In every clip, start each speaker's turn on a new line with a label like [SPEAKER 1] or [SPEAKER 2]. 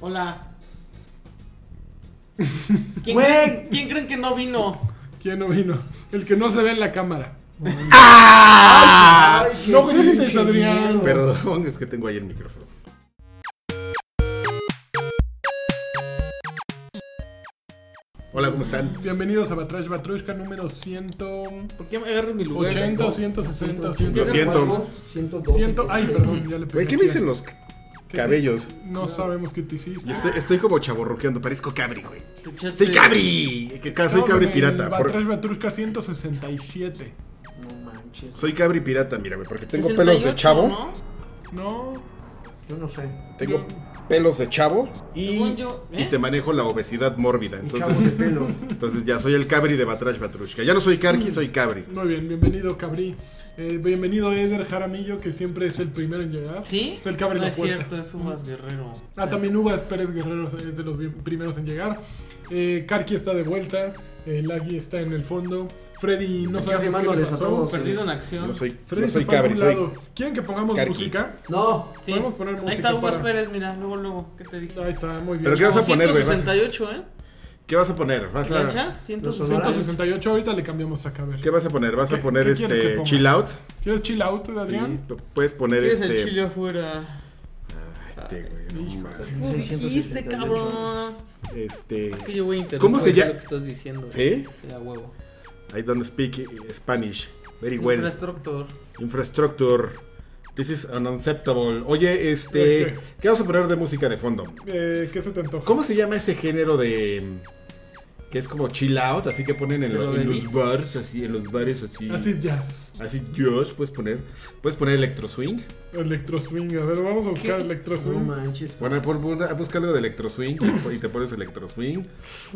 [SPEAKER 1] Hola. ¿Quién,
[SPEAKER 2] Güey.
[SPEAKER 1] creen, quién creen que no vino?
[SPEAKER 2] ¿Quién no vino? El que no se ve en la cámara.
[SPEAKER 3] ¡Ah!
[SPEAKER 2] No grites, Adrián.
[SPEAKER 3] Perdón, es que tengo ahí el micrófono. Hola, ¿cómo están?
[SPEAKER 2] Bienvenidos a Batrash Batrushka número 100.
[SPEAKER 1] ¿Por qué me agarro mi lugar?
[SPEAKER 2] 80, 160, 100.
[SPEAKER 3] Lo siento.
[SPEAKER 4] 112.
[SPEAKER 2] 100. Ay, perdón, ya le pegué.
[SPEAKER 3] Güey, ¿qué me
[SPEAKER 2] aquí.
[SPEAKER 3] dicen los cabellos?
[SPEAKER 2] No sabemos qué te hiciste.
[SPEAKER 3] Y Estoy, estoy como chaborruqueando, parezco cabri, güey.
[SPEAKER 1] Te echaste-
[SPEAKER 3] ¡Soy cabri! Que ca- Soy
[SPEAKER 2] No,
[SPEAKER 3] cabri
[SPEAKER 2] en
[SPEAKER 3] pirata.
[SPEAKER 2] el
[SPEAKER 3] por-
[SPEAKER 2] Batrash Batrushka 167.
[SPEAKER 1] No manches.
[SPEAKER 3] Soy cabri pirata, mira, güey, porque tengo pelos de
[SPEAKER 1] 68,
[SPEAKER 3] chavo.
[SPEAKER 1] ¿no?
[SPEAKER 2] No.
[SPEAKER 4] Yo no sé.
[SPEAKER 3] Tengo pelos de chavo y,
[SPEAKER 1] Según yo,
[SPEAKER 3] y
[SPEAKER 1] ¿eh?
[SPEAKER 3] te manejo la obesidad mórbida.
[SPEAKER 4] Un chavo de
[SPEAKER 3] Entonces,
[SPEAKER 4] pelo.
[SPEAKER 3] entonces ya soy el cabri de Batrash Batrushka. Ya no soy Karki, soy cabri.
[SPEAKER 2] Muy bien, bienvenido, Cabri. Eh, bienvenido, Eder Jaramillo, que siempre es el primero en llegar.
[SPEAKER 1] ¿Sí?
[SPEAKER 2] Es el que abre
[SPEAKER 1] no
[SPEAKER 2] la
[SPEAKER 1] es
[SPEAKER 2] puerta.
[SPEAKER 1] cierto, es un más guerrero.
[SPEAKER 2] Ah, también Uvas Pérez Guerrero es de los bien- primeros en llegar. Eh, Karki está de vuelta. Eh, Laggy está en el fondo. Freddy no sabe
[SPEAKER 4] Aquí
[SPEAKER 2] qué le
[SPEAKER 4] arrimándoles a
[SPEAKER 2] pasó.
[SPEAKER 4] todos.
[SPEAKER 1] Perdido en acción.
[SPEAKER 3] No soy,
[SPEAKER 2] Freddy
[SPEAKER 3] no
[SPEAKER 2] se
[SPEAKER 3] soy
[SPEAKER 2] fue a
[SPEAKER 3] cabri,
[SPEAKER 2] un
[SPEAKER 3] soy.
[SPEAKER 2] lado. ¿Quieren que pongamos
[SPEAKER 3] Karki.
[SPEAKER 2] música?
[SPEAKER 4] No.
[SPEAKER 1] Sí.
[SPEAKER 2] Podemos poner música
[SPEAKER 1] Ahí está Uvas
[SPEAKER 2] para-
[SPEAKER 1] Pérez, mira, luego, luego. ¿Qué te dije?
[SPEAKER 2] Ahí está, muy bien.
[SPEAKER 3] Pero ¿qué vas a poner, güey? Vas a-
[SPEAKER 1] 168, ¿eh?
[SPEAKER 3] ¿Qué vas a poner? ¿Vas a-
[SPEAKER 1] ¿Lanchas? 168.
[SPEAKER 2] 168, ahorita le cambiamos a Caber.
[SPEAKER 3] ¿Qué vas a poner? ¿Vas a
[SPEAKER 2] ¿Qué-
[SPEAKER 3] poner
[SPEAKER 2] qué quieres que
[SPEAKER 3] este
[SPEAKER 2] ponga?
[SPEAKER 3] chill out?
[SPEAKER 2] ¿Quieres chill out,
[SPEAKER 3] Sí,
[SPEAKER 2] Adrián?
[SPEAKER 3] p- puedes poner
[SPEAKER 1] Tienes
[SPEAKER 3] este.
[SPEAKER 1] el chile afuera.
[SPEAKER 3] este, güey, no mames.
[SPEAKER 1] ¿Cómo dijiste,
[SPEAKER 4] 668.
[SPEAKER 1] cabrón?
[SPEAKER 3] Este.
[SPEAKER 1] Es que yo voy a interrumpir
[SPEAKER 3] ¿Cómo se llama?
[SPEAKER 1] lo que estás diciendo.
[SPEAKER 3] ¿Sí?
[SPEAKER 1] Sí, a huevo.
[SPEAKER 3] I don't speak Spanish. Very
[SPEAKER 1] Es un
[SPEAKER 3] well.
[SPEAKER 1] Infrastructor.
[SPEAKER 3] Infrastructure. This is unacceptable.
[SPEAKER 2] ¿El
[SPEAKER 3] Oye, este.
[SPEAKER 2] qué?
[SPEAKER 3] ¿Qué vas a poner de música de fondo?
[SPEAKER 2] Eh, ¿Qué se te antoja?
[SPEAKER 3] ¿Cómo se llama ese género de. que es como chill out? Así que ponen en,
[SPEAKER 1] Pero
[SPEAKER 3] lo-
[SPEAKER 1] de
[SPEAKER 3] en los
[SPEAKER 1] beats.
[SPEAKER 3] bars, así, en los bares, así.
[SPEAKER 2] Acid Jazz,
[SPEAKER 3] Así, Dios, puedes poner. Puedes poner electro swing.
[SPEAKER 2] Electro Swing. A ver, vamos a buscar
[SPEAKER 1] ¿Qué?
[SPEAKER 2] Electro
[SPEAKER 4] No
[SPEAKER 2] Swing.
[SPEAKER 4] manches.
[SPEAKER 3] Bueno, por, por- busca algo de electro swing y te pones electro swing.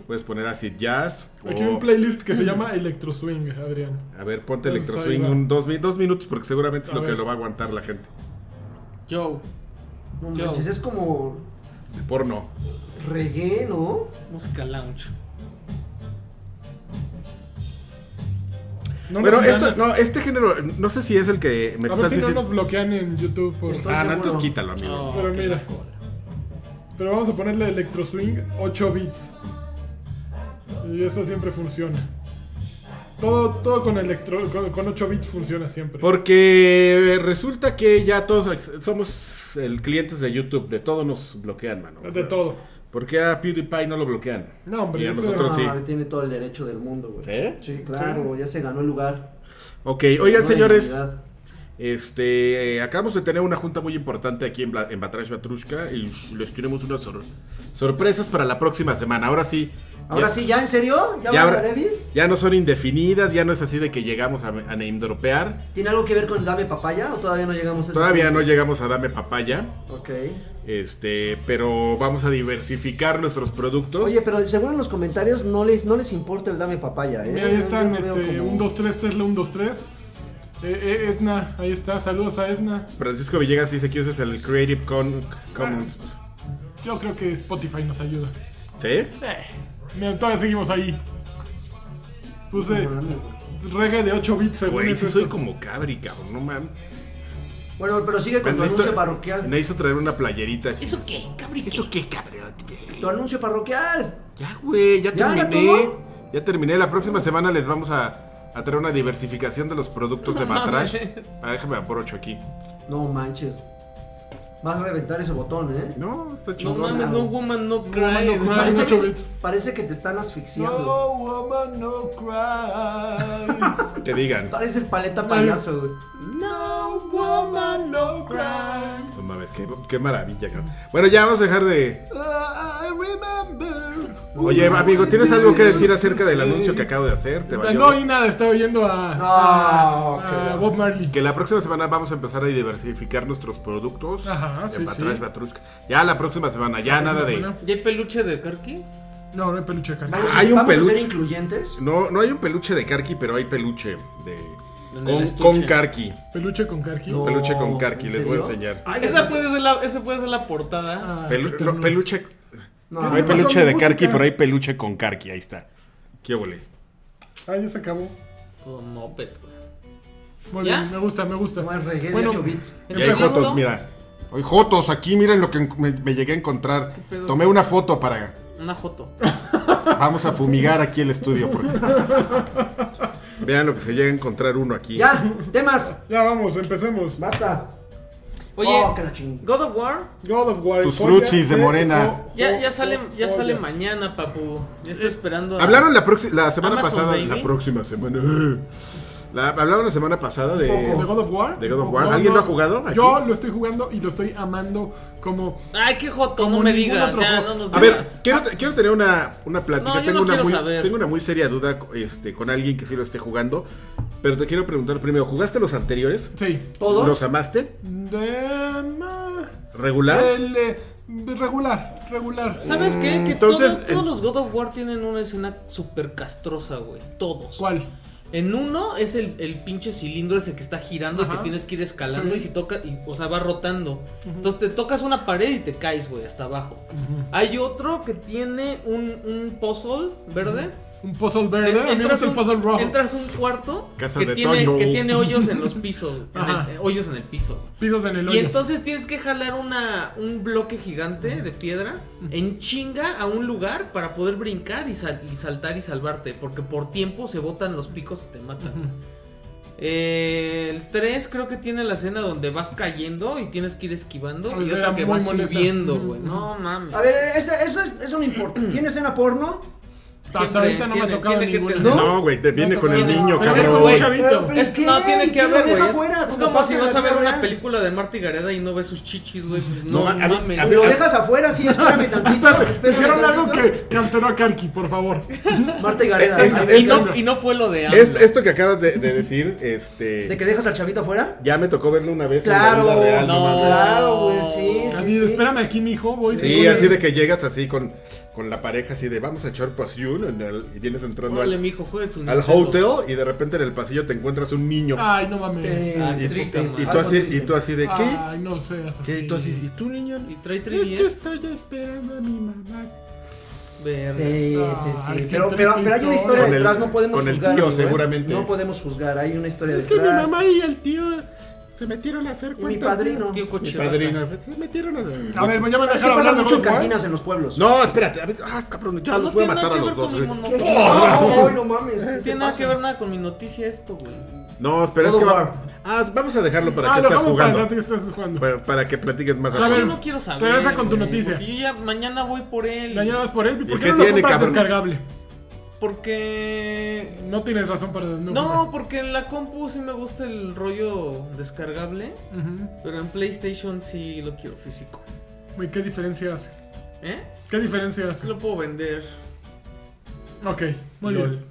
[SPEAKER 3] Puedes poner acid jazz. o-
[SPEAKER 2] Aquí hay un playlist
[SPEAKER 4] Mm.
[SPEAKER 2] que se llama Electro Swing, Adrián.
[SPEAKER 3] A ver, ponte
[SPEAKER 2] Pues
[SPEAKER 3] electro
[SPEAKER 2] ahí
[SPEAKER 3] swing
[SPEAKER 2] va.
[SPEAKER 3] un dos, mi- dos minutos porque seguramente es
[SPEAKER 2] A
[SPEAKER 3] lo
[SPEAKER 2] ver.
[SPEAKER 3] que lo va a aguantar la gente.
[SPEAKER 1] Joe.
[SPEAKER 4] No manches. Es como
[SPEAKER 3] De porno.
[SPEAKER 4] reggae, ¿no?
[SPEAKER 1] Música lounge.
[SPEAKER 2] No
[SPEAKER 3] bueno,
[SPEAKER 2] nos
[SPEAKER 3] esto,
[SPEAKER 2] dan-
[SPEAKER 3] no, este género, no sé si es el que me
[SPEAKER 2] a ver
[SPEAKER 3] estás
[SPEAKER 2] si no
[SPEAKER 3] diciendo.
[SPEAKER 2] nos bloquean en YouTube. por-
[SPEAKER 4] Estoy
[SPEAKER 3] Ah, no,
[SPEAKER 4] seguro.
[SPEAKER 3] entonces quítalo, amigo.
[SPEAKER 2] Pero
[SPEAKER 1] qué
[SPEAKER 2] mira.
[SPEAKER 1] cola.
[SPEAKER 2] Pero vamos a ponerle Electro Swing 8 bits. Y eso siempre funciona. Todo, todo con, electro, con, con 8 bits funciona siempre.
[SPEAKER 3] Porque resulta que ya todos somos el clientes de YouTube. De todo nos bloquean, mano.
[SPEAKER 2] De todo.
[SPEAKER 3] ¿Por qué a PewDiePie no lo bloquean?
[SPEAKER 2] No, hombre,
[SPEAKER 3] Y a
[SPEAKER 2] eso-
[SPEAKER 3] nosotros sí. ¿Eh?
[SPEAKER 4] Ah, Tiene todo el derecho del mundo, güey.
[SPEAKER 3] ¿Sí?
[SPEAKER 4] Sí, claro. Ya se ganó el lugar.
[SPEAKER 3] Ok, oigan,
[SPEAKER 4] Se ganó la
[SPEAKER 3] señores.
[SPEAKER 4] dignidad.
[SPEAKER 3] Este, eh, acabamos de tener una junta muy importante aquí en, Bla- en Batrash Batrushka y les tenemos unas sor- sorpresas para la próxima semana. Ahora sí.
[SPEAKER 4] Ahora
[SPEAKER 3] ya-
[SPEAKER 4] sí, ¿ya en serio? ¿Ya,
[SPEAKER 3] Ya,
[SPEAKER 4] van a
[SPEAKER 3] ahora-
[SPEAKER 4] Davis?
[SPEAKER 3] ya no son indefinidas, ya no es así de que llegamos a, a name dropear.
[SPEAKER 4] ¿Tiene algo que ver con el Dame Papaya o todavía no llegamos a ese
[SPEAKER 3] Todavía no
[SPEAKER 4] punto?
[SPEAKER 3] llegamos a Dame Papaya,
[SPEAKER 4] Ok.
[SPEAKER 3] este, pero vamos a diversificar nuestros productos.
[SPEAKER 4] Oye, pero seguro en los comentarios no les, no les importa el Dame Papaya, ¿eh?
[SPEAKER 2] Mira, ahí
[SPEAKER 4] Yo- yo
[SPEAKER 2] están,
[SPEAKER 4] no veo
[SPEAKER 2] este,
[SPEAKER 4] como-
[SPEAKER 2] 1, 2, 3, Tesla, 1, 2, 3. Eh, eh, Edna, ahí está, saludos a Edna.
[SPEAKER 3] Francisco Villegas dice que uses el Creative Con- Commons.
[SPEAKER 2] Yo creo que Spotify nos ayuda.
[SPEAKER 3] ¿Sí?
[SPEAKER 2] Mira, todavía seguimos ahí. Puse reggae de 8 bits según
[SPEAKER 3] Güey,
[SPEAKER 2] es
[SPEAKER 3] sí
[SPEAKER 2] esto.
[SPEAKER 3] soy como cabri, cabrón, no mames.
[SPEAKER 4] Bueno, pero sigue con tu anuncio parroquial.
[SPEAKER 3] Pues necesito traer una playerita así.
[SPEAKER 1] ¿Eso qué? Cabri, qué?
[SPEAKER 3] ¿Esto qué, cabrón? güey?
[SPEAKER 4] Tu anuncio parroquial.
[SPEAKER 3] Ya, güey, ya
[SPEAKER 4] ¿Ya era
[SPEAKER 3] terminé.
[SPEAKER 4] todo?
[SPEAKER 3] Ya terminé. La próxima semana les vamos a, a traer una diversificación de los productos de
[SPEAKER 1] No
[SPEAKER 3] Batrash.
[SPEAKER 1] mames.
[SPEAKER 3] Ah, déjame aporocho aquí.
[SPEAKER 4] No manches. Vas a reventar ese botón, ¿eh?
[SPEAKER 3] No, está
[SPEAKER 1] No
[SPEAKER 3] chingón.
[SPEAKER 1] mames, no woman, no
[SPEAKER 2] No, no,
[SPEAKER 1] cry.
[SPEAKER 2] no, no,
[SPEAKER 4] Parece,
[SPEAKER 2] 8
[SPEAKER 4] que,
[SPEAKER 2] bits.
[SPEAKER 4] parece que te están asfixiando.
[SPEAKER 2] woman, no cry.
[SPEAKER 3] Que digan.
[SPEAKER 4] Pareces paleta payaso, güey.
[SPEAKER 2] no woman, no cry.
[SPEAKER 3] No mames, qué, qué maravilla, cabrón. Bueno, ya vamos a dejar de.
[SPEAKER 4] Uh,
[SPEAKER 3] Oye, amigo, ¿tienes algo que decir acerca del anuncio que acabo de hacer? ¿Te valió?
[SPEAKER 2] No oí nada, estaba oyendo a,
[SPEAKER 4] No,
[SPEAKER 2] a- a
[SPEAKER 4] qué
[SPEAKER 2] Bob Marley.
[SPEAKER 3] Que la próxima semana vamos a empezar a diversificar nuestros productos.
[SPEAKER 2] Ajá,
[SPEAKER 3] en
[SPEAKER 2] sí,
[SPEAKER 3] Batrash
[SPEAKER 2] sí.
[SPEAKER 3] Batrushka. Ya la próxima semana, ya Ah, nada de.
[SPEAKER 1] ¿Y hay peluche de Karki?
[SPEAKER 2] No, no hay peluche acá.
[SPEAKER 4] Vamos, a-
[SPEAKER 3] Hay un
[SPEAKER 4] vamos a ser
[SPEAKER 3] peluche.
[SPEAKER 4] incluyentes.
[SPEAKER 3] No, no hay un peluche de Karki, pero hay peluche de.
[SPEAKER 1] En el
[SPEAKER 3] Con,
[SPEAKER 1] estuche.
[SPEAKER 3] con Karki.
[SPEAKER 2] Peluche con Karki.
[SPEAKER 4] No.
[SPEAKER 3] Peluche con Karki,
[SPEAKER 4] ¿en
[SPEAKER 3] les voy a
[SPEAKER 4] serio?
[SPEAKER 3] enseñar.
[SPEAKER 4] Ay,
[SPEAKER 1] Esa puede ser la, esa puede ser la portada.
[SPEAKER 2] Ah,
[SPEAKER 3] Pelu-
[SPEAKER 2] qué
[SPEAKER 3] no,
[SPEAKER 2] ternura.
[SPEAKER 3] peluche.
[SPEAKER 4] Ah, No,
[SPEAKER 3] No hay
[SPEAKER 2] pasa
[SPEAKER 3] peluche
[SPEAKER 2] mi
[SPEAKER 3] de Karki,
[SPEAKER 2] música?
[SPEAKER 3] pero hay peluche con Karki, ahí está. ¿Qué ole?
[SPEAKER 2] Ah, ya se acabó.
[SPEAKER 1] Todo moped, güey.
[SPEAKER 2] Muy
[SPEAKER 1] ¿Ya?
[SPEAKER 2] bien, me gusta, me gusta.
[SPEAKER 4] No es reggae de
[SPEAKER 2] Bueno,
[SPEAKER 4] 8 bits.
[SPEAKER 3] Y hay
[SPEAKER 1] ¿Estás
[SPEAKER 3] fotos,
[SPEAKER 1] listo?
[SPEAKER 3] mira.
[SPEAKER 5] Oye, Jotos, aquí miren lo que en- me, me llegué a encontrar.
[SPEAKER 1] pedo?
[SPEAKER 5] Tomé una foto para.
[SPEAKER 1] Una Joto.
[SPEAKER 5] Vamos a fumigar aquí el estudio. Porque...
[SPEAKER 3] Vean lo que se llega a encontrar uno aquí.
[SPEAKER 4] Ya, temas.
[SPEAKER 2] Ya vamos, empecemos.
[SPEAKER 4] Basta.
[SPEAKER 1] Oye,
[SPEAKER 4] Oh, que la chingada.
[SPEAKER 1] God of War
[SPEAKER 2] God of War.
[SPEAKER 5] Tus
[SPEAKER 2] joya
[SPEAKER 5] fruchis de morena.
[SPEAKER 2] jo-
[SPEAKER 1] ya,
[SPEAKER 2] jo-
[SPEAKER 3] Oh,
[SPEAKER 1] ya sale, ya
[SPEAKER 2] joyas.
[SPEAKER 1] sale mañana, papu. Ya estoy esperando. a-
[SPEAKER 3] Hablaron la, proxi- la semana
[SPEAKER 1] Amazon,
[SPEAKER 3] pasada.
[SPEAKER 1] baby.
[SPEAKER 3] La próxima semana. La- hablaron la semana pasada
[SPEAKER 2] ¿De
[SPEAKER 3] de.
[SPEAKER 2] God of War?
[SPEAKER 3] ¿De God of War? ¿Alguien lo ha jugado aquí?
[SPEAKER 2] Yo lo estoy jugando y lo estoy amando como...
[SPEAKER 1] Ay, qué Joto, no
[SPEAKER 2] Como
[SPEAKER 1] me
[SPEAKER 2] ningún
[SPEAKER 1] digas.
[SPEAKER 2] otro
[SPEAKER 1] Ya,
[SPEAKER 2] juego.
[SPEAKER 1] no nos
[SPEAKER 3] A ver,
[SPEAKER 1] digas.
[SPEAKER 3] quiero, te- quiero tener una, una plática.
[SPEAKER 1] No, yo
[SPEAKER 3] tengo,
[SPEAKER 1] no
[SPEAKER 3] una
[SPEAKER 1] quiero
[SPEAKER 3] muy,
[SPEAKER 1] saber.
[SPEAKER 3] tengo una muy seria duda este, con alguien que sí lo esté jugando. Pero te quiero preguntar primero: ¿jugaste los anteriores?
[SPEAKER 2] Sí.
[SPEAKER 4] ¿Todos?
[SPEAKER 3] ¿Los amaste?
[SPEAKER 2] De... ma-
[SPEAKER 3] ¿Regular?
[SPEAKER 2] el, eh, regular, regular.
[SPEAKER 1] ¿Sabes qué? Que
[SPEAKER 3] Entonces,
[SPEAKER 1] todos, todos
[SPEAKER 3] eh,
[SPEAKER 1] los God of War tienen una escena súper castrosa, güey. Todos.
[SPEAKER 2] ¿Cuál?
[SPEAKER 1] En uno es el, el pinche cilindro ese que está girando y
[SPEAKER 2] Ajá.
[SPEAKER 1] que tienes que ir escalando
[SPEAKER 2] Sí.
[SPEAKER 1] y si toca, y, o sea, va rotando. Entonces te tocas una pared y te caes, güey, hasta abajo. Hay otro que tiene un, un puzzle verde.
[SPEAKER 2] Un puzzle verde.
[SPEAKER 1] Que
[SPEAKER 2] A mí me gusta el
[SPEAKER 1] un-
[SPEAKER 2] puzzle rojo.
[SPEAKER 1] entras a un cuarto
[SPEAKER 3] Casa
[SPEAKER 1] que,
[SPEAKER 3] de
[SPEAKER 1] tiene,
[SPEAKER 3] Toño.
[SPEAKER 1] que tiene hoyos en los pisos, en el-
[SPEAKER 2] Ajá.
[SPEAKER 1] eh, hoyos en el piso.
[SPEAKER 2] Pisos en el
[SPEAKER 1] Y
[SPEAKER 2] hoyo.
[SPEAKER 1] entonces tienes que jalar una, un bloque gigante de piedra en chinga a un lugar para poder brincar y, sal- y saltar y salvarte. Porque por tiempo se botan los picos y te matan. Eh, el 3 creo que tiene la escena donde vas cayendo y tienes que ir esquivando.
[SPEAKER 2] Pues
[SPEAKER 1] y
[SPEAKER 2] era
[SPEAKER 1] otra que
[SPEAKER 2] muy
[SPEAKER 1] vas
[SPEAKER 2] molesta.
[SPEAKER 1] subiendo,
[SPEAKER 2] Ujú,
[SPEAKER 1] güey.
[SPEAKER 2] ujú.
[SPEAKER 1] No mames.
[SPEAKER 4] A ver, esa- eso, es, eso no importa. ¿Tiene escena porno?
[SPEAKER 2] Hasta
[SPEAKER 1] siempre
[SPEAKER 2] ahorita no me ha
[SPEAKER 1] tiene-
[SPEAKER 2] tocado
[SPEAKER 1] tiene que
[SPEAKER 2] ninguna.
[SPEAKER 1] tener-
[SPEAKER 3] No, güey, te viene
[SPEAKER 2] No,
[SPEAKER 3] con el
[SPEAKER 1] no,
[SPEAKER 3] niño,
[SPEAKER 1] no,
[SPEAKER 2] Es
[SPEAKER 1] eso,
[SPEAKER 3] cabrón.
[SPEAKER 2] un
[SPEAKER 1] güey.
[SPEAKER 2] chavito.
[SPEAKER 4] Pero-
[SPEAKER 1] Es
[SPEAKER 4] ¿Pero
[SPEAKER 1] que
[SPEAKER 4] qué?
[SPEAKER 1] no tiene
[SPEAKER 4] ¿Y
[SPEAKER 1] que
[SPEAKER 4] qué lo
[SPEAKER 1] haber, güey.
[SPEAKER 4] deja
[SPEAKER 1] Es,
[SPEAKER 4] fuera?
[SPEAKER 1] es
[SPEAKER 4] ¿Cómo
[SPEAKER 1] como
[SPEAKER 4] pasa
[SPEAKER 1] si
[SPEAKER 4] en
[SPEAKER 1] vas
[SPEAKER 4] la
[SPEAKER 1] a ver
[SPEAKER 4] vida
[SPEAKER 1] una
[SPEAKER 4] real?
[SPEAKER 1] película de Marty Gareda y no ves sus chichis, güey. Pues
[SPEAKER 3] No,
[SPEAKER 1] No,
[SPEAKER 3] a mí-
[SPEAKER 1] mames.
[SPEAKER 3] a mí-
[SPEAKER 4] ¿Lo dejas afuera? Sí, espérame tantito. espérame
[SPEAKER 2] Dijeron algo
[SPEAKER 4] tantito.
[SPEAKER 2] que, que alteró a Karki, por favor.
[SPEAKER 4] Marta y Gareda.
[SPEAKER 3] Es-
[SPEAKER 4] ¿no?
[SPEAKER 1] y, no, y no fue lo de
[SPEAKER 4] Este,
[SPEAKER 1] AMLO.
[SPEAKER 3] Esto, esto que acabas de, de decir, este.
[SPEAKER 4] ¿De que dejas al chavito afuera?
[SPEAKER 3] Ya me tocó verlo una vez
[SPEAKER 4] Claro.
[SPEAKER 3] en la vida real.
[SPEAKER 1] No.
[SPEAKER 3] mames.
[SPEAKER 4] Claro, güey, sí,
[SPEAKER 2] Así,
[SPEAKER 4] sí, sí.
[SPEAKER 2] Oh. espérame aquí, mijo, voy.
[SPEAKER 3] Sí, así de que llegas así con, con la pareja, así de vamos a echar pasión en el- y vienes entrando
[SPEAKER 1] Órale,
[SPEAKER 3] al,
[SPEAKER 1] mijo, juegues un
[SPEAKER 3] al
[SPEAKER 1] Nintendo.
[SPEAKER 3] hotel y de repente en el pasillo te encuentras un niño.
[SPEAKER 2] Ay, no mames.
[SPEAKER 4] Sí.
[SPEAKER 1] Ah,
[SPEAKER 3] y,
[SPEAKER 1] qué
[SPEAKER 3] tú,
[SPEAKER 1] triste,
[SPEAKER 3] y-
[SPEAKER 1] man.
[SPEAKER 3] y tú así,
[SPEAKER 4] triste.
[SPEAKER 3] y tú así de qué.
[SPEAKER 2] Ay, no seas así.
[SPEAKER 3] ¿Qué? Y tú así, ¿y tú niño?
[SPEAKER 1] Y trae
[SPEAKER 3] Es que
[SPEAKER 1] 3DS.
[SPEAKER 3] estoy esperando a mi mamá.
[SPEAKER 1] Verga.
[SPEAKER 4] Sí, sí,
[SPEAKER 1] Ah,
[SPEAKER 2] Ay,
[SPEAKER 4] sí.
[SPEAKER 2] qué
[SPEAKER 4] Pero, pero,
[SPEAKER 2] triste
[SPEAKER 4] pero hay una historia
[SPEAKER 3] Con el-
[SPEAKER 4] detrás, no podemos
[SPEAKER 3] con el
[SPEAKER 4] juzgar.
[SPEAKER 3] tío,
[SPEAKER 4] amigo, ¿eh?
[SPEAKER 3] seguramente.
[SPEAKER 4] No podemos juzgar, hay una historia
[SPEAKER 3] Es que mi
[SPEAKER 4] detrás.
[SPEAKER 3] mamá y el tío se metieron a hacer
[SPEAKER 4] Pues Y mi
[SPEAKER 3] cuentas.
[SPEAKER 4] padrino.
[SPEAKER 1] Tío
[SPEAKER 3] Mi
[SPEAKER 1] coche.
[SPEAKER 3] padrino. pues, Se metieron a
[SPEAKER 2] A ver, ya me
[SPEAKER 4] Es que
[SPEAKER 2] dejaron
[SPEAKER 4] pasa
[SPEAKER 2] hablar de
[SPEAKER 4] mucho en
[SPEAKER 2] God of War.
[SPEAKER 4] cantinas en los pueblos.
[SPEAKER 3] No, espérate. A ver, ah, cabrón, ya los voy a matar a los dos. eh.
[SPEAKER 4] ¿Qué? No, ay, no mames. ¿qué
[SPEAKER 1] No
[SPEAKER 4] te
[SPEAKER 1] tiene nada
[SPEAKER 4] pasa?
[SPEAKER 1] que ver nada con mi noticia esto, güey.
[SPEAKER 3] No, pero es
[SPEAKER 4] God
[SPEAKER 3] que
[SPEAKER 4] of
[SPEAKER 3] va-
[SPEAKER 4] War.
[SPEAKER 3] Ah, vamos a dejarlo para
[SPEAKER 2] Ah,
[SPEAKER 3] que
[SPEAKER 2] lo
[SPEAKER 3] estás
[SPEAKER 2] dejamos para el
[SPEAKER 3] jugando.
[SPEAKER 2] rato que estás jugando.
[SPEAKER 3] Para, para que platiques más
[SPEAKER 2] A
[SPEAKER 3] a
[SPEAKER 2] ver,
[SPEAKER 1] Yo
[SPEAKER 3] fondo.
[SPEAKER 1] no quiero saber.
[SPEAKER 2] regresa con tu
[SPEAKER 1] güey,
[SPEAKER 2] noticia.
[SPEAKER 1] porque Yo ya mañana voy por él.
[SPEAKER 2] La llevas por él. ¿Y
[SPEAKER 3] ¿Y
[SPEAKER 2] por
[SPEAKER 3] qué
[SPEAKER 2] qué no lo
[SPEAKER 3] tiene,
[SPEAKER 2] compras
[SPEAKER 3] cabrón?
[SPEAKER 2] descargable?
[SPEAKER 1] Porque.
[SPEAKER 2] No tienes razón para no.
[SPEAKER 1] No, porque en la compu sí me gusta el rollo descargable.
[SPEAKER 2] Ujú.
[SPEAKER 1] Pero en PlayStation sí lo quiero físico.
[SPEAKER 2] Güey, ¿Qué diferencia hace?
[SPEAKER 1] ¿Eh?
[SPEAKER 2] ¿Qué diferencia
[SPEAKER 1] Sí
[SPEAKER 2] hace?
[SPEAKER 1] Lo puedo vender.
[SPEAKER 2] Ok, muy
[SPEAKER 1] Lol.
[SPEAKER 2] bien.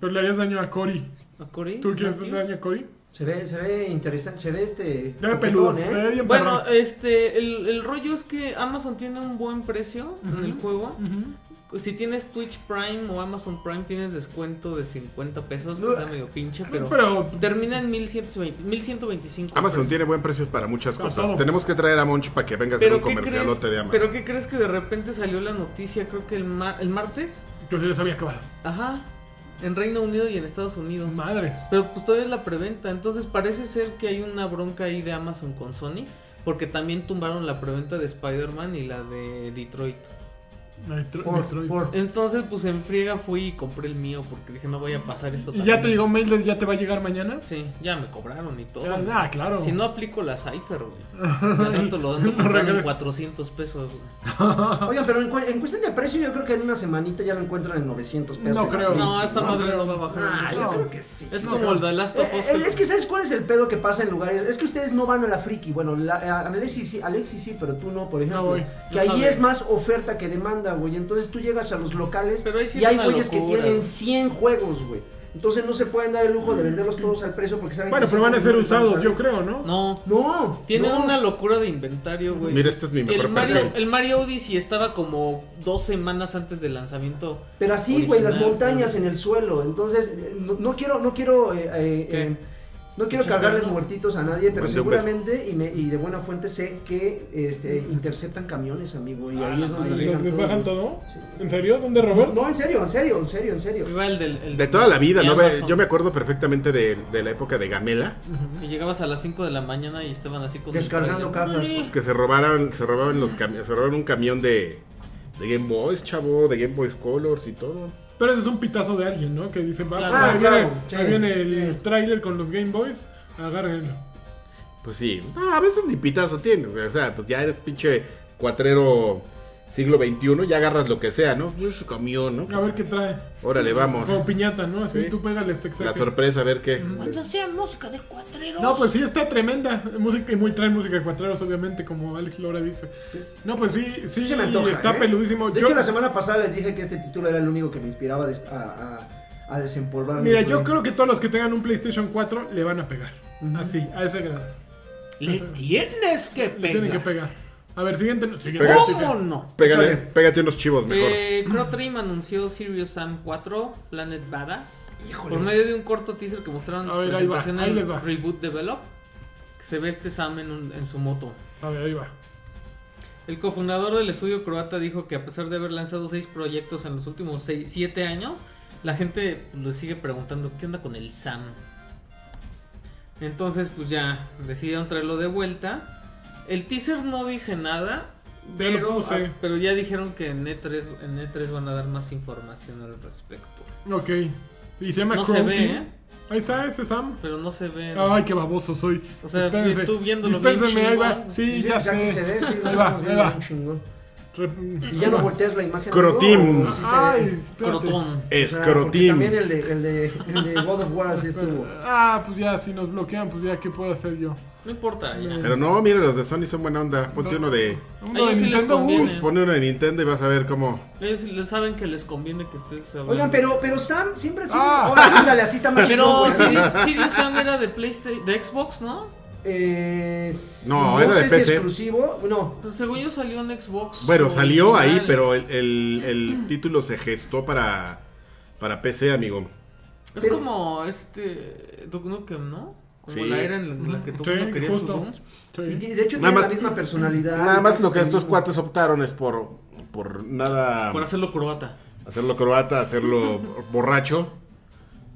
[SPEAKER 2] Pero le harías daño a Cory.
[SPEAKER 1] ¿A Cory?
[SPEAKER 2] ¿Tú quieres hacer
[SPEAKER 1] ¿Gracias?
[SPEAKER 2] daño a Cory?
[SPEAKER 4] Se ve, se ve interesante, se ve este.
[SPEAKER 2] Ya ve
[SPEAKER 4] coquetón,
[SPEAKER 2] peludo.
[SPEAKER 4] ¿eh?
[SPEAKER 2] Se ve bien
[SPEAKER 1] Bueno,
[SPEAKER 2] perrón.
[SPEAKER 1] este, el, el rollo es que Amazon tiene un buen precio en el juego.
[SPEAKER 2] Ujú.
[SPEAKER 1] Si tienes Twitch Prime o Amazon Prime, tienes descuento de 50 pesos, que
[SPEAKER 2] No.
[SPEAKER 1] está medio pinche, pero,
[SPEAKER 2] Pero
[SPEAKER 1] termina en 1120, 1125.
[SPEAKER 3] Amazon
[SPEAKER 1] pesos.
[SPEAKER 3] tiene buen precio para muchas
[SPEAKER 2] Para
[SPEAKER 3] cosas.
[SPEAKER 2] todo.
[SPEAKER 3] Tenemos que traer a Monch para que venga a hacer un
[SPEAKER 1] Pero ¿qué, crees,
[SPEAKER 3] comercialote de Amazon.
[SPEAKER 1] pero ¿qué crees que de repente salió la noticia? Creo que el, mar- el martes.
[SPEAKER 2] que se les había acabado.
[SPEAKER 1] Ajá. En Reino Unido y en Estados Unidos.
[SPEAKER 2] Madre.
[SPEAKER 1] Pero pues todavía es la preventa. Entonces parece ser que hay una bronca ahí de Amazon con Sony. Porque también tumbaron la preventa de Spider-Man y la de Detroit.
[SPEAKER 2] Ay, tro-
[SPEAKER 4] Por-
[SPEAKER 2] Detroit.
[SPEAKER 4] por-
[SPEAKER 1] Entonces, pues en friega fui y compré el mío. Porque dije, no voy a pasar esto
[SPEAKER 2] ¿Y ya
[SPEAKER 1] también".
[SPEAKER 2] te llegó mail de ya te va a llegar mañana?
[SPEAKER 1] Sí, ya me cobraron y todo.
[SPEAKER 2] Ya,
[SPEAKER 1] güey.
[SPEAKER 2] ah, claro.
[SPEAKER 1] Si no aplico la Cypher, güey. De rato lo ando
[SPEAKER 2] No
[SPEAKER 1] comprando en
[SPEAKER 2] regresa.
[SPEAKER 1] 400 pesos, güey.
[SPEAKER 4] Oigan, pero en, cu- en cuestión de precio, yo creo que en una semanita ya lo encuentran en 900 pesos.
[SPEAKER 2] No creo.
[SPEAKER 1] pues, No, esta
[SPEAKER 2] No,
[SPEAKER 1] madre
[SPEAKER 2] creo.
[SPEAKER 1] no va a
[SPEAKER 4] Ah,
[SPEAKER 1] bajar.
[SPEAKER 4] yo
[SPEAKER 2] No.
[SPEAKER 4] creo que sí.
[SPEAKER 1] Es
[SPEAKER 2] No,
[SPEAKER 1] como
[SPEAKER 2] creo.
[SPEAKER 1] el de Last of Us.
[SPEAKER 4] Eh, eh, es que sabes cuál es el pedo que pasa en lugares. Es que ustedes no van a la friki. Bueno, la, a- Alexis sí, Alexis sí, pero tú no, por ejemplo.
[SPEAKER 2] No voy.
[SPEAKER 4] que
[SPEAKER 1] No
[SPEAKER 4] ahí
[SPEAKER 1] sabe.
[SPEAKER 4] es más oferta que demanda, güey. Entonces tú llegas a los locales
[SPEAKER 1] Pero ahí sí
[SPEAKER 4] y
[SPEAKER 1] es
[SPEAKER 4] hay
[SPEAKER 1] una
[SPEAKER 4] güeyes que
[SPEAKER 1] locura,
[SPEAKER 4] tienen
[SPEAKER 1] güey.
[SPEAKER 4] 100 juegos, güey. Entonces no se pueden dar el lujo de venderlos todos al precio porque saben
[SPEAKER 2] Bueno,
[SPEAKER 4] que
[SPEAKER 2] pero
[SPEAKER 4] sí,
[SPEAKER 2] van a ser
[SPEAKER 4] no les van
[SPEAKER 2] usados,
[SPEAKER 4] a-
[SPEAKER 2] yo creo, ¿no?
[SPEAKER 1] No,
[SPEAKER 4] No.
[SPEAKER 1] Tienen
[SPEAKER 4] no.
[SPEAKER 1] una locura de inventario, güey.
[SPEAKER 3] Mira, este es mi mejor
[SPEAKER 1] el Mario,
[SPEAKER 3] personaje.
[SPEAKER 1] el Mario Odyssey estaba como dos semanas antes del lanzamiento.
[SPEAKER 4] Pero así, güey, las
[SPEAKER 1] Original,
[SPEAKER 4] montañas
[SPEAKER 1] güey.
[SPEAKER 4] en el suelo. Entonces, eh, no, no quiero, no quiero eh, eh,
[SPEAKER 1] ¿Qué?
[SPEAKER 4] eh, No quiero
[SPEAKER 1] Muchas
[SPEAKER 4] cargarles
[SPEAKER 1] gracias.
[SPEAKER 4] muertitos a nadie, pero
[SPEAKER 3] Mande un beso.
[SPEAKER 4] seguramente, y, me- y de buena fuente sé que este, interceptan camiones, amigo, y ahí es donde
[SPEAKER 2] ¿Les,
[SPEAKER 4] llegan
[SPEAKER 2] Ah, les
[SPEAKER 4] todos.
[SPEAKER 2] bajan todo? ¿En serio? ¿Dónde, Robert?
[SPEAKER 4] No, en serio, en serio, en serio, en serio.
[SPEAKER 1] Iba el del, el
[SPEAKER 3] De toda la vida,
[SPEAKER 1] de
[SPEAKER 3] ¿no? Ve-
[SPEAKER 1] Amazon,
[SPEAKER 3] Yo me acuerdo perfectamente de, de la época de Gamela,
[SPEAKER 1] Que llegabas a las 5 de la mañana y estaban así con...
[SPEAKER 4] Descargando
[SPEAKER 1] el-
[SPEAKER 4] cajas.
[SPEAKER 3] que se robaron, se robaban los cami- se robaron un camión de, de Game Boys, chavo, de Game Boys Colors y todo.
[SPEAKER 2] Pero ese es un pitazo de alguien, ¿no? Que dicen, va,
[SPEAKER 1] Claro.
[SPEAKER 2] ahí,
[SPEAKER 4] Ah, claro,
[SPEAKER 2] viene,
[SPEAKER 4] sí,
[SPEAKER 2] ahí viene el
[SPEAKER 4] sí.
[SPEAKER 2] tráiler con los Game Boys, agárrenlo.
[SPEAKER 3] Pues sí, Ah, a veces ni pitazo tienes, güey. O sea, pues ya eres pinche cuatrero siglo XXI, ya agarras lo que sea, ¿no? Pues Es camión, ¿no?
[SPEAKER 2] A ver qué trae.
[SPEAKER 3] Órale, vamos.
[SPEAKER 2] Como piñata, ¿no? Así
[SPEAKER 3] Sí.
[SPEAKER 2] tú pégale este exacto.
[SPEAKER 3] La sorpresa, a ver qué.
[SPEAKER 6] Cuando sea música de cuatreros.
[SPEAKER 2] No, pues sí, está tremenda. Música y muy trae música de cuatreros, obviamente, como Alex Lora dice. No, pues sí, sí,
[SPEAKER 4] Sí se me antoja,
[SPEAKER 2] está
[SPEAKER 4] ¿eh?
[SPEAKER 2] peludísimo.
[SPEAKER 4] De
[SPEAKER 2] Yo-
[SPEAKER 4] hecho, la semana pasada les dije que este título era el único que me inspiraba a des- a, a- a desempolvar. mi
[SPEAKER 2] Mira, yo
[SPEAKER 4] Play.
[SPEAKER 2] creo que todos los que tengan un PlayStation 4 le van a pegar. Así, a ese grado.
[SPEAKER 1] Le tienes que
[SPEAKER 2] Le tienen que
[SPEAKER 1] pegar.
[SPEAKER 2] pegar. A ver, siguiente, siguiente
[SPEAKER 3] Pega.
[SPEAKER 1] ¿Cómo
[SPEAKER 2] noticia.
[SPEAKER 1] no?
[SPEAKER 3] Pégale, pégate unos chivos mejor.
[SPEAKER 1] Eh, Crowdream anunció Serious Sam 4, Planet Badass,
[SPEAKER 4] Híjole,
[SPEAKER 1] por medio de un corto teaser que mostraron
[SPEAKER 2] A
[SPEAKER 1] su
[SPEAKER 2] ver, ahí va,
[SPEAKER 1] presentación
[SPEAKER 2] ahí
[SPEAKER 1] en
[SPEAKER 2] les va.
[SPEAKER 1] Reboot Develop, que se ve este Sam en, un- en su moto.
[SPEAKER 2] A ver, ahí va.
[SPEAKER 1] El cofundador del estudio croata dijo que a pesar de haber lanzado seis proyectos en los últimos seis- siete años, la gente le sigue preguntando qué onda con el Sam. Entonces, pues ya decidieron traerlo de vuelta. El teaser no dice nada,
[SPEAKER 2] Ya lo
[SPEAKER 1] pero,
[SPEAKER 2] puse.
[SPEAKER 1] ah, pero ya dijeron que en E3, en E3 van a dar más información al respecto.
[SPEAKER 4] ah.
[SPEAKER 2] Ok. Y se llama
[SPEAKER 1] No se
[SPEAKER 2] Crow
[SPEAKER 1] ve,
[SPEAKER 2] Team.
[SPEAKER 1] ¿eh?
[SPEAKER 2] Ahí está ese Sam.
[SPEAKER 1] Pero no se ve.
[SPEAKER 2] Ay, qué baboso soy.
[SPEAKER 1] O sea,
[SPEAKER 2] Espérense.
[SPEAKER 1] y tú viéndolo bien
[SPEAKER 2] Dispénsenme, ahí va.
[SPEAKER 1] chingón.
[SPEAKER 2] Sí,
[SPEAKER 4] Y
[SPEAKER 2] ya,
[SPEAKER 4] aquí
[SPEAKER 2] sé.
[SPEAKER 4] se ve, sí, lo
[SPEAKER 2] ahí va,
[SPEAKER 4] estamos
[SPEAKER 2] ahí
[SPEAKER 4] viendo
[SPEAKER 2] va.
[SPEAKER 4] bien chingón.
[SPEAKER 2] Re-
[SPEAKER 4] Y ya
[SPEAKER 2] ahí
[SPEAKER 4] no
[SPEAKER 2] va.
[SPEAKER 4] volteas la imagen.
[SPEAKER 3] Crotim.
[SPEAKER 4] ¿no? Sí se ve.
[SPEAKER 2] Ay, espérate.
[SPEAKER 1] Crotón.
[SPEAKER 4] O sea, porque
[SPEAKER 3] Escrotín.
[SPEAKER 4] También el de, el, de, el de God of War así estuvo.
[SPEAKER 2] Ah, pues ya, si nos bloquean, pues ya, ¿qué puedo hacer yo?
[SPEAKER 1] No importa. ya.
[SPEAKER 3] Pero no, mira, los de Sony son buena onda. Ponte
[SPEAKER 2] No.
[SPEAKER 3] uno de.
[SPEAKER 1] A ellos sí les conviene.
[SPEAKER 3] Pone uno de Nintendo y vas a ver cómo.
[SPEAKER 1] Ellos les saben que les conviene que estés hablando.
[SPEAKER 4] Oigan, pero, pero Sam siempre ha sido.
[SPEAKER 2] Ah.
[SPEAKER 4] Ahora, ándale, así está más chingón,
[SPEAKER 1] Pero
[SPEAKER 4] güey.
[SPEAKER 1] Sirius, Sirius Sam era de PlayStation, de Xbox, ¿no?
[SPEAKER 4] Eh,
[SPEAKER 3] No, era de
[SPEAKER 4] sé si
[SPEAKER 3] PC.
[SPEAKER 4] exclusivo. No.
[SPEAKER 1] Pero según yo salió en Xbox.
[SPEAKER 3] Bueno, salió
[SPEAKER 1] original.
[SPEAKER 3] ahí, pero el, el- el título se gestó para, para PC, amigo.
[SPEAKER 1] Es
[SPEAKER 4] pero-
[SPEAKER 1] como este. Duke Nukem, ¿no? Como
[SPEAKER 3] Sí.
[SPEAKER 1] la era en la que todo
[SPEAKER 2] Sí,
[SPEAKER 1] el mundo quería su
[SPEAKER 2] justo.
[SPEAKER 1] Doom.
[SPEAKER 4] Y
[SPEAKER 2] Sí.
[SPEAKER 4] ti- de hecho
[SPEAKER 3] Nada
[SPEAKER 4] tiene la
[SPEAKER 3] más-
[SPEAKER 4] misma personalidad.
[SPEAKER 3] Nada más lo que
[SPEAKER 4] Este,
[SPEAKER 3] estos cuates optaron es por, por nada.
[SPEAKER 1] Por hacerlo croata.
[SPEAKER 3] Hacerlo croata, hacerlo borracho,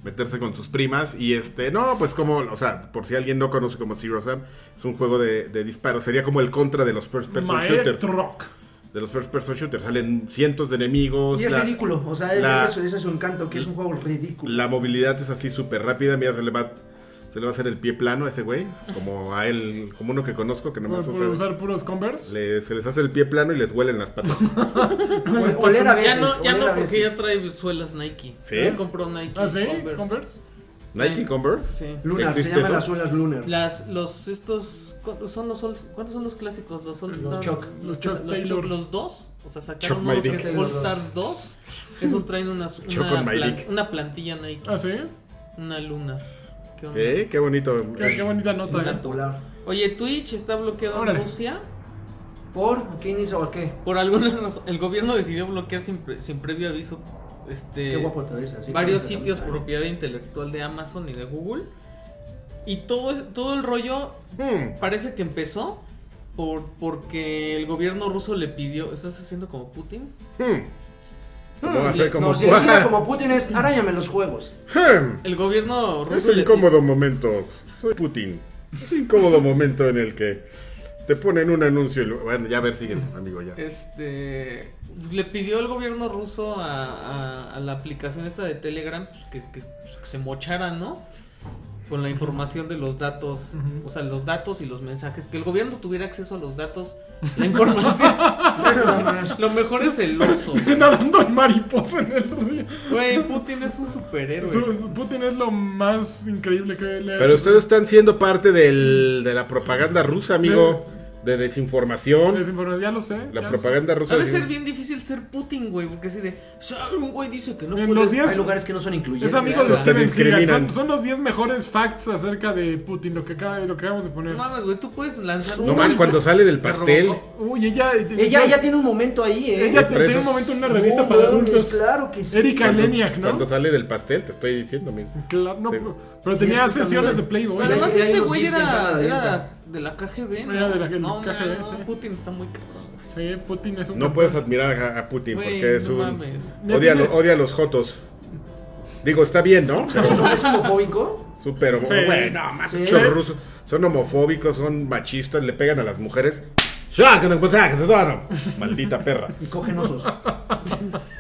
[SPEAKER 3] meterse con sus primas. Y este, no, pues como, o sea, por si alguien no conoce como Zero Sam, es un juego de, de disparos. Sería como el contra de los first person shooters.
[SPEAKER 2] Maestro Rock.
[SPEAKER 3] De los first person shooters salen cientos de enemigos.
[SPEAKER 4] Y es
[SPEAKER 3] la-
[SPEAKER 4] ridículo. O sea, es-
[SPEAKER 3] la-
[SPEAKER 4] ese, es su- ese es su encanto, que es un juego ridículo.
[SPEAKER 3] La movilidad es así súper rápida. Mira, se le va. Se le va a hacer el pie plano a ese güey, como a él, como uno que conozco que
[SPEAKER 2] Por,
[SPEAKER 3] nomás
[SPEAKER 2] por
[SPEAKER 3] usa-
[SPEAKER 2] usar puros Converse.
[SPEAKER 3] le- se les hace el pie plano y les huelen las patas.
[SPEAKER 4] O- Oler a veces.
[SPEAKER 1] Ya no, ya
[SPEAKER 4] oler
[SPEAKER 1] no
[SPEAKER 4] a
[SPEAKER 1] porque
[SPEAKER 4] veces.
[SPEAKER 1] ya trae suelas Nike.
[SPEAKER 3] ¿Sí?
[SPEAKER 1] Ya compró Nike.
[SPEAKER 2] Ah, sí,
[SPEAKER 1] Converse.
[SPEAKER 2] Converse.
[SPEAKER 3] Nike Converse.
[SPEAKER 1] Sí.
[SPEAKER 4] Lunar, se
[SPEAKER 3] ¿Existe
[SPEAKER 4] llaman
[SPEAKER 3] eso?
[SPEAKER 4] las olas Lunar.
[SPEAKER 1] Las, los, estos, ¿cu- son los All- ¿cuántos son los clásicos? Los All Stars.
[SPEAKER 4] Chuck.
[SPEAKER 1] Los,
[SPEAKER 2] Los
[SPEAKER 1] que-
[SPEAKER 2] Chuck
[SPEAKER 1] los
[SPEAKER 2] Taylor.
[SPEAKER 1] Chuck, los dos. O sea,
[SPEAKER 3] Chuck
[SPEAKER 1] sacaron
[SPEAKER 3] my
[SPEAKER 1] uno que
[SPEAKER 3] dick.
[SPEAKER 1] es All Stars 2. Esos traen unas-
[SPEAKER 3] Chuck
[SPEAKER 1] una,
[SPEAKER 3] on my
[SPEAKER 1] plan-
[SPEAKER 3] dick.
[SPEAKER 1] una plantilla Nike,
[SPEAKER 2] Ah, sí.
[SPEAKER 1] una luna. ¿Qué onda?
[SPEAKER 3] Eh, qué bonito.
[SPEAKER 2] Qué, qué bonita nota.
[SPEAKER 1] Una
[SPEAKER 2] ¿eh?
[SPEAKER 1] to- Oye, Twitch está bloqueado
[SPEAKER 2] Órale.
[SPEAKER 1] en Rusia.
[SPEAKER 4] ¿Por? ¿Quién hizo o qué?
[SPEAKER 1] Por alguna razón, el gobierno decidió bloquear sin, pre- sin previo aviso este,
[SPEAKER 4] Qué guapo te ves así.
[SPEAKER 1] varios
[SPEAKER 4] con esa
[SPEAKER 1] sitios
[SPEAKER 4] camisa,
[SPEAKER 1] propiedad intelectual de Amazon y de Google. Y todo, es- todo el rollo
[SPEAKER 3] Mm.
[SPEAKER 1] Parece que empezó por, porque el gobierno ruso le pidió. ¿Estás haciendo como Putin?
[SPEAKER 3] Hmm. ¿Cómo va a
[SPEAKER 1] Le-
[SPEAKER 3] ser
[SPEAKER 4] ¿eh?
[SPEAKER 3] como
[SPEAKER 4] No, si decía como Putin es, aráñame los juegos.
[SPEAKER 3] Hmm.
[SPEAKER 1] El gobierno ruso.
[SPEAKER 3] Es
[SPEAKER 1] le-
[SPEAKER 3] incómodo momento. Soy Putin. Es incómodo momento en el que te ponen un anuncio y lo- Bueno, ya a ver, siguen, amigo, ya.
[SPEAKER 1] Este. Le pidió el gobierno ruso a, a- a la aplicación esta de Telegram pues, que, que- pues, que se mochara, ¿no? Con la información de los datos, o sea, los datos y los mensajes. Que el gobierno tuviera acceso a los datos, la información.
[SPEAKER 4] Nada más.
[SPEAKER 1] Lo mejor es el oso.
[SPEAKER 2] ¿eh? Nadando en mariposa en el río.
[SPEAKER 1] Güey, Putin es un superhéroe.
[SPEAKER 2] Su- su- Putin es lo más increíble que le
[SPEAKER 3] Pero ustedes están siendo parte del, de la propaganda rusa, amigo. de desinformación,
[SPEAKER 2] Desinformación, ya lo sé. ya
[SPEAKER 3] la
[SPEAKER 2] lo
[SPEAKER 3] propaganda rusa.
[SPEAKER 1] Ha de
[SPEAKER 3] de-
[SPEAKER 1] ser bien difícil ser Putin, güey, porque así de, "Sabe, un güey dice que no
[SPEAKER 2] sé. En
[SPEAKER 1] puedes-
[SPEAKER 2] los 10.
[SPEAKER 4] Hay lugares que no son incluyentes.
[SPEAKER 2] Es amigo de
[SPEAKER 1] Te
[SPEAKER 2] Steven Seagal.
[SPEAKER 3] discriminan.
[SPEAKER 2] Son, son los 10 mejores facts acerca de Putin, lo que, acaba- lo que acabamos de poner.
[SPEAKER 1] No mames, güey, tú puedes lanzar
[SPEAKER 3] No mames, cuando sale del pastel.
[SPEAKER 2] Uy, ella.
[SPEAKER 4] Ella ya tiene un momento ahí, ¿eh?
[SPEAKER 2] ella
[SPEAKER 3] de
[SPEAKER 2] te-
[SPEAKER 3] preso.
[SPEAKER 2] tiene un momento en una revista
[SPEAKER 4] No
[SPEAKER 2] para
[SPEAKER 4] mames,
[SPEAKER 2] adultos.
[SPEAKER 4] Claro que sí.
[SPEAKER 2] Erika
[SPEAKER 3] Cuando-
[SPEAKER 2] Leniak, ¿no?
[SPEAKER 3] Cuando sale del pastel, te estoy diciendo, mira.
[SPEAKER 2] Claro, no,
[SPEAKER 3] Sí.
[SPEAKER 2] pero, pero
[SPEAKER 4] Sí,
[SPEAKER 2] tenía
[SPEAKER 4] es que
[SPEAKER 2] sesiones de
[SPEAKER 4] también-
[SPEAKER 2] Playboy.
[SPEAKER 4] Bueno,
[SPEAKER 1] Además,
[SPEAKER 4] Ya hay
[SPEAKER 1] este
[SPEAKER 4] unos
[SPEAKER 1] güey
[SPEAKER 4] gifs en
[SPEAKER 1] era,
[SPEAKER 4] cada
[SPEAKER 1] era
[SPEAKER 4] dieta.
[SPEAKER 1] de la KGB, ¿no?
[SPEAKER 2] Era de la-
[SPEAKER 1] no,
[SPEAKER 2] KGB,
[SPEAKER 1] no,
[SPEAKER 2] sí.
[SPEAKER 1] Putin está muy cabrón.
[SPEAKER 2] Sí, Putin es un.
[SPEAKER 3] No puedes admirar a, a Putin
[SPEAKER 1] Güey,
[SPEAKER 3] porque es
[SPEAKER 1] no
[SPEAKER 3] un.
[SPEAKER 1] mames.
[SPEAKER 3] Odia, a lo- odia a los jotos. Digo, está bien, ¿no? Pero,
[SPEAKER 4] ¿No es homofóbico?
[SPEAKER 3] súper.
[SPEAKER 2] Sí.
[SPEAKER 3] güey, no, más
[SPEAKER 4] Sí.
[SPEAKER 3] pinches rusos. Son homofóbicos, son machistas, le pegan a las mujeres. Sáquenlo, pues, sáquenlo, no, no. Maldita perra.
[SPEAKER 4] Cogen osos.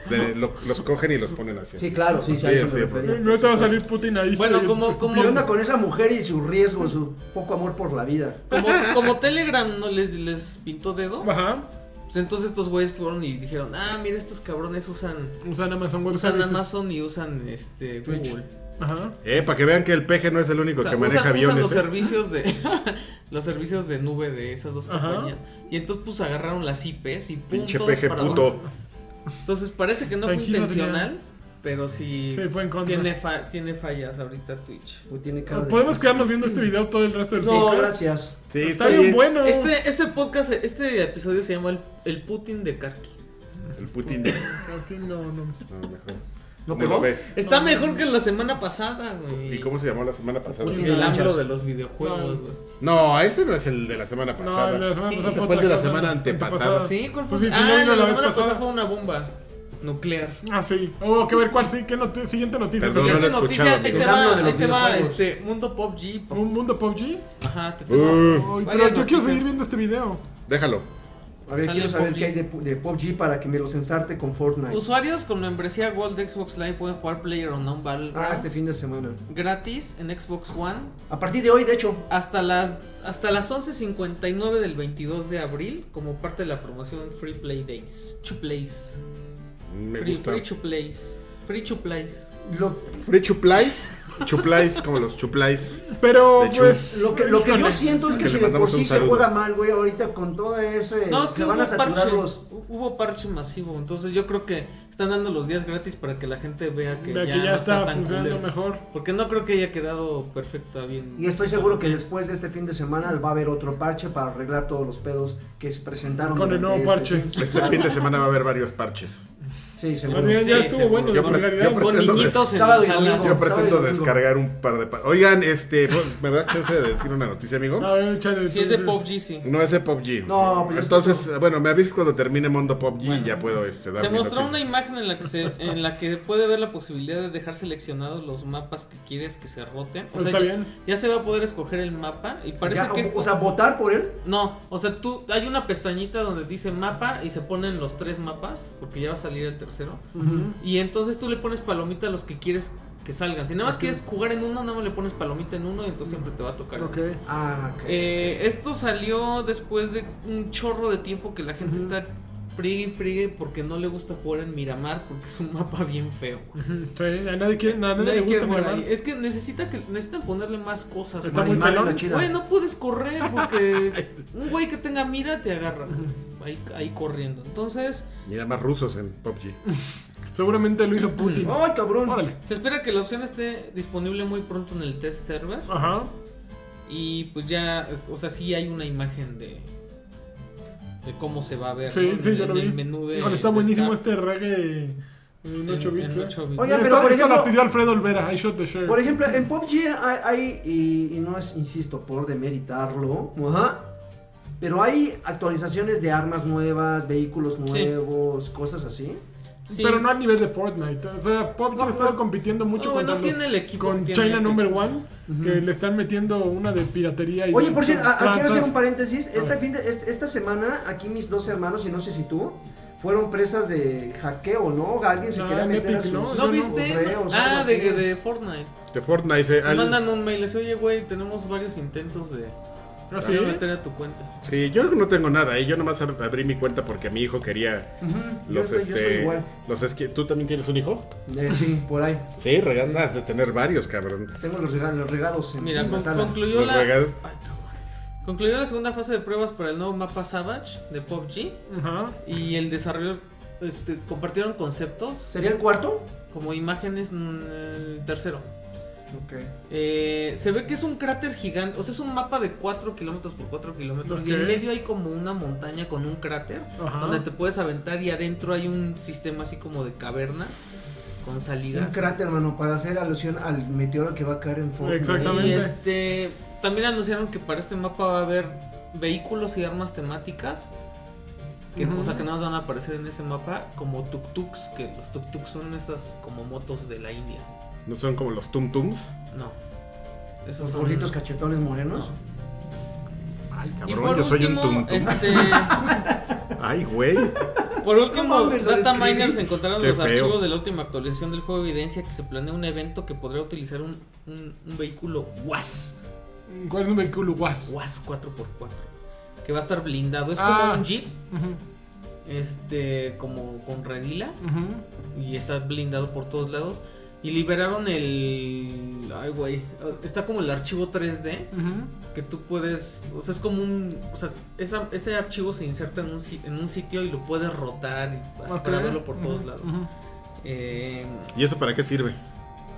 [SPEAKER 3] De- lo- los cogen y los ponen así.
[SPEAKER 4] Sí, claro, sí, sí, a
[SPEAKER 3] Sí,
[SPEAKER 4] eso
[SPEAKER 3] sí,
[SPEAKER 4] me refería.
[SPEAKER 2] No te va a salir Putin ahí.
[SPEAKER 1] Bueno,
[SPEAKER 2] sí.
[SPEAKER 1] como, como,
[SPEAKER 4] ¿Qué onda con esa mujer y su riesgo, su poco amor por la vida?
[SPEAKER 1] como, como Telegram no les, les pintó dedo,
[SPEAKER 2] Ajá.
[SPEAKER 1] pues entonces estos güeyes fueron y dijeron, ah, mira, estos cabrones usan,
[SPEAKER 2] Usan Amazon Web
[SPEAKER 1] usan
[SPEAKER 2] Services.
[SPEAKER 1] Amazon y usan este Google.
[SPEAKER 2] Ajá.
[SPEAKER 3] Eh, para que vean que el peje no es el único
[SPEAKER 1] O sea,
[SPEAKER 3] que maneja
[SPEAKER 1] usan, usan
[SPEAKER 3] aviones.
[SPEAKER 1] los
[SPEAKER 3] eh.
[SPEAKER 1] servicios de los servicios de nube de esas dos
[SPEAKER 2] Ajá.
[SPEAKER 1] compañías. Y entonces pues agarraron las IPs y pum,
[SPEAKER 3] Pinche
[SPEAKER 1] todas
[SPEAKER 3] peje
[SPEAKER 1] para
[SPEAKER 3] puto.
[SPEAKER 1] abajo. Entonces parece que no
[SPEAKER 2] Tranquilo,
[SPEAKER 1] fue intencional, pero sí,
[SPEAKER 2] Sí, fue en contra.
[SPEAKER 1] tiene fa- tiene fallas ahorita Twitch.
[SPEAKER 4] Uy, Pues tiene cara de-
[SPEAKER 2] Podemos quedarnos viendo este video todo el resto del
[SPEAKER 4] No,
[SPEAKER 2] podcast?
[SPEAKER 4] gracias.
[SPEAKER 3] Sí,
[SPEAKER 2] Está bien bueno.
[SPEAKER 1] Este este podcast este episodio se llama el, el Putin de Karki.
[SPEAKER 3] El Putin.
[SPEAKER 2] Aquí no, no.
[SPEAKER 3] No, mejor.
[SPEAKER 4] ¿No
[SPEAKER 3] ¿Cómo lo
[SPEAKER 4] pegó?
[SPEAKER 3] ves?
[SPEAKER 1] Está mejor que la semana pasada, güey.
[SPEAKER 3] ¿Y cómo se llamó la semana pasada?
[SPEAKER 1] el
[SPEAKER 2] se llama?
[SPEAKER 1] AMLO de los videojuegos,
[SPEAKER 2] No.
[SPEAKER 1] güey.
[SPEAKER 3] No, ese no es el de la semana
[SPEAKER 2] No,
[SPEAKER 3] pasada.
[SPEAKER 2] el de la semana pasada
[SPEAKER 3] Ese
[SPEAKER 2] fue
[SPEAKER 3] fue el
[SPEAKER 2] otra
[SPEAKER 3] de la
[SPEAKER 2] cosa,
[SPEAKER 3] semana antepasada.
[SPEAKER 2] antepasada.
[SPEAKER 1] Sí, ¿cuál fue?
[SPEAKER 2] Pues sí, sí,
[SPEAKER 1] ah,
[SPEAKER 2] no,
[SPEAKER 1] el de
[SPEAKER 2] no,
[SPEAKER 1] la
[SPEAKER 2] la vez
[SPEAKER 1] semana pasada
[SPEAKER 2] pasada.
[SPEAKER 1] fue una bomba nuclear.
[SPEAKER 2] Ah, sí. Hubo que ver cuál sí. ¿Qué noti- siguiente noticia?
[SPEAKER 3] Perdón,
[SPEAKER 2] señor?
[SPEAKER 3] no
[SPEAKER 1] Siguiente
[SPEAKER 3] lo he
[SPEAKER 1] noticia,
[SPEAKER 3] escuchado,
[SPEAKER 1] ahí te
[SPEAKER 4] amigo.
[SPEAKER 1] va,
[SPEAKER 4] Hablo de
[SPEAKER 1] ahí
[SPEAKER 4] los
[SPEAKER 1] te va,
[SPEAKER 4] videojuegos.
[SPEAKER 1] este, Mundo Pop G.
[SPEAKER 2] ¿Un mundo PUBG?
[SPEAKER 1] Ajá, te tengo.
[SPEAKER 3] Uh,
[SPEAKER 1] Varias
[SPEAKER 2] Ay, pero yo quiero
[SPEAKER 1] noticias.
[SPEAKER 2] seguir viendo este video.
[SPEAKER 3] déjalo.
[SPEAKER 4] A ver,
[SPEAKER 1] Sale
[SPEAKER 4] quiero saber
[SPEAKER 1] PUBG.
[SPEAKER 4] qué hay de, de PUBG para que me los ensarte con Fortnite.
[SPEAKER 1] Usuarios con membresía Gold de Xbox Live pueden jugar Player on Battle
[SPEAKER 4] Ah, este fin de semana.
[SPEAKER 1] gratis en Xbox One
[SPEAKER 4] A partir de hoy, de hecho.
[SPEAKER 1] hasta las hasta las 11:59 del 22 de abril como parte de la promoción Free Play Days. To plays.
[SPEAKER 3] Me
[SPEAKER 1] Free,
[SPEAKER 3] gusta.
[SPEAKER 1] free to plays. Free to plays.
[SPEAKER 4] Lo,
[SPEAKER 3] Free chuplais. Chuplais, como los chuplais.
[SPEAKER 2] Pero,
[SPEAKER 3] De
[SPEAKER 2] pues.
[SPEAKER 4] lo que, lo que yo
[SPEAKER 3] Híjole.
[SPEAKER 4] siento es que,
[SPEAKER 3] Que
[SPEAKER 4] si
[SPEAKER 3] le
[SPEAKER 4] de por
[SPEAKER 3] mandamos un
[SPEAKER 4] sí se
[SPEAKER 3] saludo.
[SPEAKER 4] juega mal, güey, ahorita con todo ese.
[SPEAKER 1] No, es que
[SPEAKER 4] Eh, se van
[SPEAKER 1] hubo
[SPEAKER 4] a saturar
[SPEAKER 1] parche,
[SPEAKER 4] los.
[SPEAKER 1] hu- hubo parche masivo, entonces yo creo que están dando los días gratis para que la gente vea que
[SPEAKER 2] de
[SPEAKER 1] ya,
[SPEAKER 2] que ya
[SPEAKER 1] no
[SPEAKER 2] está,
[SPEAKER 1] tan
[SPEAKER 2] funcionando
[SPEAKER 1] culero.
[SPEAKER 2] mejor.
[SPEAKER 1] Porque no creo que haya quedado perfecta bien.
[SPEAKER 4] Y estoy seguro que después de este fin de semana va a haber otro parche para arreglar todos los pedos que se presentaron.
[SPEAKER 2] Con el
[SPEAKER 4] durante
[SPEAKER 2] nuevo
[SPEAKER 4] este
[SPEAKER 2] parche.
[SPEAKER 4] fin.
[SPEAKER 3] Este fin de semana va a haber varios parches.
[SPEAKER 4] Sí,
[SPEAKER 2] Ya,
[SPEAKER 4] seguro.
[SPEAKER 2] ya
[SPEAKER 1] Sí,
[SPEAKER 2] estuvo
[SPEAKER 1] seguro.
[SPEAKER 2] bueno,
[SPEAKER 3] Yo
[SPEAKER 2] en
[SPEAKER 3] pre-
[SPEAKER 2] realidad.
[SPEAKER 3] yo pre-
[SPEAKER 1] Con
[SPEAKER 3] pretendo
[SPEAKER 1] niñitos en
[SPEAKER 4] Sábado
[SPEAKER 1] las
[SPEAKER 4] y domingo.
[SPEAKER 1] salas.
[SPEAKER 3] Yo pretendo
[SPEAKER 4] Sábado y domingo.
[SPEAKER 3] descargar un par de. par- Oigan, este. ¿Me das chance de decir una noticia, amigo?
[SPEAKER 2] A ver, échale,
[SPEAKER 1] Si es de
[SPEAKER 2] tú-
[SPEAKER 1] PUBG, sí.
[SPEAKER 3] No es de PUBG.
[SPEAKER 4] No, pues es que
[SPEAKER 3] Entonces, bueno, me avisas cuando termine Mondo PUBG y ya puedo este, dar
[SPEAKER 1] Se
[SPEAKER 3] mi
[SPEAKER 1] mostró una
[SPEAKER 3] noticia.
[SPEAKER 1] imagen en la que se, en la que puede ver la posibilidad de dejar seleccionados los mapas que quieres que se roten. O sea,
[SPEAKER 2] Está
[SPEAKER 1] ya,
[SPEAKER 2] bien.
[SPEAKER 1] ya se va a poder escoger el mapa y parece
[SPEAKER 4] Ya,
[SPEAKER 1] que
[SPEAKER 4] o-
[SPEAKER 1] esto-
[SPEAKER 4] O sea, votar por él.
[SPEAKER 1] no, o sea, tú hay una pestañita donde dice mapa y se ponen los tres mapas porque ya va a salir el tercero. Y entonces tú le pones palomita a los que quieres que salgan. Si nada más quieres jugar en uno, nada más le pones palomita en uno y entonces siempre te va a tocar. en
[SPEAKER 2] Ok.
[SPEAKER 1] ese.
[SPEAKER 4] Ah, ok.
[SPEAKER 1] Eh, esto salió después de un chorro de tiempo que la gente está friegue y friegue porque no le gusta jugar en Miramar porque es un mapa bien feo.
[SPEAKER 2] Sí, a nadie, quiere, a
[SPEAKER 1] Nadie
[SPEAKER 2] nadie, le
[SPEAKER 1] quiere
[SPEAKER 2] gusta
[SPEAKER 1] jugar
[SPEAKER 2] Miramar.
[SPEAKER 1] ahí. Es que necesita que necesitan ponerle más cosas.
[SPEAKER 2] Está
[SPEAKER 1] güey.
[SPEAKER 2] muy
[SPEAKER 4] Animal,
[SPEAKER 2] pelón.
[SPEAKER 4] la chida.
[SPEAKER 1] Güey, no puedes correr porque un güey que tenga mira te agarra güey, ahí, ahí corriendo. Entonces,
[SPEAKER 3] Mira, más rusos en PUBG.
[SPEAKER 2] Seguramente lo hizo Putin.
[SPEAKER 1] Oh.
[SPEAKER 4] Ay, cabrón.
[SPEAKER 2] Órale.
[SPEAKER 1] se espera que la opción esté disponible muy pronto en el test server
[SPEAKER 2] Ajá.
[SPEAKER 1] y pues ya, es- o sea, sí hay una imagen de de cómo se va a ver
[SPEAKER 2] Sí,
[SPEAKER 1] ¿no?
[SPEAKER 2] sí,
[SPEAKER 1] en,
[SPEAKER 2] yo lo
[SPEAKER 1] en
[SPEAKER 2] vi.
[SPEAKER 1] el menú de
[SPEAKER 2] Híjole, está
[SPEAKER 1] de
[SPEAKER 2] buenísimo
[SPEAKER 1] Skype.
[SPEAKER 2] este reggae en 8
[SPEAKER 1] En-
[SPEAKER 2] bits.
[SPEAKER 1] en
[SPEAKER 2] ¿eh?
[SPEAKER 1] ocho bits.
[SPEAKER 2] Oye,
[SPEAKER 4] Oiga,
[SPEAKER 2] pero
[SPEAKER 4] pero por
[SPEAKER 2] la
[SPEAKER 4] ejemplo-
[SPEAKER 2] pidió Alfredo Olvera. I shot the sheriff.
[SPEAKER 4] Por ejemplo, en PUBG hay, hay- y, y no es, insisto, por demeritarlo, ajá, pero hay actualizaciones de armas nuevas, vehículos nuevos, cosas así.
[SPEAKER 1] Sí.
[SPEAKER 2] Pero no al nivel de Fortnite. ¿eh? O sea, PUBG
[SPEAKER 1] No,
[SPEAKER 2] está
[SPEAKER 1] no.
[SPEAKER 2] compitiendo mucho
[SPEAKER 1] No, güey,
[SPEAKER 2] contra
[SPEAKER 1] no
[SPEAKER 2] los-
[SPEAKER 1] tiene el equipo
[SPEAKER 2] con
[SPEAKER 1] que tiene
[SPEAKER 2] China
[SPEAKER 1] Epic.
[SPEAKER 2] Number One, que le están metiendo una de piratería. Y
[SPEAKER 4] Oye,
[SPEAKER 2] de-
[SPEAKER 4] por cierto, a- a- quiero hacer un paréntesis.
[SPEAKER 2] A
[SPEAKER 4] Esta,
[SPEAKER 2] ver.
[SPEAKER 4] fin de- est- esta semana, aquí mis dos hermanos, y no sé si tú, fueron presas de hackeo, ¿no? Alguien se
[SPEAKER 2] Ah,
[SPEAKER 4] quería
[SPEAKER 2] en
[SPEAKER 4] meter a
[SPEAKER 2] Epic,
[SPEAKER 4] sus
[SPEAKER 2] ¿no?
[SPEAKER 1] ¿No
[SPEAKER 2] Yo no
[SPEAKER 1] viste?
[SPEAKER 4] correos, algo
[SPEAKER 1] ah, de,
[SPEAKER 4] así.
[SPEAKER 1] de Fortnite.
[SPEAKER 3] De Fortnite. se-
[SPEAKER 1] Te
[SPEAKER 3] al-
[SPEAKER 1] mandan un mail, les oye, güey, tenemos varios intentos de
[SPEAKER 2] ¿Ah,
[SPEAKER 1] de
[SPEAKER 2] sí?
[SPEAKER 1] meter a tu cuenta.
[SPEAKER 3] Sí, yo no tengo nada, ¿eh? yo nomás ab- abrí mi cuenta porque mi hijo quería
[SPEAKER 4] Ujú, yo estoy-
[SPEAKER 3] los
[SPEAKER 4] yo estoy
[SPEAKER 3] este
[SPEAKER 4] igual.
[SPEAKER 3] los esqui- ¿Tú también tienes un hijo?
[SPEAKER 4] Eh, sí, por ahí.
[SPEAKER 3] Sí, regalas de tener varios, cabrón.
[SPEAKER 4] Tengo los regados, los regados en
[SPEAKER 1] Mira,
[SPEAKER 4] mi
[SPEAKER 1] con-
[SPEAKER 4] sala.
[SPEAKER 1] concluyó
[SPEAKER 3] Los
[SPEAKER 1] la...
[SPEAKER 3] regalos.
[SPEAKER 1] Concluyó la segunda fase de pruebas para el nuevo mapa Savage de PUBG
[SPEAKER 2] Ajá.
[SPEAKER 1] y el desarrollador este, compartieron conceptos
[SPEAKER 4] ¿Sería el cuarto?
[SPEAKER 1] como imágenes mm, el tercero.
[SPEAKER 4] Ok.
[SPEAKER 1] Eh, se ve que es un cráter gigante, o sea, es un mapa de 4 kilómetros por 4 kilómetros. Y en
[SPEAKER 2] Ok.
[SPEAKER 1] medio hay como una montaña con un cráter
[SPEAKER 2] Ajá.
[SPEAKER 1] donde te puedes aventar y adentro hay un sistema así como de caverna con
[SPEAKER 4] Un
[SPEAKER 1] salidas.
[SPEAKER 4] cráter, hermano, para hacer alusión al meteoro que va a caer en Fortnite.
[SPEAKER 2] Exacto.
[SPEAKER 1] Y
[SPEAKER 2] Exactamente.
[SPEAKER 1] este, también anunciaron que para este mapa va a haber vehículos y armas temáticas. Que, O sea, que nada más van a aparecer en ese mapa como tuk-tuks, que los tuk-tuks son estas como motos de la India.
[SPEAKER 3] No son como los Tum Tums.
[SPEAKER 1] No. Esos
[SPEAKER 4] Esos
[SPEAKER 1] son-
[SPEAKER 4] gorritos cachetones morenos.
[SPEAKER 3] Ay,
[SPEAKER 1] Y
[SPEAKER 3] cabrón,
[SPEAKER 1] por
[SPEAKER 3] yo soy
[SPEAKER 1] último,
[SPEAKER 3] un Tum Tum.
[SPEAKER 1] este,
[SPEAKER 3] Ay, güey.
[SPEAKER 1] por último,
[SPEAKER 4] No mames, lo
[SPEAKER 1] Data
[SPEAKER 4] describí.
[SPEAKER 1] Miners encontraron
[SPEAKER 3] Qué
[SPEAKER 1] los
[SPEAKER 3] feo.
[SPEAKER 1] archivos de la última actualización del juego evidencia que se planea un evento que podrá utilizar un, un- un vehículo WAS,
[SPEAKER 2] ¿Cuál es un vehículo guas?
[SPEAKER 1] WAS 4x4, que va a estar blindado. Es
[SPEAKER 2] Ah.
[SPEAKER 1] como un Jeep,
[SPEAKER 2] Ujú,
[SPEAKER 1] este, como con redila
[SPEAKER 2] ujú.
[SPEAKER 1] y está blindado por todos lados. Y liberaron el. Ay, güey. Está como el archivo 3D
[SPEAKER 2] Ujú.
[SPEAKER 1] que tú puedes. O sea, es como un. O sea, esa- ese archivo se inserta en un, si- en un sitio y lo puedes rotar y, así
[SPEAKER 2] Ok.
[SPEAKER 1] para verlo por todos
[SPEAKER 2] Ujú,
[SPEAKER 1] lados.
[SPEAKER 2] ujú.
[SPEAKER 1] Eh,
[SPEAKER 3] ¿Y eso para qué sirve?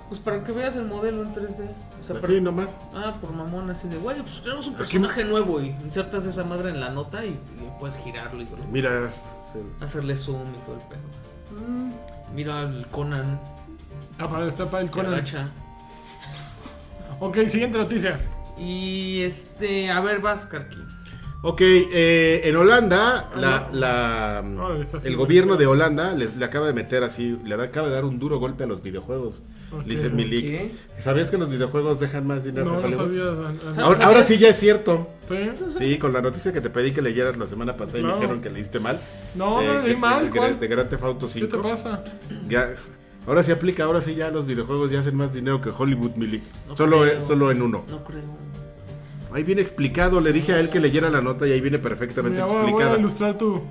[SPEAKER 1] pues para que veas el modelo en 3D. O sea, para-
[SPEAKER 3] Así nomás.
[SPEAKER 1] Ah, por mamón, así de, güey, pues tenemos un personaje nuevo y insertas esa madre en la nota y, y puedes girarlo y
[SPEAKER 3] Mira.
[SPEAKER 1] hacerle zoom y todo el pedo.
[SPEAKER 3] Mm.
[SPEAKER 1] Mira al Conan,
[SPEAKER 2] Está Ah, para, está para el
[SPEAKER 1] con
[SPEAKER 2] Conan. Ok, siguiente noticia.
[SPEAKER 1] Y este, a ver, vas, Karki.
[SPEAKER 3] Ok, eh, en
[SPEAKER 2] Ah,
[SPEAKER 3] Holanda, la, la-
[SPEAKER 2] Órale, Ah, está así,
[SPEAKER 3] el
[SPEAKER 2] güey.
[SPEAKER 3] gobierno de Holanda le, le acaba de meter así, le da- acaba de dar un duro golpe a los videojuegos.
[SPEAKER 2] Ok,
[SPEAKER 3] Le dice Milik. ¿Sabías que los videojuegos dejan más dinero
[SPEAKER 2] No,
[SPEAKER 3] que
[SPEAKER 2] no
[SPEAKER 3] Hollywood?
[SPEAKER 2] sabía. Dan- Dan-
[SPEAKER 3] Ahora,
[SPEAKER 1] ¿Sabías?
[SPEAKER 3] ahora sí ya es cierto.
[SPEAKER 2] ¿Sí?
[SPEAKER 3] Sí, con la noticia que te pedí que leyeras la semana pasada
[SPEAKER 2] Claro.
[SPEAKER 3] y me dijeron que leíste mal.
[SPEAKER 2] No, no
[SPEAKER 3] Eh,
[SPEAKER 2] leí
[SPEAKER 3] de-
[SPEAKER 2] mal.
[SPEAKER 3] De,
[SPEAKER 2] ¿cuál?
[SPEAKER 3] de Grand Theft Auto
[SPEAKER 2] ¿Qué te
[SPEAKER 3] 5.
[SPEAKER 2] pasa?
[SPEAKER 3] Ya- ahora sí aplica, ahora sí ya los videojuegos ya hacen más dinero que Hollywood, Milik.
[SPEAKER 1] No
[SPEAKER 3] solo, eh,
[SPEAKER 1] creo.
[SPEAKER 3] solo en uno.
[SPEAKER 1] No creo.
[SPEAKER 3] Ahí viene explicado, le dije a él que leyera la nota y ahí viene perfectamente
[SPEAKER 2] Mira, voy, voy a
[SPEAKER 3] explicada.
[SPEAKER 2] ilustrar tu,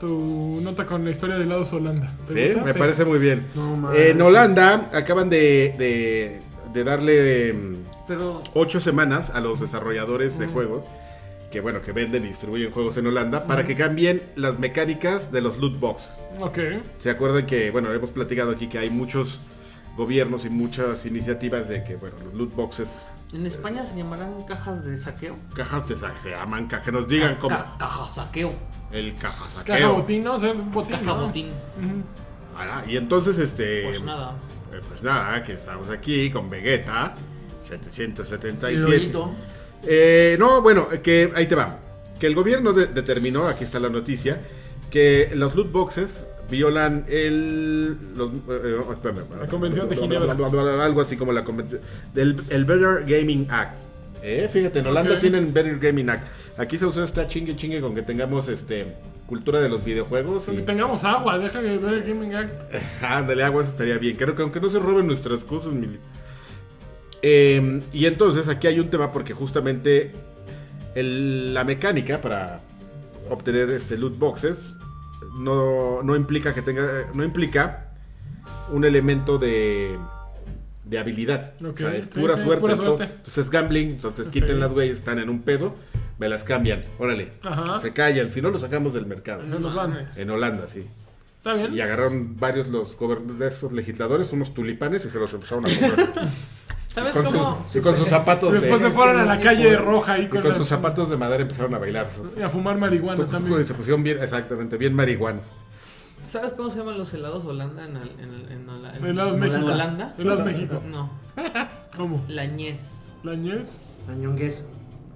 [SPEAKER 2] tu nota con la historia de helados Holanda. ¿Te
[SPEAKER 3] Sí,
[SPEAKER 2] gusta?
[SPEAKER 3] me parece muy bien.
[SPEAKER 4] No mames.
[SPEAKER 3] en Holanda acaban de, de- de darle mm,
[SPEAKER 1] Pero,
[SPEAKER 3] ocho semanas a los desarrolladores de juegos que bueno que venden y distribuyen juegos en Holanda para que cambien las mecánicas de los loot boxes.
[SPEAKER 2] Ok.
[SPEAKER 3] Se acuerdan que bueno hemos platicado aquí que hay muchos gobiernos y muchas iniciativas de que bueno los loot boxes
[SPEAKER 1] ¿en España se llamarán cajas de saqueo?
[SPEAKER 3] cajas de sa- se llaman ca- que nos digan como
[SPEAKER 1] Ca- caja saqueo,
[SPEAKER 3] el caja saqueo.
[SPEAKER 2] Caja botín, ¿no? O sea, botín.
[SPEAKER 1] caja
[SPEAKER 2] ¿no?
[SPEAKER 1] botín.
[SPEAKER 2] Ujú.
[SPEAKER 3] Ah, y entonces este
[SPEAKER 1] Pues nada.
[SPEAKER 3] Eh, Pues nada, que estamos aquí con Vegeta
[SPEAKER 1] El
[SPEAKER 3] 777.
[SPEAKER 1] Lolito.
[SPEAKER 3] Eh, no, bueno, eh, que ahí te va. Que el gobierno de- determinó, aquí está la noticia, que los loot boxes violan el. los- eh, eh, espérame,
[SPEAKER 2] La Convención de Ginebra.
[SPEAKER 3] bla, bla, bla, bla, algo así como la convención. del- el Better Gaming Act. Eh, fíjate, en Holanda
[SPEAKER 2] Ok.
[SPEAKER 3] tienen Better Gaming Act. Aquí se usa está chingue chingue con que tengamos este cultura de los videojuegos.
[SPEAKER 2] Que
[SPEAKER 3] y-
[SPEAKER 2] tengamos agua, deja que vea el Gaming Act.
[SPEAKER 3] Ándale, agua, eso estaría bien. Creo que aunque no se roben nuestras cosas, Mili. Eh, y entonces aquí hay un tema porque justamente el- la mecánica para obtener este loot boxes no, no implica que tenga. No implica un elemento de. de habilidad.
[SPEAKER 2] Ok,
[SPEAKER 3] o sea, es
[SPEAKER 2] sí,
[SPEAKER 3] pura,
[SPEAKER 2] sí,
[SPEAKER 3] suerte,
[SPEAKER 2] pura
[SPEAKER 3] ento-
[SPEAKER 2] suerte.
[SPEAKER 3] Entonces es gambling. Entonces
[SPEAKER 2] Sí.
[SPEAKER 3] quiten las güeyes, están en un pedo, me las cambian. Órale.
[SPEAKER 2] Ajá.
[SPEAKER 3] Se callan, si no lo sacamos del mercado.
[SPEAKER 2] No nos van.
[SPEAKER 3] En Holanda, sí.
[SPEAKER 2] ¿Está bien?
[SPEAKER 3] Y agarraron varios los gober- de esos legisladores, unos tulipanes, y se los empezaron a comprar.
[SPEAKER 1] ¿Sabes
[SPEAKER 3] con, su-
[SPEAKER 1] cómo?
[SPEAKER 3] y con sus zapatos
[SPEAKER 2] Después
[SPEAKER 3] de, este
[SPEAKER 2] se fueron a la calle roja ahí
[SPEAKER 3] y con,
[SPEAKER 2] la-
[SPEAKER 3] sus zapatos de madera empezaron a bailar. Sus-
[SPEAKER 2] Y a fumar marihuana
[SPEAKER 3] y
[SPEAKER 2] también.
[SPEAKER 3] se pusieron bien, exactamente, bien marihuanos.
[SPEAKER 1] ¿Sabes cómo se llaman los helados Holanda en, al- en, en, Hola- en-
[SPEAKER 2] Helados
[SPEAKER 1] en
[SPEAKER 2] México.
[SPEAKER 1] Holanda?
[SPEAKER 2] Helados México.
[SPEAKER 1] No,
[SPEAKER 2] ¿Cómo?
[SPEAKER 1] la ñez.
[SPEAKER 2] ¿La ñez?
[SPEAKER 4] Añongués.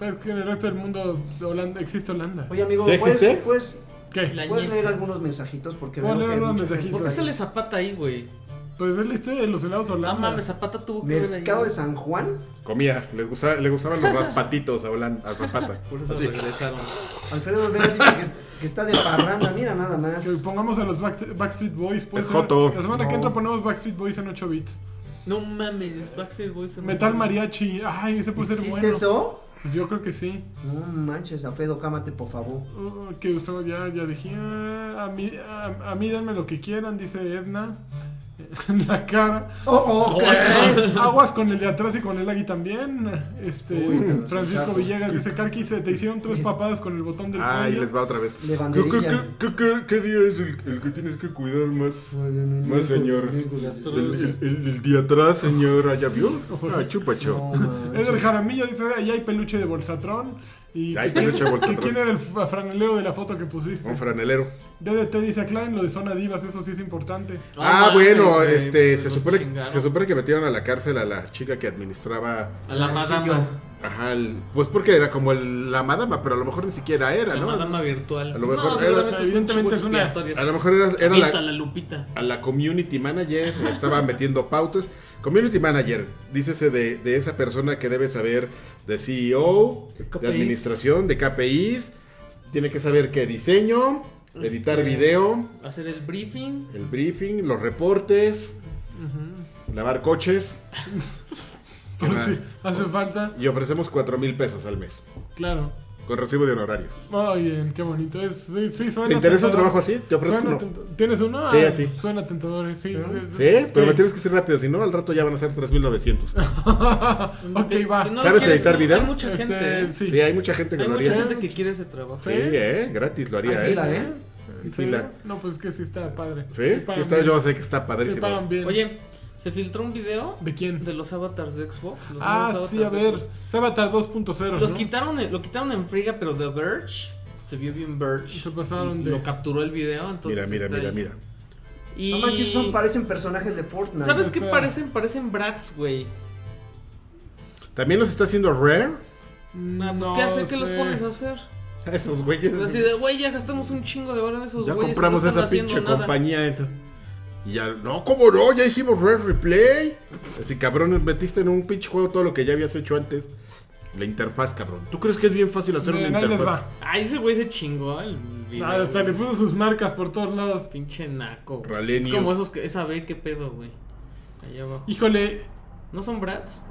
[SPEAKER 2] Pero es que en el resto del mundo de Holanda, existe Holanda.
[SPEAKER 4] Oye, amigo,
[SPEAKER 3] ¿Sí existe?
[SPEAKER 4] ¿puedes, puedes,
[SPEAKER 1] La-
[SPEAKER 2] ¿Qué?
[SPEAKER 4] puedes
[SPEAKER 1] Ñez.
[SPEAKER 4] leer algunos mensajitos? Porque
[SPEAKER 2] Voy a
[SPEAKER 4] veo
[SPEAKER 2] leer
[SPEAKER 4] que hay
[SPEAKER 2] algunos
[SPEAKER 4] mucha gente
[SPEAKER 1] ¿Por qué
[SPEAKER 2] mensajitos.
[SPEAKER 4] ahí.
[SPEAKER 1] sale Zapata ahí, güey?
[SPEAKER 2] Pues es la historia de los helados
[SPEAKER 1] Ah,
[SPEAKER 2] Holanda.
[SPEAKER 1] mames, Zapata tuvo que ver ahí.
[SPEAKER 4] Mercado de San Juan,
[SPEAKER 3] Comía, les gustaba, le gustaban los raspatitos a, Holanda, a Zapata.
[SPEAKER 1] Por eso
[SPEAKER 3] Así.
[SPEAKER 1] regresaron.
[SPEAKER 4] Alfredo Olvera dice que, es- que está de parranda, mira nada más.
[SPEAKER 2] Que pongamos a los Back- Backstreet Boys. pues,
[SPEAKER 3] Es joto.
[SPEAKER 2] La semana que
[SPEAKER 4] No.
[SPEAKER 2] entra ponemos Backstreet Boys en 8 bits.
[SPEAKER 1] No mames, Backstreet Boys. en-
[SPEAKER 2] Metal Mariachi. Ay, ese puede ser
[SPEAKER 4] ¿Existe
[SPEAKER 2] bueno.
[SPEAKER 4] eso?
[SPEAKER 2] Pues yo creo que sí.
[SPEAKER 4] No manches, Alfredo, cámate, por favor.
[SPEAKER 2] Uh, que usó, ya, ya dije. ah, A mí, a, a mí denme lo que quieran, dice Edna. Eh, en la cara.
[SPEAKER 4] Oh, ok.
[SPEAKER 2] Aguas con el de atrás y con el Agui también. Este,
[SPEAKER 4] Uy, pero sí,
[SPEAKER 2] Francisco
[SPEAKER 4] claro.
[SPEAKER 2] Villegas dice, Karki, se te hicieron tres papadas con el botón del
[SPEAKER 3] Ah, y
[SPEAKER 2] cuello".
[SPEAKER 3] les va otra vez.
[SPEAKER 4] De banderilla.
[SPEAKER 5] qué, qué- qué día es el, el que tienes que cuidar más? Más, señor. El, el- el de atrás, señora, ¿ya vio?
[SPEAKER 3] Ah, chupa, chupa.
[SPEAKER 2] Es el Jaramillo, dice, ahí hay peluche de Bolsatrón. Y
[SPEAKER 3] Hay peluche de Bolsatrón.
[SPEAKER 2] ¿Y ¿Quién era el fa- franelero de la foto que pusiste?
[SPEAKER 3] Un franelero.
[SPEAKER 2] DDT dice Klein, lo de Zona Divas, eso sí es importante.
[SPEAKER 1] No
[SPEAKER 3] ah,
[SPEAKER 1] mames,
[SPEAKER 3] bueno,
[SPEAKER 1] güey,
[SPEAKER 3] este,
[SPEAKER 1] pues
[SPEAKER 3] se
[SPEAKER 1] los
[SPEAKER 3] supone,
[SPEAKER 1] chingaron.
[SPEAKER 3] se supone que metieron a la cárcel a la chica que administraba,
[SPEAKER 1] A la madama.
[SPEAKER 3] ajá, el- pues porque era como el- la madama, pero a lo mejor ni siquiera era,
[SPEAKER 1] La
[SPEAKER 3] ¿no?
[SPEAKER 1] madama virtual.
[SPEAKER 3] A lo mejor era-
[SPEAKER 1] seguramente
[SPEAKER 2] evidentemente es
[SPEAKER 1] es un
[SPEAKER 2] una-
[SPEAKER 1] chivo
[SPEAKER 3] A
[SPEAKER 1] expiatorio.
[SPEAKER 3] lo mejor era, era
[SPEAKER 1] Mienta
[SPEAKER 3] la,
[SPEAKER 1] la lupita.
[SPEAKER 3] a la community manager, le estaba metiendo pautas. Community manager, dícese de, de esa persona que debe saber de CEO,
[SPEAKER 1] KPIs.
[SPEAKER 3] de administración, de KPIs, tiene que saber qué diseño, editar
[SPEAKER 1] Este,
[SPEAKER 3] video,
[SPEAKER 1] Hacer el briefing.
[SPEAKER 3] el briefing, los reportes, lavar coches.
[SPEAKER 2] Por
[SPEAKER 3] Ajá.
[SPEAKER 2] si hace falta.
[SPEAKER 3] Y ofrecemos 4 mil pesos al mes,
[SPEAKER 2] Claro.
[SPEAKER 3] con recibo de honorarios.
[SPEAKER 2] Muy bien, qué bonito. Es, sí, sí, suena
[SPEAKER 3] ¿Te interesa
[SPEAKER 2] tentador.
[SPEAKER 3] un trabajo así? Te ofrezco
[SPEAKER 2] Suena
[SPEAKER 3] uno.
[SPEAKER 2] tent- ¿Tienes uno?
[SPEAKER 3] Sí,
[SPEAKER 2] Ah,
[SPEAKER 3] así.
[SPEAKER 2] Suena tentador, eh, sí.
[SPEAKER 3] Sí, pero me
[SPEAKER 2] Sí.
[SPEAKER 3] tienes que ser rápido, si no, al rato ya van a ser 3.900.
[SPEAKER 2] ok, va.
[SPEAKER 1] Si no lo
[SPEAKER 3] ¿Sabes
[SPEAKER 1] quieres,
[SPEAKER 3] editar
[SPEAKER 1] no,
[SPEAKER 3] video?
[SPEAKER 1] Hay mucha
[SPEAKER 2] Este,
[SPEAKER 1] gente. ¿eh?
[SPEAKER 3] Sí.
[SPEAKER 2] sí.
[SPEAKER 3] hay mucha gente que
[SPEAKER 1] Hay
[SPEAKER 3] lo
[SPEAKER 1] mucha
[SPEAKER 3] haría.
[SPEAKER 1] gente que quiere ese trabajo.
[SPEAKER 3] Sí, eh, gratis lo haría,
[SPEAKER 4] Hay fila,
[SPEAKER 3] eh.
[SPEAKER 4] ¿eh?
[SPEAKER 3] Hay
[SPEAKER 2] Sí.
[SPEAKER 3] fila.
[SPEAKER 2] No, pues que sí está padre.
[SPEAKER 3] Sí,
[SPEAKER 2] pagan
[SPEAKER 3] sí está,
[SPEAKER 2] bien.
[SPEAKER 3] yo sé que está
[SPEAKER 2] Sí
[SPEAKER 3] padrísimo.
[SPEAKER 2] pagan bien.
[SPEAKER 1] Oye, se filtró un video
[SPEAKER 2] ¿de quién?
[SPEAKER 1] de los avatars de Xbox. Los
[SPEAKER 2] ah,
[SPEAKER 1] nuevos
[SPEAKER 2] sí, a
[SPEAKER 1] avatars de
[SPEAKER 2] ver.
[SPEAKER 1] Xbox.
[SPEAKER 2] Sabatar 2.0.
[SPEAKER 1] Los
[SPEAKER 2] ¿no?
[SPEAKER 1] quitaron, lo quitaron en friga, pero The Verge se vio bien Verge.
[SPEAKER 2] Se pasaron de-
[SPEAKER 1] Lo capturó el video, entonces.
[SPEAKER 3] mira, mira,
[SPEAKER 1] está
[SPEAKER 3] mira,
[SPEAKER 1] ahí.
[SPEAKER 3] mira.
[SPEAKER 1] Y...
[SPEAKER 4] No manches, son, parecen personajes de Fortnite.
[SPEAKER 1] ¿Sabes
[SPEAKER 2] no,
[SPEAKER 1] qué
[SPEAKER 2] claro.
[SPEAKER 1] parecen? Parecen brats, güey.
[SPEAKER 3] También los está haciendo Rare.
[SPEAKER 1] Ah, pues,
[SPEAKER 2] No
[SPEAKER 1] ¿Qué hacer? ¿Qué los
[SPEAKER 2] sé.
[SPEAKER 1] pones a hacer?
[SPEAKER 3] Esos güeyes.
[SPEAKER 1] Así de, güey, ya gastamos un chingo de horas en esos
[SPEAKER 3] Ya
[SPEAKER 1] güeyes.
[SPEAKER 3] compramos
[SPEAKER 1] no están
[SPEAKER 3] esa pinche
[SPEAKER 1] haciendo nada".
[SPEAKER 3] compañía. entonces. Y ya, no, como no, ya hicimos Rare Replay. Así, cabrón, metiste en un pinche juego todo lo que ya habías hecho antes. La interfaz, cabrón. ¿Tú crees que es bien fácil hacer
[SPEAKER 2] Miren,
[SPEAKER 3] una
[SPEAKER 2] ahí les
[SPEAKER 3] interfaz?
[SPEAKER 2] va.
[SPEAKER 1] Ay, ese güey se chingó el video.
[SPEAKER 2] Ah, hasta le puso sus marcas por todos lados.
[SPEAKER 1] Pinche naco. güey.
[SPEAKER 3] Ralenius.
[SPEAKER 1] Es como esos que, esa B, qué pedo, güey. Allá abajo.
[SPEAKER 2] Híjole,
[SPEAKER 1] ¿No son brats?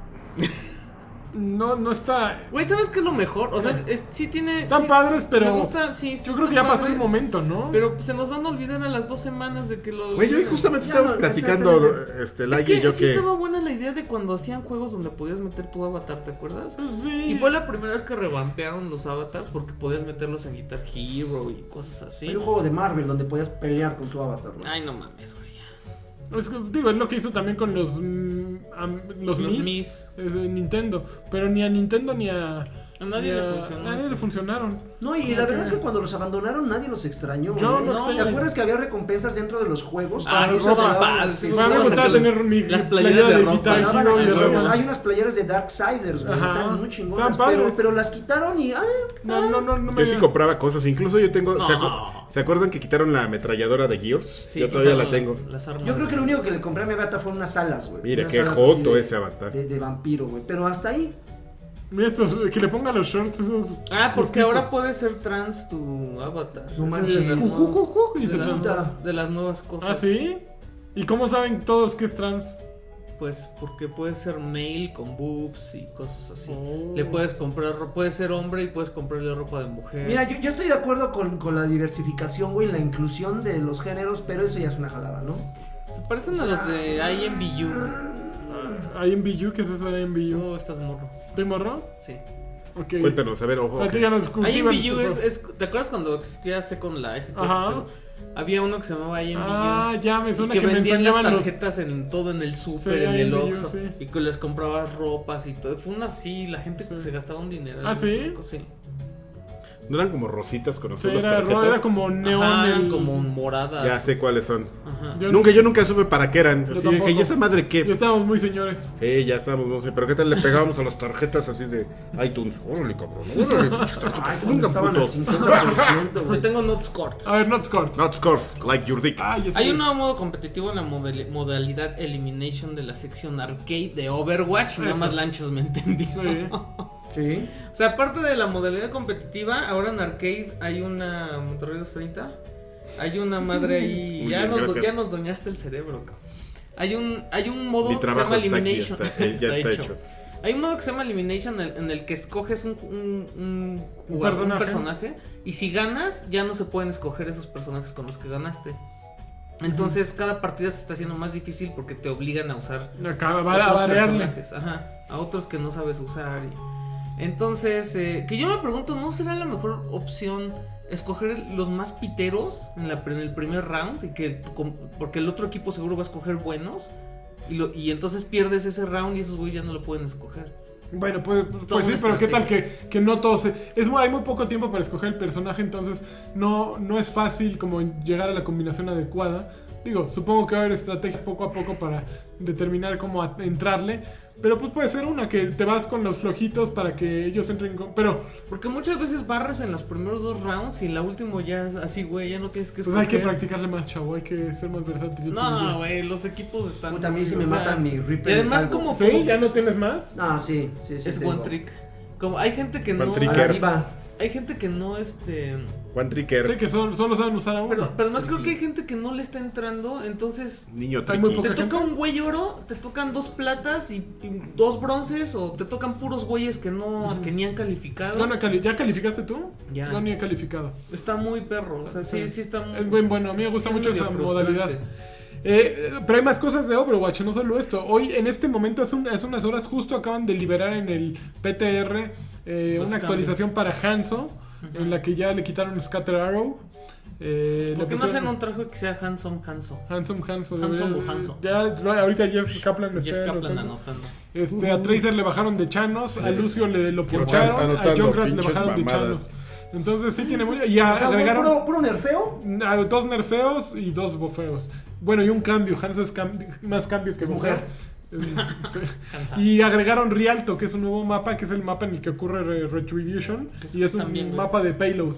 [SPEAKER 2] no, no está.
[SPEAKER 1] Güey, ¿sabes qué es lo mejor? O sea, es- es- sí tiene.
[SPEAKER 2] Están
[SPEAKER 1] sí-
[SPEAKER 2] padres, pero.
[SPEAKER 1] Me gusta, sí, sí
[SPEAKER 2] Yo creo
[SPEAKER 1] están
[SPEAKER 2] que ya pasó el
[SPEAKER 1] padres,
[SPEAKER 2] momento, ¿no?
[SPEAKER 1] Pero se nos van a olvidar a las dos semanas de que lo.
[SPEAKER 3] Güey, yo hoy
[SPEAKER 1] vieron.
[SPEAKER 3] justamente
[SPEAKER 4] Ya,
[SPEAKER 3] estábamos
[SPEAKER 4] no,
[SPEAKER 3] platicando,
[SPEAKER 4] exactamente.
[SPEAKER 3] este,
[SPEAKER 1] Es
[SPEAKER 3] Lagui
[SPEAKER 1] que
[SPEAKER 3] y yo
[SPEAKER 1] sí
[SPEAKER 3] que...
[SPEAKER 1] estaba buena la idea de cuando hacían juegos donde podías meter tu avatar, ¿te acuerdas?
[SPEAKER 2] Pues, Sí.
[SPEAKER 1] Y fue la primera vez que revampearon los avatars porque podías meterlos en Guitar Hero y cosas así.
[SPEAKER 4] Hay un juego de Marvel donde podías pelear con tu avatar. ¿no?
[SPEAKER 1] Ay, no mames, güey. ya.
[SPEAKER 2] Es que, digo, es lo que hizo también con los. mm, am- los
[SPEAKER 1] Los
[SPEAKER 2] Mis.
[SPEAKER 1] Mis.
[SPEAKER 2] eh, de Nintendo. Pero ni a Nintendo ni a.
[SPEAKER 1] A nadie
[SPEAKER 2] ni
[SPEAKER 1] le funcionó
[SPEAKER 2] a nadie
[SPEAKER 1] eso.
[SPEAKER 2] le funcionaron.
[SPEAKER 4] No, y la verdad es que cuando los abandonaron nadie los extrañó.
[SPEAKER 2] Yo
[SPEAKER 4] ¿eh?
[SPEAKER 2] no
[SPEAKER 4] ¿Te
[SPEAKER 2] extraño.
[SPEAKER 4] acuerdas que había recompensas dentro de los juegos?
[SPEAKER 1] Ah,
[SPEAKER 4] Que
[SPEAKER 1] sí,
[SPEAKER 4] se
[SPEAKER 1] estaban
[SPEAKER 4] pagaban-
[SPEAKER 1] padres, sí,
[SPEAKER 4] se
[SPEAKER 1] estaban
[SPEAKER 2] me
[SPEAKER 4] pagaban-
[SPEAKER 1] sacando
[SPEAKER 2] gustaba tener mi
[SPEAKER 1] las
[SPEAKER 2] playera
[SPEAKER 1] playeras de
[SPEAKER 2] de
[SPEAKER 1] ropa.
[SPEAKER 2] Guitar
[SPEAKER 1] Pagaban
[SPEAKER 2] Hero y de
[SPEAKER 1] accesorios.
[SPEAKER 2] Rock.
[SPEAKER 4] Hay unas playeras de Darksiders, güey.
[SPEAKER 2] Ajá.
[SPEAKER 4] Están muy chingonas.
[SPEAKER 2] Están padres.
[SPEAKER 4] Pero, pero las quitaron y. ah,
[SPEAKER 2] No, no, no, no me
[SPEAKER 3] Yo sí compraba cosas, incluso yo tengo... ¿se,
[SPEAKER 1] No.
[SPEAKER 3] acu- se acuerdan que quitaron la ametralladora de Gears?
[SPEAKER 1] Sí,
[SPEAKER 3] yo todavía la
[SPEAKER 1] quitaron
[SPEAKER 3] tengo.
[SPEAKER 1] Las armas.
[SPEAKER 4] Yo creo que lo único que le compré a mi gata fueron unas alas, güey.
[SPEAKER 3] Mira,
[SPEAKER 4] Unas
[SPEAKER 3] qué
[SPEAKER 4] alas
[SPEAKER 3] joto
[SPEAKER 4] así de-
[SPEAKER 3] ese avatar.
[SPEAKER 4] De, de vampiro, güey. Pero hasta ahí.
[SPEAKER 2] Mira estos, que le ponga los shorts esos.
[SPEAKER 1] Ah, porque
[SPEAKER 2] justitos.
[SPEAKER 1] ahora puede ser trans tu avatar. Esa
[SPEAKER 4] No
[SPEAKER 1] es
[SPEAKER 4] manches.
[SPEAKER 1] De las,
[SPEAKER 2] Ju, ju,
[SPEAKER 1] nuevas-
[SPEAKER 2] ju, y
[SPEAKER 1] de
[SPEAKER 2] se
[SPEAKER 1] las
[SPEAKER 2] transforma.
[SPEAKER 1] nuevas- de las nuevas cosas.
[SPEAKER 2] ¿Ah, sí? ¿Y cómo saben todos que es trans?
[SPEAKER 1] Pues porque puede ser male con boobs y cosas así.
[SPEAKER 2] Oh.
[SPEAKER 1] Le puedes comprar, ro- puede ser hombre y puedes comprarle ropa de mujer.
[SPEAKER 4] Mira, yo, yo estoy de acuerdo con, con la diversificación, güey, la inclusión de los géneros, pero eso ya es una jalada, ¿no?
[SPEAKER 1] Se parecen a los de IMBU.
[SPEAKER 2] IMBU, ¿qué es eso de IMBU?
[SPEAKER 1] Yo estás morro.
[SPEAKER 2] ¿Estoy morro?
[SPEAKER 1] Sí.
[SPEAKER 2] Ok.
[SPEAKER 3] Cuéntanos, a ver, ojo. ok.
[SPEAKER 2] Platícanos, cultivan,
[SPEAKER 1] IMBU
[SPEAKER 2] por
[SPEAKER 1] es,
[SPEAKER 2] favor.
[SPEAKER 1] es- ¿Te acuerdas cuando existía Second Life? y todo
[SPEAKER 2] Ajá.
[SPEAKER 1] ese pedo? Había uno que se llamaba IMBU.
[SPEAKER 2] Ah, ya me
[SPEAKER 1] y
[SPEAKER 2] suena
[SPEAKER 1] que,
[SPEAKER 2] que, me
[SPEAKER 1] vendían las
[SPEAKER 2] enseñaban los.
[SPEAKER 1] tarjetas en todo en el súper,
[SPEAKER 2] Sí,
[SPEAKER 1] en el
[SPEAKER 2] IMBU,
[SPEAKER 1] Oxxo.
[SPEAKER 2] sí.
[SPEAKER 1] Y que les comprabas ropas y todo. Fue una así, la gente
[SPEAKER 2] Sí.
[SPEAKER 1] se gastaba un dinero. en
[SPEAKER 2] ¿Ah,
[SPEAKER 1] esas
[SPEAKER 2] sí?
[SPEAKER 1] cosas, sí.
[SPEAKER 3] ¿No eran como rositas con
[SPEAKER 2] Sí,
[SPEAKER 3] azules
[SPEAKER 2] era,
[SPEAKER 3] tarjetas?
[SPEAKER 2] era como neón.
[SPEAKER 1] Ajá, eran
[SPEAKER 2] el-
[SPEAKER 1] como moradas.
[SPEAKER 3] Ya sé cuáles son.
[SPEAKER 1] Ajá.
[SPEAKER 2] Yo-
[SPEAKER 3] Nunca, yo nunca supe para qué eran.
[SPEAKER 2] Yo
[SPEAKER 3] Así dije,
[SPEAKER 2] tampoco.
[SPEAKER 3] ¿y esa madre
[SPEAKER 2] Ya
[SPEAKER 3] qué?
[SPEAKER 2] estábamos muy señores.
[SPEAKER 3] Sí, ya estábamos, no sé, pero ¿qué tal le pegábamos a las tarjetas así de iTunes? Órale, cabrón, órale, pinches
[SPEAKER 4] Ay,
[SPEAKER 3] tarjetas,
[SPEAKER 4] cuando
[SPEAKER 3] nunca
[SPEAKER 4] estaban al
[SPEAKER 3] puto.
[SPEAKER 4] 50%,
[SPEAKER 1] Yo
[SPEAKER 4] güey.
[SPEAKER 1] tengo notes corts.
[SPEAKER 2] A ver, not score.
[SPEAKER 3] Not scores, like your dick.
[SPEAKER 2] Ah, ya sé.
[SPEAKER 1] Hay un nuevo modo competitivo en la model- modalidad Elimination de la sección arcade de Overwatch. Nada
[SPEAKER 2] Eso.
[SPEAKER 1] más lanchas me entendí.
[SPEAKER 2] Sí.
[SPEAKER 4] Sí.
[SPEAKER 1] O sea, aparte de la modalidad competitiva, ahora en arcade hay una. Monterrey 230. Hay una madre ahí.
[SPEAKER 3] Muy
[SPEAKER 1] ya,
[SPEAKER 3] bien,
[SPEAKER 1] nos, do-
[SPEAKER 3] gracias.
[SPEAKER 1] ya nos doñaste el cerebro, cabrón. Hay un, hay un modo
[SPEAKER 3] Mi
[SPEAKER 1] que se llama
[SPEAKER 3] trabajo está aquí,
[SPEAKER 1] Elimination.
[SPEAKER 3] está, eh, ya está hecho.
[SPEAKER 1] Hay un modo que se llama Elimination en el, en el que escoges un, un, un jugador, un
[SPEAKER 2] personaje.
[SPEAKER 1] personaje. Y si ganas, ya no se pueden escoger esos personajes con los que ganaste. Entonces cada partida se está haciendo más difícil porque te obligan a usar
[SPEAKER 2] Acaba
[SPEAKER 1] a
[SPEAKER 2] va a
[SPEAKER 1] otros
[SPEAKER 2] variarle.
[SPEAKER 1] personajes, ajá, a otros que no sabes usar. y- Entonces, eh, que yo me pregunto, ¿no será la mejor opción escoger los más piteros en, la, pr- en el primer round? Y que, com- porque el otro equipo seguro va a escoger buenos. Y, lo- y entonces pierdes ese round y esos güeyes ya no lo pueden escoger.
[SPEAKER 2] Bueno, pues,
[SPEAKER 1] Toda
[SPEAKER 2] pues sí,
[SPEAKER 1] una
[SPEAKER 2] pero ¿qué tal que, que no todos... se- Es, muy- hay muy poco tiempo para escoger el personaje, entonces no, no es fácil como llegar a la combinación adecuada. Digo, supongo que va a haber estrategias poco a poco para determinar cómo a- entrarle. Pero pues puede ser una, que te vas con los flojitos para que ellos entren con... Pero
[SPEAKER 1] Porque muchas veces barres en los primeros dos rounds y en la última ya es así, güey, ya no tienes que
[SPEAKER 2] pues
[SPEAKER 1] escoger.
[SPEAKER 2] hay que practicarle más, chavo, hay que ser más versátil. yo te
[SPEAKER 1] No,
[SPEAKER 2] diría.
[SPEAKER 1] güey, los equipos están.
[SPEAKER 4] Puta, a mí sí
[SPEAKER 1] o
[SPEAKER 4] me
[SPEAKER 1] sea,
[SPEAKER 4] matan mi Reaper
[SPEAKER 1] Y
[SPEAKER 4] de
[SPEAKER 1] además,
[SPEAKER 4] salvo.
[SPEAKER 1] como.
[SPEAKER 2] ¿Sí? ¿Ya no tienes más?
[SPEAKER 4] No, sí, sí, sí.
[SPEAKER 1] es
[SPEAKER 4] tengo.
[SPEAKER 1] one trick. Como hay gente que no.
[SPEAKER 3] One
[SPEAKER 4] A
[SPEAKER 3] tricker.
[SPEAKER 4] la
[SPEAKER 1] hay-
[SPEAKER 4] diva.
[SPEAKER 1] Hay gente que no, este.
[SPEAKER 3] Juan Tricker.
[SPEAKER 2] Sí, que solo, solo saben usar a uno.
[SPEAKER 1] Pero, pero además creo que hay gente que no le está entrando, entonces.
[SPEAKER 3] Niño
[SPEAKER 2] Hay muy
[SPEAKER 3] tricky.
[SPEAKER 1] Te
[SPEAKER 2] poca-
[SPEAKER 1] toca un güey oro, te tocan dos platas y, y dos bronces, o te tocan puros güeyes que no que ni han calificado.
[SPEAKER 2] Donna, cali- ¿ya calificaste tú?
[SPEAKER 1] Ya.
[SPEAKER 2] No, ni he calificado.
[SPEAKER 1] Está muy perro, o sea, sí, sí está muy.
[SPEAKER 2] Es buen bueno, a mí me gusta
[SPEAKER 1] sí,
[SPEAKER 2] mucho
[SPEAKER 1] medio
[SPEAKER 2] esa
[SPEAKER 1] frustrante.
[SPEAKER 2] modalidad. Eh, eh, pero hay más cosas de Overwatch, no solo esto. Hoy, en este momento, hace, un- hace unas horas, justo acaban de liberar en el PTR eh,
[SPEAKER 1] Los
[SPEAKER 2] una actualización para Hanzo, en la que ya le quitaron Scatter Arrow.
[SPEAKER 1] ¿Por
[SPEAKER 2] Eh, le
[SPEAKER 1] qué no
[SPEAKER 2] pusieron
[SPEAKER 1] hacen un traje que sea handsome, handsome?
[SPEAKER 2] Handsome Hanzo.
[SPEAKER 1] Handsome
[SPEAKER 2] eh,
[SPEAKER 1] o Hanzo.
[SPEAKER 2] Ya, ahorita Jeff Kaplan lo
[SPEAKER 1] Jeff
[SPEAKER 2] está
[SPEAKER 1] Kaplan ah,
[SPEAKER 2] anotando.
[SPEAKER 1] anotando.
[SPEAKER 2] Este, a Tracer le bajaron de Chanos, a Lucio le lo
[SPEAKER 3] Anotando,
[SPEAKER 2] poncharon, a
[SPEAKER 3] anotando,
[SPEAKER 2] Junkrat le
[SPEAKER 3] pinches
[SPEAKER 2] bajaron de Chanos.
[SPEAKER 3] mamadas.
[SPEAKER 2] Entonces sí tiene mucho. Y a-
[SPEAKER 4] O sea,
[SPEAKER 2] Ah, agregaron
[SPEAKER 4] puro, puro nerfeo.
[SPEAKER 2] a dos nerfeos y dos bofeos. Bueno, y un cambio. Hanzo es cam- más cambio que
[SPEAKER 4] Es
[SPEAKER 2] mujer.
[SPEAKER 4] mujer.
[SPEAKER 1] Cansado.
[SPEAKER 2] y agregaron Rialto, que es un nuevo mapa, que es el mapa en el que ocurre Re- Retribution.
[SPEAKER 1] Que es-
[SPEAKER 2] Y es
[SPEAKER 1] están
[SPEAKER 2] un
[SPEAKER 1] viendo
[SPEAKER 2] mapa de payload.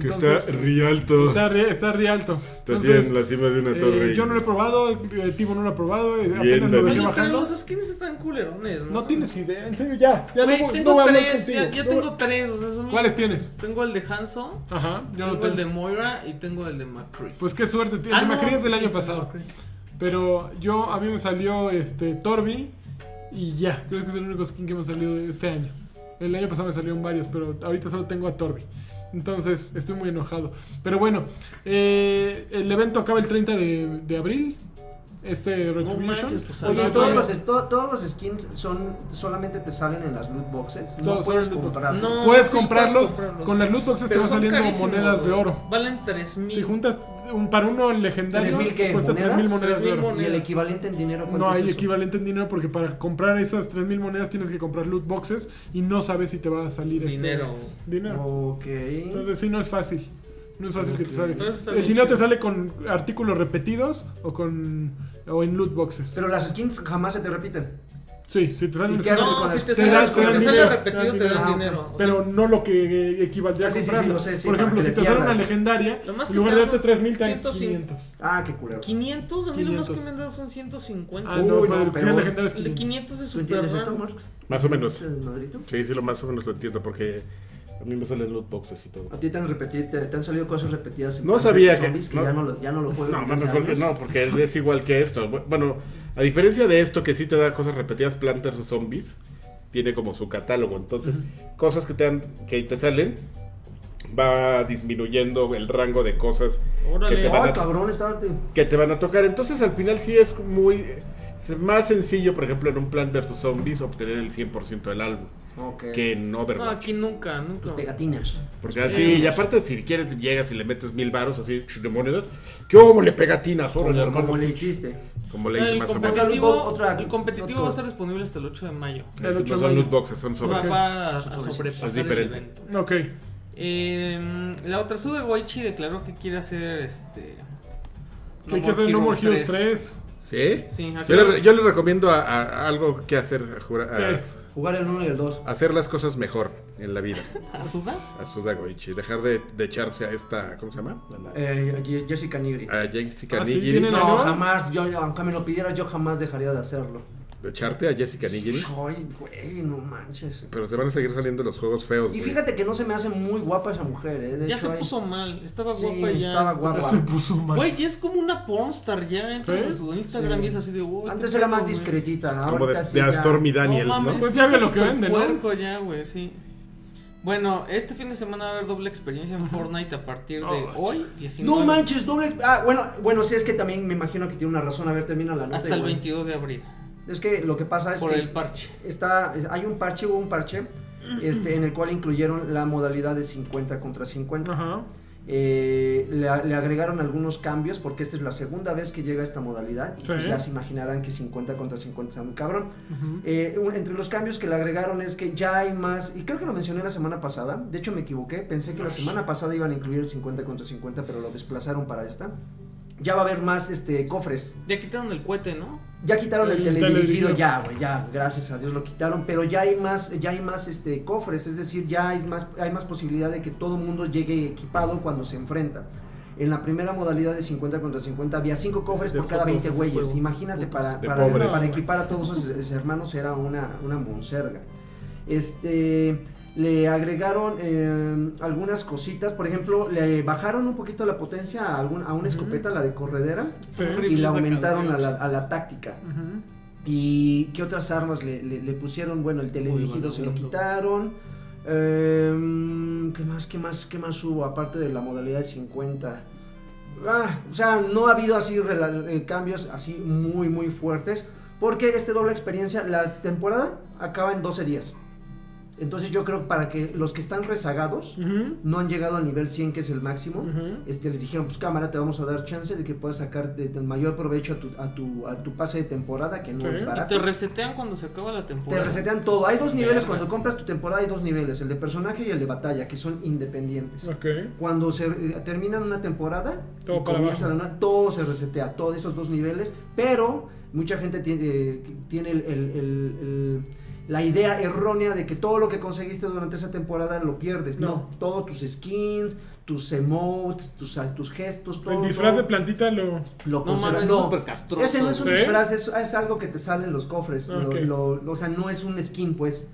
[SPEAKER 5] Que está
[SPEAKER 2] Entonces,
[SPEAKER 5] Rialto.
[SPEAKER 2] está, Ri- está Rialto.
[SPEAKER 5] Está así
[SPEAKER 2] Entonces,
[SPEAKER 5] en la cima de una
[SPEAKER 2] eh,
[SPEAKER 5] torre.
[SPEAKER 2] yo no lo he probado, eh, Timo no lo ha probado, eh, apenas lo
[SPEAKER 5] Dani.
[SPEAKER 2] dejé
[SPEAKER 1] Oye, pero
[SPEAKER 2] bajando.
[SPEAKER 1] los skins están culerones, ¿no?
[SPEAKER 2] No tienes idea, en serio, ya. ya
[SPEAKER 1] Güey,
[SPEAKER 2] no, voy-
[SPEAKER 1] tengo
[SPEAKER 2] no voy a hablar
[SPEAKER 1] tres,
[SPEAKER 2] contigo.
[SPEAKER 1] ya, ya
[SPEAKER 2] No
[SPEAKER 1] tengo
[SPEAKER 2] voy-
[SPEAKER 1] tres. O sea, son-
[SPEAKER 2] ¿Cuáles tienes?
[SPEAKER 1] Tengo el de Hanso,
[SPEAKER 2] Ajá, yo
[SPEAKER 1] tengo
[SPEAKER 2] no tengo.
[SPEAKER 1] el de Moira y tengo el de McCree.
[SPEAKER 2] Pues qué suerte, tío.
[SPEAKER 1] Ah,
[SPEAKER 2] el de
[SPEAKER 1] no,
[SPEAKER 2] Macri es del
[SPEAKER 1] sí,
[SPEAKER 2] año
[SPEAKER 1] el de
[SPEAKER 2] pasado.
[SPEAKER 1] Macri.
[SPEAKER 2] Pero yo, a mí me salió este Torbi y ya. Creo que es el único skin que me salió este año. El año pasado me salieron varios, pero ahorita solo tengo a Torbi. Entonces, estoy muy enojado. Pero bueno, eh, el evento acaba el 30 de, de abril. Este
[SPEAKER 1] No
[SPEAKER 2] Retribution.
[SPEAKER 1] manches, pues,
[SPEAKER 4] Oye,
[SPEAKER 1] Anotando.
[SPEAKER 4] todos los, to- todos los skins son solamente te salen en las loot boxes. No
[SPEAKER 2] Todos
[SPEAKER 4] puedes
[SPEAKER 2] son loot boxes.
[SPEAKER 4] comprarlos.
[SPEAKER 1] No,
[SPEAKER 2] puedes
[SPEAKER 1] sí,
[SPEAKER 2] comprarlos,
[SPEAKER 1] comprarlos.
[SPEAKER 2] con las loot boxes te
[SPEAKER 1] Pero
[SPEAKER 2] van
[SPEAKER 1] son
[SPEAKER 2] saliendo
[SPEAKER 1] carísimos,
[SPEAKER 2] monedas de
[SPEAKER 1] güey.
[SPEAKER 2] oro.
[SPEAKER 1] Valen 3000.
[SPEAKER 2] Si juntas un, para uno legendario,
[SPEAKER 4] 3.000 qué,
[SPEAKER 2] cuesta 3.000
[SPEAKER 4] ¿monedas?
[SPEAKER 2] monedas de
[SPEAKER 1] 3.000
[SPEAKER 2] oro.
[SPEAKER 4] Y el equivalente en dinero. ¿cuánto
[SPEAKER 2] No
[SPEAKER 4] es
[SPEAKER 2] hay
[SPEAKER 4] eso?
[SPEAKER 2] equivalente en dinero porque para comprar esas 3000 monedas tienes que comprar loot boxes y no sabes si te va a salir ese
[SPEAKER 1] Dinero.
[SPEAKER 2] dinero.
[SPEAKER 4] Ok.
[SPEAKER 2] Entonces sí no es fácil. No es fácil que te
[SPEAKER 1] Pero está
[SPEAKER 2] salga. El
[SPEAKER 1] bien
[SPEAKER 2] dinero te
[SPEAKER 1] chido.
[SPEAKER 2] sale con artículos repetidos o con o en loot boxes.
[SPEAKER 4] Pero las skins jamás se te repiten.
[SPEAKER 2] sí, si te
[SPEAKER 4] ¿Y
[SPEAKER 2] salen
[SPEAKER 4] qué
[SPEAKER 2] skins,
[SPEAKER 4] haces con Ah,
[SPEAKER 1] No, si
[SPEAKER 4] las-
[SPEAKER 1] te
[SPEAKER 4] Te
[SPEAKER 1] sale,
[SPEAKER 4] dan-
[SPEAKER 1] si
[SPEAKER 4] te dan
[SPEAKER 1] te sale
[SPEAKER 4] dinero,
[SPEAKER 1] repetido,
[SPEAKER 2] te dan
[SPEAKER 1] te dan
[SPEAKER 4] dinero.
[SPEAKER 1] dinero. o sea,
[SPEAKER 2] Pero no lo que eh, equivaldría a
[SPEAKER 4] Ah, sí, sí, sí,
[SPEAKER 2] comprarlo.
[SPEAKER 4] lo sé, sí,
[SPEAKER 2] Por
[SPEAKER 4] para
[SPEAKER 2] ejemplo,
[SPEAKER 4] que
[SPEAKER 2] si
[SPEAKER 4] le
[SPEAKER 2] te sale una
[SPEAKER 4] pierdas.
[SPEAKER 2] legendaria,
[SPEAKER 1] Lo más
[SPEAKER 2] en
[SPEAKER 1] que
[SPEAKER 2] lugar
[SPEAKER 1] te
[SPEAKER 2] de
[SPEAKER 1] dan
[SPEAKER 2] darte
[SPEAKER 1] son
[SPEAKER 2] 3000 te dan
[SPEAKER 1] 100.
[SPEAKER 2] 500.
[SPEAKER 4] Ah, qué culero.
[SPEAKER 1] 500, a mí lo más que
[SPEAKER 2] 500.
[SPEAKER 1] me han dado son 150.
[SPEAKER 2] Ah, no,
[SPEAKER 4] Uy,
[SPEAKER 2] pero
[SPEAKER 4] no,
[SPEAKER 2] el que sea
[SPEAKER 4] pero-
[SPEAKER 2] legendario es
[SPEAKER 1] el de
[SPEAKER 2] 500.
[SPEAKER 1] 500 es
[SPEAKER 4] ¿Tú
[SPEAKER 1] super
[SPEAKER 4] entiendes esto,
[SPEAKER 1] raro.
[SPEAKER 4] Marcos?
[SPEAKER 3] Más o menos.
[SPEAKER 4] ¿Este desmadrito?
[SPEAKER 3] Sí, sí, lo más o menos lo entiendo porque a mí me salen loot boxes y todo.
[SPEAKER 4] A ti te han, repetido, te, te han salido cosas repetidas. en
[SPEAKER 3] No
[SPEAKER 4] Plants
[SPEAKER 3] sabía
[SPEAKER 4] vs.
[SPEAKER 3] que-
[SPEAKER 4] Zombies
[SPEAKER 3] no.
[SPEAKER 4] ya no lo, ya no lo juegas
[SPEAKER 3] No,
[SPEAKER 4] desde
[SPEAKER 3] mames,
[SPEAKER 4] hace
[SPEAKER 3] porque
[SPEAKER 4] años.
[SPEAKER 3] no, porque él es igual que esto. Bu- Bueno, a diferencia de esto que sí te da cosas repetidas, Planters o Zombies, tiene como su catálogo. Entonces, cosas que te, dan- que te salen, va disminuyendo el rango de cosas
[SPEAKER 1] Órale.
[SPEAKER 3] que te,
[SPEAKER 4] Ay,
[SPEAKER 3] van a,
[SPEAKER 4] Oh, cabrón, estaba. te-
[SPEAKER 3] que te van a tocar. Entonces, al final sí es muy... es más sencillo, por ejemplo, en un Planters o Zombies, obtener el 100% del álbum.
[SPEAKER 4] Ok.
[SPEAKER 3] Que en
[SPEAKER 1] No,
[SPEAKER 3] Overwatch.
[SPEAKER 1] aquí nunca,
[SPEAKER 4] Tus
[SPEAKER 1] nunca.
[SPEAKER 4] pegatinas.
[SPEAKER 3] Porque así, y aparte, si quieres, llegas y le metes mil varos así, de monedas. ¿Qué hubo le pegatinas? Órale,
[SPEAKER 4] Como,
[SPEAKER 3] hermano.
[SPEAKER 4] como le hiciste.
[SPEAKER 3] Como le
[SPEAKER 1] No,
[SPEAKER 3] hice
[SPEAKER 1] el
[SPEAKER 3] más o menos.
[SPEAKER 1] competitivo,
[SPEAKER 4] Otra-
[SPEAKER 1] el competitivo
[SPEAKER 4] otra-
[SPEAKER 1] va a estar disponible hasta el 8 de mayo.
[SPEAKER 2] El
[SPEAKER 3] Esos
[SPEAKER 2] ocho
[SPEAKER 3] no
[SPEAKER 2] de
[SPEAKER 3] son
[SPEAKER 2] mayo.
[SPEAKER 3] loot boxes, son
[SPEAKER 1] Va,
[SPEAKER 3] sobres.
[SPEAKER 1] va a, a
[SPEAKER 4] Es
[SPEAKER 1] sobrepasar
[SPEAKER 3] diferente.
[SPEAKER 1] el evento.
[SPEAKER 2] Ok.
[SPEAKER 1] Eh, la otra sube Waichi declaró que quiere hacer este.
[SPEAKER 2] ¿Qué hay que hacer? No More Heroes 3.
[SPEAKER 3] ¿Sí?
[SPEAKER 1] Sí,
[SPEAKER 3] Yo le,
[SPEAKER 1] acá-
[SPEAKER 3] yo le recomiendo a, a- a algo que hacer, a
[SPEAKER 4] Ah.
[SPEAKER 3] jura- a-
[SPEAKER 2] ¿Qué?
[SPEAKER 4] Jugar el 1 y el 2.
[SPEAKER 3] hacer las cosas mejor en la vida.
[SPEAKER 1] ¿Azuda?
[SPEAKER 3] A Suda Goichi, dejar de, de echarse a esta, ¿cómo se llama? A, la-
[SPEAKER 4] Eh, Je- Jessica Nigri.
[SPEAKER 3] a Jessica
[SPEAKER 2] Ah, sí,
[SPEAKER 3] Nigiri.
[SPEAKER 2] tienen-
[SPEAKER 4] No,
[SPEAKER 2] ¿no?
[SPEAKER 4] jamás. Yo, yo- aunque me lo pidieras, yo jamás dejaría de hacerlo.
[SPEAKER 3] De echarte a Jessica Nigiri.
[SPEAKER 4] Ay, güey, no manches.
[SPEAKER 3] Pero te van a seguir saliendo los juegos feos,
[SPEAKER 4] Y
[SPEAKER 3] güey.
[SPEAKER 4] fíjate que no se me hace muy guapa esa mujer, ¿eh? De
[SPEAKER 1] Ya
[SPEAKER 4] hecho,
[SPEAKER 1] se
[SPEAKER 4] hay-
[SPEAKER 1] puso mal. Estaba
[SPEAKER 4] Sí,
[SPEAKER 1] guapa y ya.
[SPEAKER 4] estaba guapa.
[SPEAKER 2] Se puso mal.
[SPEAKER 1] Güey, ya es como una pornstar ya. Entras a
[SPEAKER 2] ¿Sí?
[SPEAKER 1] su Instagram
[SPEAKER 4] Sí.
[SPEAKER 1] y es así de. "Uy,
[SPEAKER 4] Antes
[SPEAKER 1] qué
[SPEAKER 4] era
[SPEAKER 1] pedo,
[SPEAKER 4] más
[SPEAKER 1] güey".
[SPEAKER 4] discretita.
[SPEAKER 3] Como de,
[SPEAKER 4] ahorita sí
[SPEAKER 3] de a
[SPEAKER 4] ya-
[SPEAKER 3] Stormy Daniels, ¿no?
[SPEAKER 1] mames,
[SPEAKER 2] Pues
[SPEAKER 1] sí
[SPEAKER 2] ya ve
[SPEAKER 1] está
[SPEAKER 2] lo que
[SPEAKER 1] súper
[SPEAKER 2] vende, ¿no?
[SPEAKER 1] puerco ya, güey, sí. Bueno, este fin de semana va a haber doble experiencia en Fortnite a partir de
[SPEAKER 2] Oh,
[SPEAKER 1] hoy. 19,
[SPEAKER 4] No manches, doble. Ah, bueno, bueno, sí, es que también me imagino que tiene una razón. A ver, termina la nota.
[SPEAKER 1] Hasta el
[SPEAKER 4] igual.
[SPEAKER 1] 22 de abril.
[SPEAKER 4] Es que lo que pasa es
[SPEAKER 1] Por
[SPEAKER 4] que
[SPEAKER 1] el parche.
[SPEAKER 4] está, es- hay un parche, hubo un parche este, en el cual incluyeron la modalidad de 50 contra 50.
[SPEAKER 2] Ajá.
[SPEAKER 4] Eh, le, le agregaron algunos cambios porque esta es la segunda vez que llega esta modalidad. Y
[SPEAKER 2] Sí.
[SPEAKER 4] pues ya se imaginarán que 50 contra 50 está muy cabrón.
[SPEAKER 2] Ujú.
[SPEAKER 4] Eh, un- entre los cambios que le agregaron es que ya hay más, y creo que lo mencioné la semana pasada, de hecho me equivoqué, pensé que la semana pasada iban a incluir el 50 contra 50, pero lo desplazaron para esta. Ya va a haber más este, cofres.
[SPEAKER 1] Ya quitaron el cohete, ¿no?
[SPEAKER 4] Ya quitaron el,
[SPEAKER 2] El
[SPEAKER 4] teledirigido,
[SPEAKER 2] teledirigido.
[SPEAKER 4] ya, güey, ya, gracias a Dios lo quitaron, pero ya hay más, ya hay más este, cofres, es decir, ya hay más, hay más posibilidad de que todo mundo llegue equipado cuando se enfrenta. En la primera modalidad de 50 contra 50 había 5 cofres
[SPEAKER 1] De
[SPEAKER 4] por cada
[SPEAKER 1] putos
[SPEAKER 4] 20
[SPEAKER 1] ese
[SPEAKER 4] güeyes.
[SPEAKER 1] juego.
[SPEAKER 4] Imagínate,
[SPEAKER 1] Putos.
[SPEAKER 4] para,
[SPEAKER 3] De
[SPEAKER 4] para,
[SPEAKER 3] pobres.
[SPEAKER 4] para equipar a todos sus, sus hermanos era una, una monserga. Este, le agregaron eh, algunas cositas, por ejemplo, le bajaron un poquito la potencia a, algún, a una escopeta, la de corredera,
[SPEAKER 2] Sí.
[SPEAKER 4] y
[SPEAKER 1] Horrible
[SPEAKER 4] la
[SPEAKER 1] esa
[SPEAKER 4] aumentaron a
[SPEAKER 1] canción.
[SPEAKER 4] la, a la táctica.
[SPEAKER 2] Ujú.
[SPEAKER 4] ¿Y qué otras armas le, le- le pusieron? Bueno, el
[SPEAKER 1] Uy, bueno,
[SPEAKER 4] teledirigido se lo
[SPEAKER 1] bueno.
[SPEAKER 4] quitaron. Em, ¿Qué más, qué más, qué más hubo? Aparte de la modalidad de 50. Ah, o sea, no ha habido así rela- eh, cambios así muy, muy fuertes. Porque este doble experiencia, la temporada acaba en 12 días. Entonces yo creo para que los que están rezagados
[SPEAKER 2] Ujú.
[SPEAKER 4] no han llegado al nivel 100, que es el máximo,
[SPEAKER 2] Ujú.
[SPEAKER 4] este, les dijeron, pues cámara, te vamos a dar chance de que puedas sacar de, del mayor provecho a tu, a, tu, a tu pase de temporada, que no
[SPEAKER 2] Sí.
[SPEAKER 4] es
[SPEAKER 1] Y
[SPEAKER 4] barato.
[SPEAKER 1] te resetean cuando se acaba la
[SPEAKER 4] Te
[SPEAKER 1] temporada.
[SPEAKER 4] resetean todo. Hay dos niveles,
[SPEAKER 1] Verga.
[SPEAKER 4] cuando compras tu temporada hay dos niveles, el de personaje y el de batalla, que son independientes.
[SPEAKER 2] Ok.
[SPEAKER 4] Cuando se eh, terminan una temporada,
[SPEAKER 2] Todo
[SPEAKER 4] y
[SPEAKER 2] para
[SPEAKER 4] comienza
[SPEAKER 2] abajo.
[SPEAKER 4] la nueva, todo se resetea, todos esos dos niveles, pero mucha gente tiene, eh, tiene el- el- el- el- la idea errónea de que todo lo que conseguiste durante esa temporada lo pierdes. No,
[SPEAKER 2] No.
[SPEAKER 4] todos tus skins, tus emotes, tus, tus gestos, todo.
[SPEAKER 2] El disfraz de
[SPEAKER 4] todo
[SPEAKER 2] plantita lo.
[SPEAKER 4] lo
[SPEAKER 1] No
[SPEAKER 4] conservas.
[SPEAKER 1] mames, es súper castroso.
[SPEAKER 4] Ese no es un
[SPEAKER 2] ¿Sí?
[SPEAKER 4] disfraz, es, es algo que te sale en los cofres. lo-
[SPEAKER 2] Ok.
[SPEAKER 4] lo- lo- o sea, no es un skin, pues.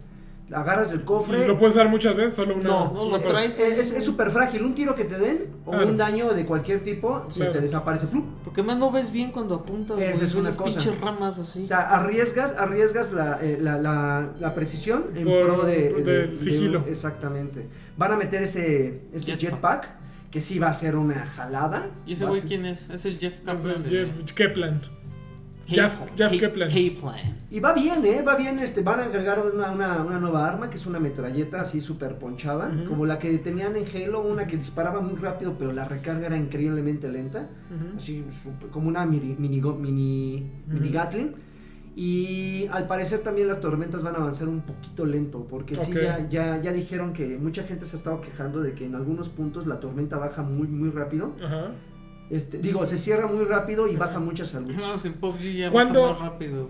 [SPEAKER 4] Agarras el cofre.
[SPEAKER 2] ¿Lo puedes dar muchas veces? Solo una.
[SPEAKER 4] No,
[SPEAKER 1] No, lo traes.
[SPEAKER 4] Eh, Es súper frágil. Un tiro que te den o
[SPEAKER 2] Claro.
[SPEAKER 4] un daño de cualquier tipo se
[SPEAKER 2] Claro.
[SPEAKER 4] te desaparece. ¡plup!
[SPEAKER 1] Porque más no ves bien cuando apuntas.
[SPEAKER 4] Esa
[SPEAKER 1] güey,
[SPEAKER 4] es una
[SPEAKER 1] las
[SPEAKER 4] cosa.
[SPEAKER 1] pinches ramas así.
[SPEAKER 4] O sea, arriesgas, arriesgas la, eh, la, la- la precisión en
[SPEAKER 2] Por-
[SPEAKER 4] pro de,
[SPEAKER 2] del
[SPEAKER 4] un-
[SPEAKER 2] sigilo.
[SPEAKER 4] exactamente. Van a meter ese, ese
[SPEAKER 1] Jetpack.
[SPEAKER 4] jetpack que sí va a ser una jalada.
[SPEAKER 1] ¿Y ese
[SPEAKER 4] Va a
[SPEAKER 1] güey
[SPEAKER 4] ser-
[SPEAKER 1] quién es? Es el Jeff
[SPEAKER 2] Es
[SPEAKER 1] Kaplan.
[SPEAKER 2] el
[SPEAKER 1] de-
[SPEAKER 2] Jeff Kaplan.
[SPEAKER 1] K-
[SPEAKER 2] Jeff- Jeff
[SPEAKER 1] K-
[SPEAKER 2] Kaplan.
[SPEAKER 1] Kaplan.
[SPEAKER 4] Y va bien, ¿eh? Va bien, este, van a agregar una, una- una nueva arma, que es una metralleta así súper ponchada, como la que tenían en Halo, una que disparaba muy rápido, pero la recarga era increíblemente lenta, así súper- como una mini, mini, go- mini, mini Gatling. Y al parecer también las tormentas van a avanzar un poquito lento, porque sí,
[SPEAKER 2] Ok.
[SPEAKER 4] ya, ya, ya dijeron que mucha gente se ha estado quejando de que en algunos puntos la tormenta baja muy, muy rápido.
[SPEAKER 2] Ajá.
[SPEAKER 4] Este, digo, se cierra muy rápido y baja mucha salud.
[SPEAKER 1] Vamos en PUBG ya
[SPEAKER 2] ¿Cuándo?
[SPEAKER 1] baja más rápido.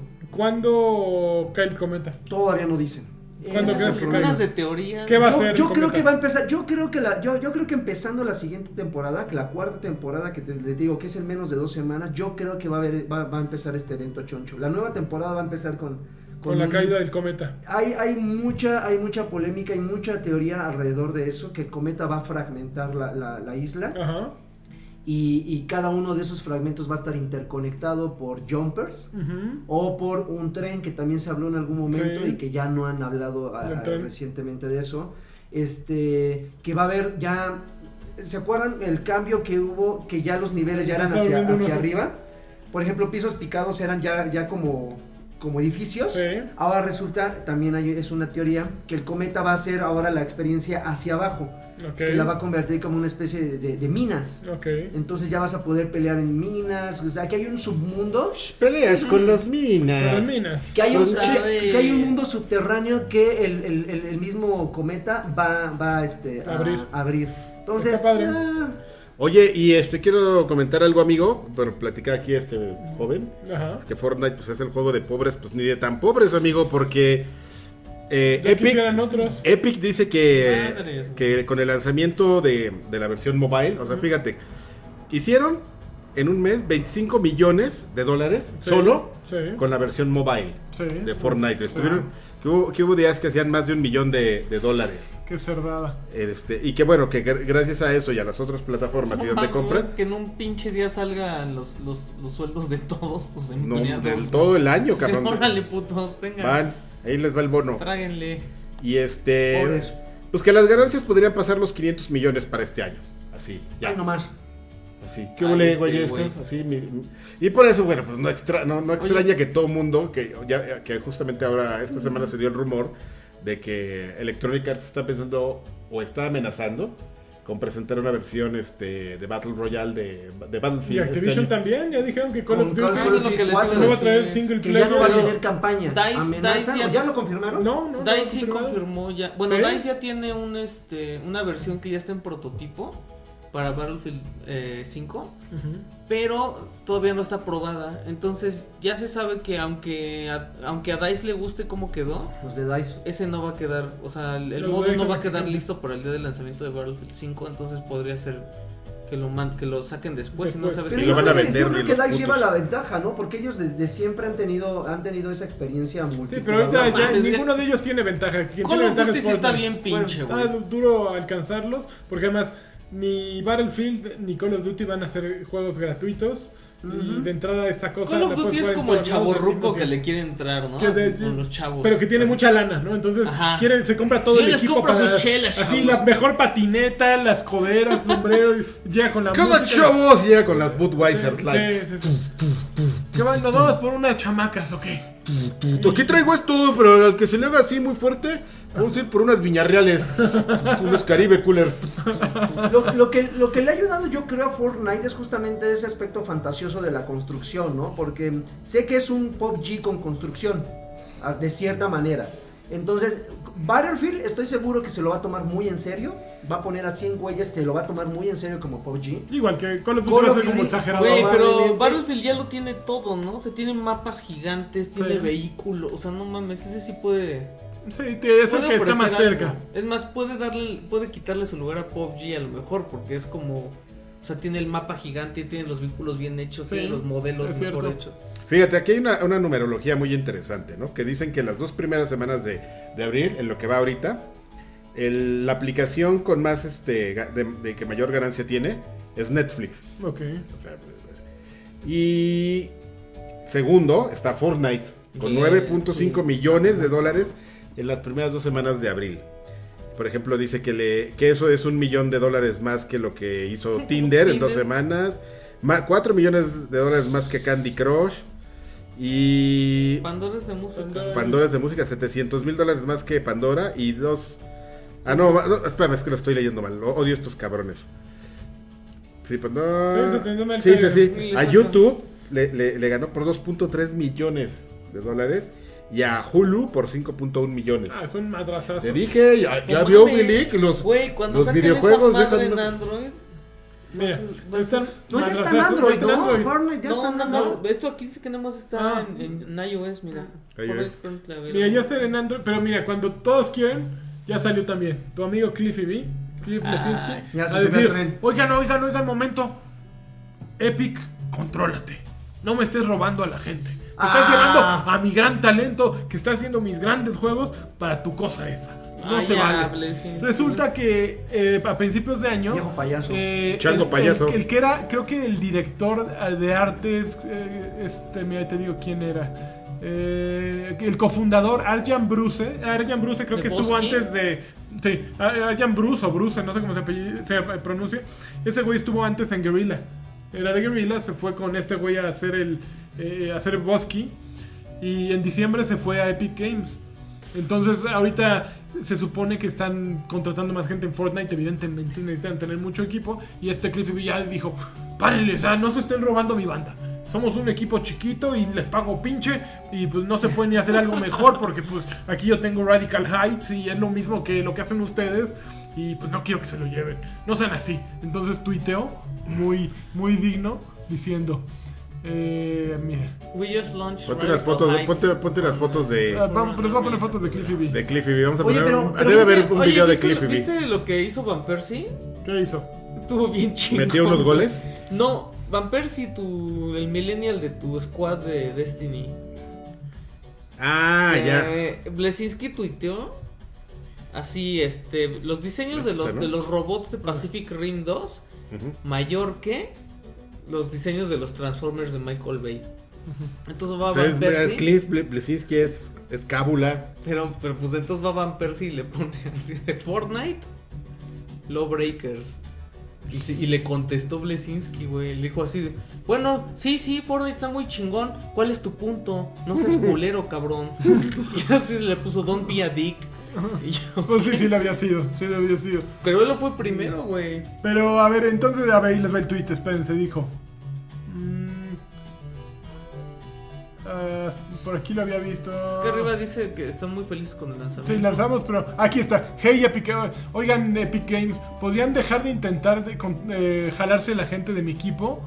[SPEAKER 2] ¿Cuándo cae el cometa?
[SPEAKER 4] Todavía no dicen.
[SPEAKER 2] ¿Cuándo
[SPEAKER 4] Ese es
[SPEAKER 2] crees
[SPEAKER 4] el
[SPEAKER 2] que
[SPEAKER 4] problema.
[SPEAKER 2] caiga?
[SPEAKER 1] Unas de teoría.
[SPEAKER 2] ¿Qué va a
[SPEAKER 4] yo,
[SPEAKER 2] ser?
[SPEAKER 4] yo
[SPEAKER 2] el
[SPEAKER 4] creo
[SPEAKER 2] cometa?
[SPEAKER 4] que va a empezar, yo creo que la, yo, yo creo que empezando la siguiente temporada, que la cuarta temporada que te, les digo que es en menos de dos semanas, yo creo que va a haber, va, va a empezar este evento choncho. La nueva temporada va a empezar con
[SPEAKER 2] Con la
[SPEAKER 4] un-
[SPEAKER 2] caída del cometa.
[SPEAKER 4] Hay, hay mucha, hay mucha polémica y mucha teoría alrededor de eso, que el cometa va a fragmentar la, la- la isla
[SPEAKER 2] Ajá.
[SPEAKER 4] y, y cada uno de esos fragmentos va a estar interconectado por jumpers
[SPEAKER 2] Ujú.
[SPEAKER 4] o por un tren que también se habló en algún momento
[SPEAKER 2] Sí.
[SPEAKER 4] y que ya no han hablado a-
[SPEAKER 2] Del
[SPEAKER 4] a-
[SPEAKER 2] tren.
[SPEAKER 4] recientemente de eso. Este, que va a haber ya. ¿Se acuerdan el cambio que hubo? Que ya los niveles ya
[SPEAKER 2] Se
[SPEAKER 4] eran
[SPEAKER 2] está
[SPEAKER 4] hacia,
[SPEAKER 2] volviendo
[SPEAKER 4] hacia
[SPEAKER 2] unos-
[SPEAKER 4] arriba. Por ejemplo, pisos picados eran ya, ya como, como edificios.
[SPEAKER 2] Sí.
[SPEAKER 4] Ahora resulta, también hay- es una teoría, que el cometa va a ser ahora la experiencia hacia abajo.
[SPEAKER 2] Ok.
[SPEAKER 4] Que la va a convertir como una especie de, de- de minas.
[SPEAKER 2] Ok.
[SPEAKER 4] Entonces ya vas a poder pelear en minas. O sea, aquí hay un submundo.
[SPEAKER 3] Peleas con las
[SPEAKER 2] Con las
[SPEAKER 3] minas.
[SPEAKER 2] minas.
[SPEAKER 4] Que hay, un,
[SPEAKER 1] Son
[SPEAKER 4] que,
[SPEAKER 1] chicas.
[SPEAKER 4] que hay un mundo subterráneo que el, el- el- el mismo cometa va, va este, a
[SPEAKER 2] Abrir.
[SPEAKER 4] a abrir. Entonces,
[SPEAKER 2] Está padre.
[SPEAKER 4] ah,
[SPEAKER 3] Oye, y este quiero comentar algo, amigo, pero platicar aquí este joven.
[SPEAKER 2] Ajá.
[SPEAKER 3] Que Fortnite pues, es el juego de pobres, pues ni de tan pobres, amigo, porque eh,
[SPEAKER 2] Ya
[SPEAKER 3] Epic, Eh,
[SPEAKER 2] quisieran otros.
[SPEAKER 3] Epic dice que,
[SPEAKER 1] Madres,
[SPEAKER 3] que con el lanzamiento de, de la versión mobile, o sea, fíjate, hicieron en un mes 25 millones de dólares
[SPEAKER 2] Sí.
[SPEAKER 3] solo
[SPEAKER 2] Sí.
[SPEAKER 3] con la versión mobile
[SPEAKER 2] Sí.
[SPEAKER 3] de Fortnite. Estuvieron, que, hubo, que hubo días que hacían más de un millón de, de dólares.
[SPEAKER 2] Qué cerdada.
[SPEAKER 3] Este, y que bueno, que gr- gracias a eso y a las otras plataformas y
[SPEAKER 1] ¿Cómo
[SPEAKER 3] donde
[SPEAKER 1] va,
[SPEAKER 3] compran,
[SPEAKER 1] güey, Que en un pinche día salgan los, los, los sueldos de todos tus
[SPEAKER 3] no,
[SPEAKER 1] empleados.
[SPEAKER 3] del todo el año,
[SPEAKER 1] Sí,
[SPEAKER 3] cabrón.
[SPEAKER 2] pues,
[SPEAKER 1] órale, putos, tengan.
[SPEAKER 3] Van, ahí les va el bono.
[SPEAKER 1] Tráguenle.
[SPEAKER 3] Y este.
[SPEAKER 4] Pobres.
[SPEAKER 3] Pues que las ganancias podrían pasar los 500 millones para este año. Así, ya.
[SPEAKER 4] Ya nomás.
[SPEAKER 3] Así, ¿qué
[SPEAKER 1] Ahí
[SPEAKER 3] huele,
[SPEAKER 1] está,
[SPEAKER 3] güey?
[SPEAKER 1] güey.
[SPEAKER 3] Esca? Así, mi- mi- y por eso, bueno, pues no, extra- no, no extraña que todo mundo, que, ya, que justamente ahora, esta semana se dio el rumor de que Electronic Arts está pensando o está amenazando con presentar una versión este, de Battle Royale de, de
[SPEAKER 2] Y
[SPEAKER 3] Battlefield. este
[SPEAKER 2] Activision
[SPEAKER 3] año.
[SPEAKER 2] también, ya dijeron que Call
[SPEAKER 4] Con
[SPEAKER 2] of
[SPEAKER 4] Call
[SPEAKER 2] Duty
[SPEAKER 4] of
[SPEAKER 1] Ah, eso es lo que les iba a
[SPEAKER 4] No
[SPEAKER 2] no va a
[SPEAKER 1] decir.
[SPEAKER 2] traer single
[SPEAKER 4] Que ya
[SPEAKER 2] player.
[SPEAKER 4] no va a
[SPEAKER 1] Pero
[SPEAKER 4] tener campaña.
[SPEAKER 1] Dice-
[SPEAKER 4] Amenaza.
[SPEAKER 1] Dice-
[SPEAKER 4] ¿O ¿Ya lo confirmaron?
[SPEAKER 2] No, no, no.
[SPEAKER 1] DICE sí
[SPEAKER 2] no, no, no.
[SPEAKER 1] confirmó ya. Bueno,
[SPEAKER 2] ¿Sí?
[SPEAKER 1] DICE ya tiene un este una versión que ya está en prototipo para Battlefield eh, 5,
[SPEAKER 2] Ujú.
[SPEAKER 1] pero todavía no está probada. Entonces ya se sabe que aunque a, aunque a DICE le guste cómo quedó,
[SPEAKER 4] Los de DICE.
[SPEAKER 1] ese no va a quedar, o sea, el, el
[SPEAKER 2] Los
[SPEAKER 1] modo
[SPEAKER 2] DICE
[SPEAKER 1] no
[SPEAKER 2] son
[SPEAKER 1] va a quedar
[SPEAKER 2] excelentes.
[SPEAKER 1] listo para el día del lanzamiento de Battlefield 5, entonces podría ser que lo man- que lo saquen después, y no sabes
[SPEAKER 2] Después.
[SPEAKER 3] Pues Sí,
[SPEAKER 1] si
[SPEAKER 3] lo van a
[SPEAKER 4] yo creo-
[SPEAKER 3] vender,
[SPEAKER 4] Yo creo
[SPEAKER 3] ni
[SPEAKER 4] que
[SPEAKER 3] los
[SPEAKER 4] DICE lleva
[SPEAKER 3] putos.
[SPEAKER 4] la ventaja, ¿no? Porque ellos desde siempre han tenido, han tenido esa experiencia
[SPEAKER 2] Sí,
[SPEAKER 4] multijugador.
[SPEAKER 2] pero ahorita ya
[SPEAKER 1] mames,
[SPEAKER 2] ninguno de ellos tiene ventaja. Quien
[SPEAKER 1] Call
[SPEAKER 2] tiene
[SPEAKER 1] of
[SPEAKER 2] ventaja
[SPEAKER 1] Duty
[SPEAKER 2] es
[SPEAKER 1] sí está
[SPEAKER 2] Fortnite.
[SPEAKER 1] bien pinche,
[SPEAKER 2] Bueno,
[SPEAKER 1] güey.
[SPEAKER 2] Está Ah, duro alcanzarlos, porque además ni Battlefield ni Call of Duty van a ser juegos gratuitos. Y de entrada esta cosa...
[SPEAKER 1] Call
[SPEAKER 2] la
[SPEAKER 1] of
[SPEAKER 2] puedes
[SPEAKER 1] Duty es
[SPEAKER 2] jugar en
[SPEAKER 1] como el
[SPEAKER 2] todos lados al
[SPEAKER 1] chavo
[SPEAKER 2] mismo
[SPEAKER 1] ruco que
[SPEAKER 2] tiempo.
[SPEAKER 1] le quiere entrar, ¿no?
[SPEAKER 2] Que de-
[SPEAKER 1] Así, con los chavos.
[SPEAKER 2] Pero que tiene mucha lana, ¿no? Entonces
[SPEAKER 1] Ajá.
[SPEAKER 2] quiere, se compra todo
[SPEAKER 1] Sí,
[SPEAKER 2] el
[SPEAKER 1] les
[SPEAKER 2] equipo
[SPEAKER 1] compra
[SPEAKER 2] para
[SPEAKER 1] sus chelas,
[SPEAKER 2] así
[SPEAKER 1] chavos.
[SPEAKER 2] la mejor patineta, las coderas, sombrero, y llega con la
[SPEAKER 3] ¿Qué onda,
[SPEAKER 2] música.
[SPEAKER 3] chavos? Llega con las Budweiser
[SPEAKER 2] Sí,
[SPEAKER 3] Light.
[SPEAKER 2] sí, sí. ¿Qué van? ¿Nos vamos por unas chamacas o qué?
[SPEAKER 3] Aquí traigo esto, pero al que se le haga así muy fuerte, vamos a ir por unas viñarreales. unos Caribe Coolers.
[SPEAKER 4] lo, lo que, lo que le ha ayudado yo creo a Fortnite es justamente ese aspecto fantasioso de la construcción, ¿no? Porque sé que es un Pop G con construcción, ah, de cierta manera. Entonces, Battlefield estoy seguro que se lo va a tomar muy en serio, va a poner a 100 huellas, se lo va a tomar muy en serio como Pop G.
[SPEAKER 2] Igual que Call of Duty
[SPEAKER 4] Call
[SPEAKER 2] va a
[SPEAKER 4] of
[SPEAKER 2] ser como
[SPEAKER 4] Duty,
[SPEAKER 2] exagerado.
[SPEAKER 1] Güey, pero
[SPEAKER 4] Probablemente.
[SPEAKER 1] Battlefield ya lo tiene todo, ¿no? O sea, tiene mapas gigantes, tiene
[SPEAKER 2] Sí.
[SPEAKER 1] vehículos, o sea, no mames, ese sí puede...
[SPEAKER 2] Sí, te- es el
[SPEAKER 1] puede
[SPEAKER 2] que está más
[SPEAKER 1] ofrecer
[SPEAKER 2] cerca.
[SPEAKER 1] algo. Es más, puede darle, puede quitarle su lugar a PUBG a lo mejor, porque es como... O sea, tiene el mapa gigante, tiene los vehículos bien hechos,
[SPEAKER 2] Sí,
[SPEAKER 1] tiene los modelos
[SPEAKER 2] es
[SPEAKER 1] mejor
[SPEAKER 2] cierto.
[SPEAKER 1] hechos.
[SPEAKER 3] Fíjate, aquí hay una, una numerología muy interesante, ¿no? Que dicen que las dos primeras semanas de, de abril, en lo que va ahorita, el- la aplicación con más, este, ga- de, de que mayor ganancia tiene es Netflix.
[SPEAKER 2] Ok.
[SPEAKER 3] O sea, y segundo está Fortnite, con
[SPEAKER 1] Yeah,
[SPEAKER 3] 9.5
[SPEAKER 1] sí.
[SPEAKER 3] millones de dólares en las primeras dos semanas de abril. Por ejemplo, dice que, le, que eso es un millón de dólares más que lo que hizo Tinder en dos
[SPEAKER 1] Tinder.
[SPEAKER 3] semanas. 4 millones de dólares más que Candy Crush. Y
[SPEAKER 1] Pandoras de música.
[SPEAKER 2] Pandora.
[SPEAKER 3] Pandoras de música, 700 mil dólares más que Pandora y dos... Ah, no, va- no, espérame, es que lo estoy leyendo mal. o- Odio estos cabrones. Sí,
[SPEAKER 2] Sí,
[SPEAKER 3] Pandora...
[SPEAKER 2] se te dio mal
[SPEAKER 3] Sí, sí,
[SPEAKER 2] caído.
[SPEAKER 3] sí.
[SPEAKER 1] Y le
[SPEAKER 3] A
[SPEAKER 1] saca.
[SPEAKER 3] YouTube le, le- le ganó por 2.3 millones de dólares y a Hulu por 5.1 millones.
[SPEAKER 2] Ah, es un madrazazo.
[SPEAKER 3] Te dije, ya,
[SPEAKER 1] No
[SPEAKER 3] ya vio
[SPEAKER 1] mames,
[SPEAKER 3] Bilic los,
[SPEAKER 1] Güey, cuando
[SPEAKER 3] los
[SPEAKER 1] saquen
[SPEAKER 3] videojuegos.
[SPEAKER 1] esa madre
[SPEAKER 3] dejan
[SPEAKER 1] en
[SPEAKER 3] unos-
[SPEAKER 1] Android...
[SPEAKER 2] Mira,
[SPEAKER 1] vas-
[SPEAKER 2] están
[SPEAKER 4] No, ya está en
[SPEAKER 2] madrazazos,
[SPEAKER 4] Android,
[SPEAKER 2] están en
[SPEAKER 4] ¿no?
[SPEAKER 2] Android.
[SPEAKER 4] Fortnite ya está
[SPEAKER 1] No,
[SPEAKER 4] en
[SPEAKER 1] nada
[SPEAKER 4] Android.
[SPEAKER 1] más. Esto aquí dice que nada más está
[SPEAKER 2] Ah.
[SPEAKER 1] en, en iOS, mira. Por
[SPEAKER 3] iOS.
[SPEAKER 1] ahí es con clavel.
[SPEAKER 2] Mira, ya están en Android, pero mira, cuando todos quieren, ya salió también. Tu amigo Cliffy B, Cliff
[SPEAKER 1] Ay,
[SPEAKER 2] Lesinski,
[SPEAKER 4] ya se
[SPEAKER 2] a
[SPEAKER 4] subió al
[SPEAKER 2] decir,
[SPEAKER 4] tren.
[SPEAKER 2] oigan, oigan, oigan, momento. Epic, contrólate. No me estés robando a la gente. Te estás
[SPEAKER 4] Ah.
[SPEAKER 2] llevando a mi gran talento que está haciendo mis grandes juegos para tu cosa esa. No
[SPEAKER 1] Ah,
[SPEAKER 2] se
[SPEAKER 1] ya,
[SPEAKER 2] vale.
[SPEAKER 1] Lesinski.
[SPEAKER 2] Resulta que eh, a principios de año.
[SPEAKER 4] Viejo payaso.
[SPEAKER 2] eh,
[SPEAKER 3] Chango
[SPEAKER 2] el-
[SPEAKER 3] payaso.
[SPEAKER 2] El, el que era, creo que el director eh, de artes. eh, este, mira, te digo quién era. Eh, el cofundador Arjan Bruce. Arjan Bruce creo
[SPEAKER 1] ¿De
[SPEAKER 2] que estuvo
[SPEAKER 1] Bosque?
[SPEAKER 2] antes de. Sí, Ar- Arjan Bruce o Bruce, no sé cómo se, apelli- se pronuncia. Ese güey estuvo antes en Guerrilla. Era de Guerrilla, se fue con este güey a hacer el. eh, a hacer Bosky. Y en diciembre se fue a Epic Games. Entonces, ahorita se supone que están contratando más gente en Fortnite. Evidentemente necesitan tener mucho equipo. Y este Cliffy B ya dijo: Párenle, o sea, no se estén robando mi banda. Somos un equipo chiquito y les pago pinche. Y pues no se puede ni hacer algo mejor. Porque pues aquí yo tengo Radical Heights y es lo mismo que lo que hacen ustedes. Y pues no quiero que se lo lleven. No sean así. Entonces tuiteo muy, muy digno diciendo: eh, Mira,
[SPEAKER 1] We just launched
[SPEAKER 3] Ponte unas
[SPEAKER 1] Radical
[SPEAKER 3] fotos, de-
[SPEAKER 1] Heights.
[SPEAKER 3] ponte, ponte unas fotos
[SPEAKER 2] ah,
[SPEAKER 3] de,
[SPEAKER 2] vamos, les voy a poner fotos de Cliffy B.
[SPEAKER 3] de Cliffy B. Vamos a
[SPEAKER 4] Oye,
[SPEAKER 3] poner
[SPEAKER 4] pero-
[SPEAKER 3] un-
[SPEAKER 4] pero
[SPEAKER 3] debe
[SPEAKER 1] ¿Viste-
[SPEAKER 3] haber un
[SPEAKER 1] oye,
[SPEAKER 3] video de
[SPEAKER 1] ¿viste-
[SPEAKER 3] Cliffy B.
[SPEAKER 1] ¿Viste lo que hizo Van Persie?
[SPEAKER 2] ¿Qué hizo?
[SPEAKER 1] Estuvo bien chingón.
[SPEAKER 3] ¿Metió unos goles?
[SPEAKER 1] No, Van Persie, tu, el millennial de tu squad de Destiny.
[SPEAKER 3] Ah, ya.
[SPEAKER 1] Eh, Blesinski tuiteó así, este, los diseños de los,
[SPEAKER 3] Este, ¿no?
[SPEAKER 1] de los robots de Pacific Rim 2
[SPEAKER 3] Ujú.
[SPEAKER 1] mayor que los diseños de los Transformers de Michael Bay. Entonces va
[SPEAKER 3] O
[SPEAKER 1] a
[SPEAKER 3] sea,
[SPEAKER 1] Van
[SPEAKER 3] Pues es, es
[SPEAKER 1] Persie.
[SPEAKER 3] Cliff Bl- Bleszinski, es, es Cábula.
[SPEAKER 1] Pero, pero pues entonces va Van Persie y le pone así de Fortnite, Lawbreakers. Y, sí- y le contestó Blesinski, güey. Le dijo así de, bueno, sí, sí, Fortnite está muy chingón. ¿Cuál es tu punto? No seas culero, cabrón. Y así le puso, don't be a dick. Y yo-
[SPEAKER 2] Pues sí, sí lo había sido, sí lo había sido.
[SPEAKER 1] pero él lo fue primero, güey.
[SPEAKER 2] Pero a ver, entonces, a ver, ahí les va el tweet, espérense, dijo. Mm. Ah, por aquí lo había visto.
[SPEAKER 1] Es que arriba dice que están muy felices con el lanzamiento.
[SPEAKER 2] Sí, lanzamos, pero aquí está. Hey, Epic Ga- Oigan, Epic Games, ¿podrían dejar de intentar de con- eh, jalarse la gente de mi equipo?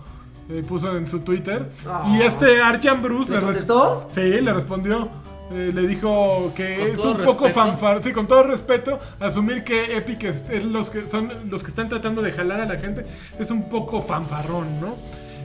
[SPEAKER 2] Eh, puso en su Twitter.
[SPEAKER 4] Ah.
[SPEAKER 2] Y este Arjan Bruce
[SPEAKER 4] ¿Le
[SPEAKER 2] res-
[SPEAKER 4] contestó?
[SPEAKER 2] Sí, le respondió. Eh, le dijo
[SPEAKER 1] Con
[SPEAKER 2] que es
[SPEAKER 1] todo
[SPEAKER 2] un poco
[SPEAKER 1] respeto.
[SPEAKER 2] fanfar. Sí, con todo respeto, asumir que Epic es, es los que son los que están tratando de jalar a la gente es un poco fanfarrón, ¿no?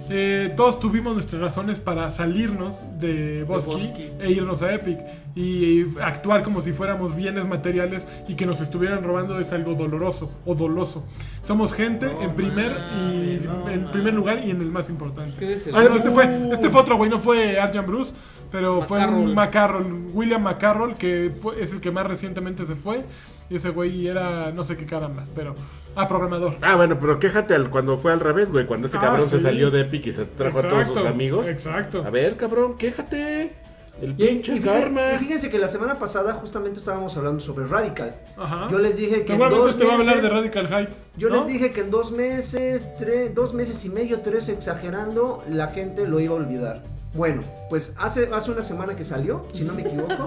[SPEAKER 2] Eh, todos tuvimos nuestras razones para salirnos de Bosky,
[SPEAKER 1] Bosky.
[SPEAKER 2] e irnos a Epic y, y actuar como si fuéramos bienes materiales y que nos estuvieran robando es algo doloroso o doloso. Somos gente en primer y
[SPEAKER 1] mames, no
[SPEAKER 2] en primer
[SPEAKER 1] mames.
[SPEAKER 2] lugar y en el más importante.
[SPEAKER 1] Qué decepción.
[SPEAKER 2] Ah, no, este fue, este fue otro güey, no fue Arjan Bruce, pero fue
[SPEAKER 1] McCarroll.
[SPEAKER 2] un McCarroll, William McCarroll, que fue- es el que más recientemente se fue. Y ese güey era no sé qué cara más, pero. Ah, programador.
[SPEAKER 3] Ah, bueno, pero quéjate al, cuando fue al revés, güey. Cuando ese
[SPEAKER 2] Ah,
[SPEAKER 3] cabrón se
[SPEAKER 2] sí.
[SPEAKER 3] salió de Epic y se trajo a todos sus amigos.
[SPEAKER 2] Exacto.
[SPEAKER 3] A ver, cabrón, quéjate. El
[SPEAKER 4] Y, y
[SPEAKER 3] pinche
[SPEAKER 4] fíjense, y
[SPEAKER 3] karma.
[SPEAKER 4] fíjense que la semana pasada justamente estábamos hablando sobre Radical.
[SPEAKER 2] Ajá.
[SPEAKER 4] Yo les dije que en
[SPEAKER 2] Seguramente
[SPEAKER 4] dos
[SPEAKER 2] te va a hablar de
[SPEAKER 4] meses-
[SPEAKER 2] Radical Heights.
[SPEAKER 4] Yo
[SPEAKER 2] ¿no?
[SPEAKER 4] les dije que en dos meses, tres, dos meses y medio, tres exagerando, la gente lo iba a olvidar. Bueno, pues hace, hace una semana que salió, si no me equivoco,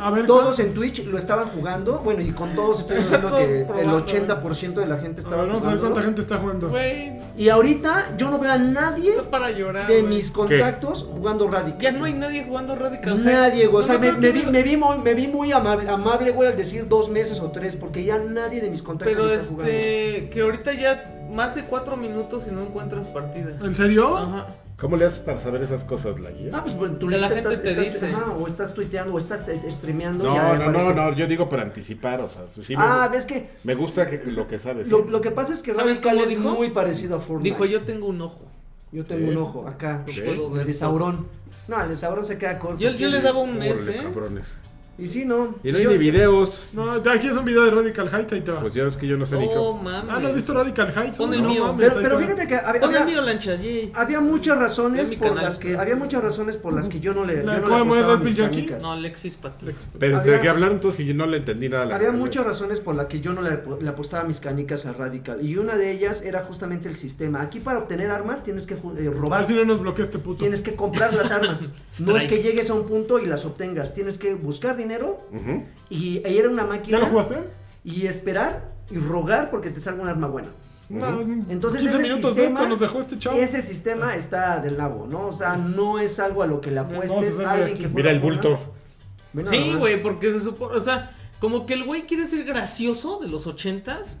[SPEAKER 2] A ver,
[SPEAKER 4] todos en Twitch lo estaban jugando. Bueno, y con todos estoy diciendo
[SPEAKER 1] Todos
[SPEAKER 4] que el
[SPEAKER 1] probando.
[SPEAKER 4] 80% de la gente
[SPEAKER 2] cu- a
[SPEAKER 4] estaba
[SPEAKER 2] ver, vamos a ver
[SPEAKER 4] jugando.
[SPEAKER 2] cuánta gente está jugando.
[SPEAKER 1] Güey,
[SPEAKER 4] Y ahorita yo no veo a nadie
[SPEAKER 1] está para
[SPEAKER 2] Ah,
[SPEAKER 1] llorar.
[SPEAKER 4] de
[SPEAKER 1] güey.
[SPEAKER 4] mis contactos jugando Radical.
[SPEAKER 1] Ya no hay nadie jugando Radical
[SPEAKER 4] Nadie, güey. O
[SPEAKER 1] No,
[SPEAKER 4] sea,
[SPEAKER 1] no
[SPEAKER 4] me,
[SPEAKER 1] creo
[SPEAKER 4] me
[SPEAKER 1] que-
[SPEAKER 4] vi, me, vi muy, me vi muy amable, amable, güey, al decir dos meses o tres, porque ya nadie de mis contactos
[SPEAKER 1] Pero
[SPEAKER 4] está jugando.
[SPEAKER 1] este, que ahorita ya más de cuatro minutos y no encuentras partida.
[SPEAKER 2] ¿En serio?
[SPEAKER 1] Ajá.
[SPEAKER 3] ¿Cómo le haces para saber esas cosas, la guía?
[SPEAKER 4] Ah, pues bueno, tu
[SPEAKER 1] Que la
[SPEAKER 4] lista
[SPEAKER 1] gente
[SPEAKER 4] estás,
[SPEAKER 1] te
[SPEAKER 4] estás-
[SPEAKER 1] dice.
[SPEAKER 4] ajá, o estás tuiteando o estás eh, streameando. y
[SPEAKER 3] No,
[SPEAKER 4] ahí
[SPEAKER 3] no, no,
[SPEAKER 4] aparece.
[SPEAKER 3] no, yo digo para anticipar, o sea, sí me,
[SPEAKER 4] Ah, ves que
[SPEAKER 3] me gusta que- lo que sabes.
[SPEAKER 4] lo,
[SPEAKER 3] sí.
[SPEAKER 4] lo que pasa es que
[SPEAKER 1] ¿Sabes
[SPEAKER 4] Radical
[SPEAKER 1] cómo
[SPEAKER 4] es
[SPEAKER 1] dijo?
[SPEAKER 4] muy parecido a Fortnite.
[SPEAKER 1] Dijo, yo tengo un ojo.
[SPEAKER 4] Yo tengo
[SPEAKER 3] Sí.
[SPEAKER 4] un ojo acá,
[SPEAKER 1] Lo
[SPEAKER 3] Sí.
[SPEAKER 1] puedo
[SPEAKER 4] el
[SPEAKER 1] ver.
[SPEAKER 4] de Sauron. No, el de Sauron se queda corto.
[SPEAKER 1] Yo, yo le daba un
[SPEAKER 3] Órale,
[SPEAKER 1] mes, ¿eh?
[SPEAKER 3] cabrones.
[SPEAKER 4] Y sí, no.
[SPEAKER 3] Y no hay
[SPEAKER 4] Yo-
[SPEAKER 3] ni videos.
[SPEAKER 2] No, ya aquí es un video de Radical Heights, ahí te va.
[SPEAKER 3] Pues ya es que yo no sé ni
[SPEAKER 1] Oh,
[SPEAKER 3] cómo.
[SPEAKER 1] mames.
[SPEAKER 2] ah, ¿no has visto Radical Heights?
[SPEAKER 1] Pon el
[SPEAKER 2] No
[SPEAKER 1] mío.
[SPEAKER 2] mames,
[SPEAKER 4] pero,
[SPEAKER 2] ahí
[SPEAKER 4] pero
[SPEAKER 2] te va.
[SPEAKER 4] fíjate que había,
[SPEAKER 1] Pon el
[SPEAKER 4] había-
[SPEAKER 1] mío, lancha, yay.
[SPEAKER 4] había muchas
[SPEAKER 1] Es
[SPEAKER 4] razones
[SPEAKER 1] mi
[SPEAKER 4] por
[SPEAKER 1] canal.
[SPEAKER 4] las que había muchas razones por las que yo no le,
[SPEAKER 2] La-
[SPEAKER 4] yo no
[SPEAKER 2] ¿cómo
[SPEAKER 4] le
[SPEAKER 2] mueve
[SPEAKER 4] apostaba a
[SPEAKER 2] Red
[SPEAKER 4] mis
[SPEAKER 2] Pill Jockey?
[SPEAKER 4] canicas.
[SPEAKER 1] No, Alexis Patrick.
[SPEAKER 3] Pero
[SPEAKER 4] Había-
[SPEAKER 3] desde que hablaron todos y yo no le entendí nada. a la-
[SPEAKER 4] Había muchas razones por las que yo no le, le apostaba mis canicas a Radical. Y una de ellas era justamente el sistema. Aquí para obtener armas tienes que ju- eh,
[SPEAKER 2] A
[SPEAKER 4] robar.
[SPEAKER 2] ver si no nos bloquea este puto.
[SPEAKER 4] Tienes que comprar las armas. no es que llegues a un punto y las obtengas. Tienes que buscar dinero
[SPEAKER 3] Ujú.
[SPEAKER 4] y ahí era una máquina.
[SPEAKER 2] ¿Ya lo jugaste?
[SPEAKER 4] Y esperar y rogar porque te salga un arma buena.
[SPEAKER 2] No,
[SPEAKER 4] Entonces
[SPEAKER 2] 15
[SPEAKER 4] ese
[SPEAKER 2] minutos de
[SPEAKER 4] sistema,
[SPEAKER 2] esto nos dejó este chavo.
[SPEAKER 4] Ese sistema está del nabo, ¿no? O sea, no es algo a lo que le
[SPEAKER 2] Vamos a
[SPEAKER 4] apuestes
[SPEAKER 2] hacerle
[SPEAKER 4] a alguien
[SPEAKER 2] aquí.
[SPEAKER 4] que juega
[SPEAKER 3] Mira el
[SPEAKER 4] Fortnite.
[SPEAKER 3] bulto.
[SPEAKER 4] Ve nada
[SPEAKER 1] Sí,
[SPEAKER 4] más.
[SPEAKER 1] güey, porque se supone, o sea, como que el güey quiere ser gracioso de los ochentas,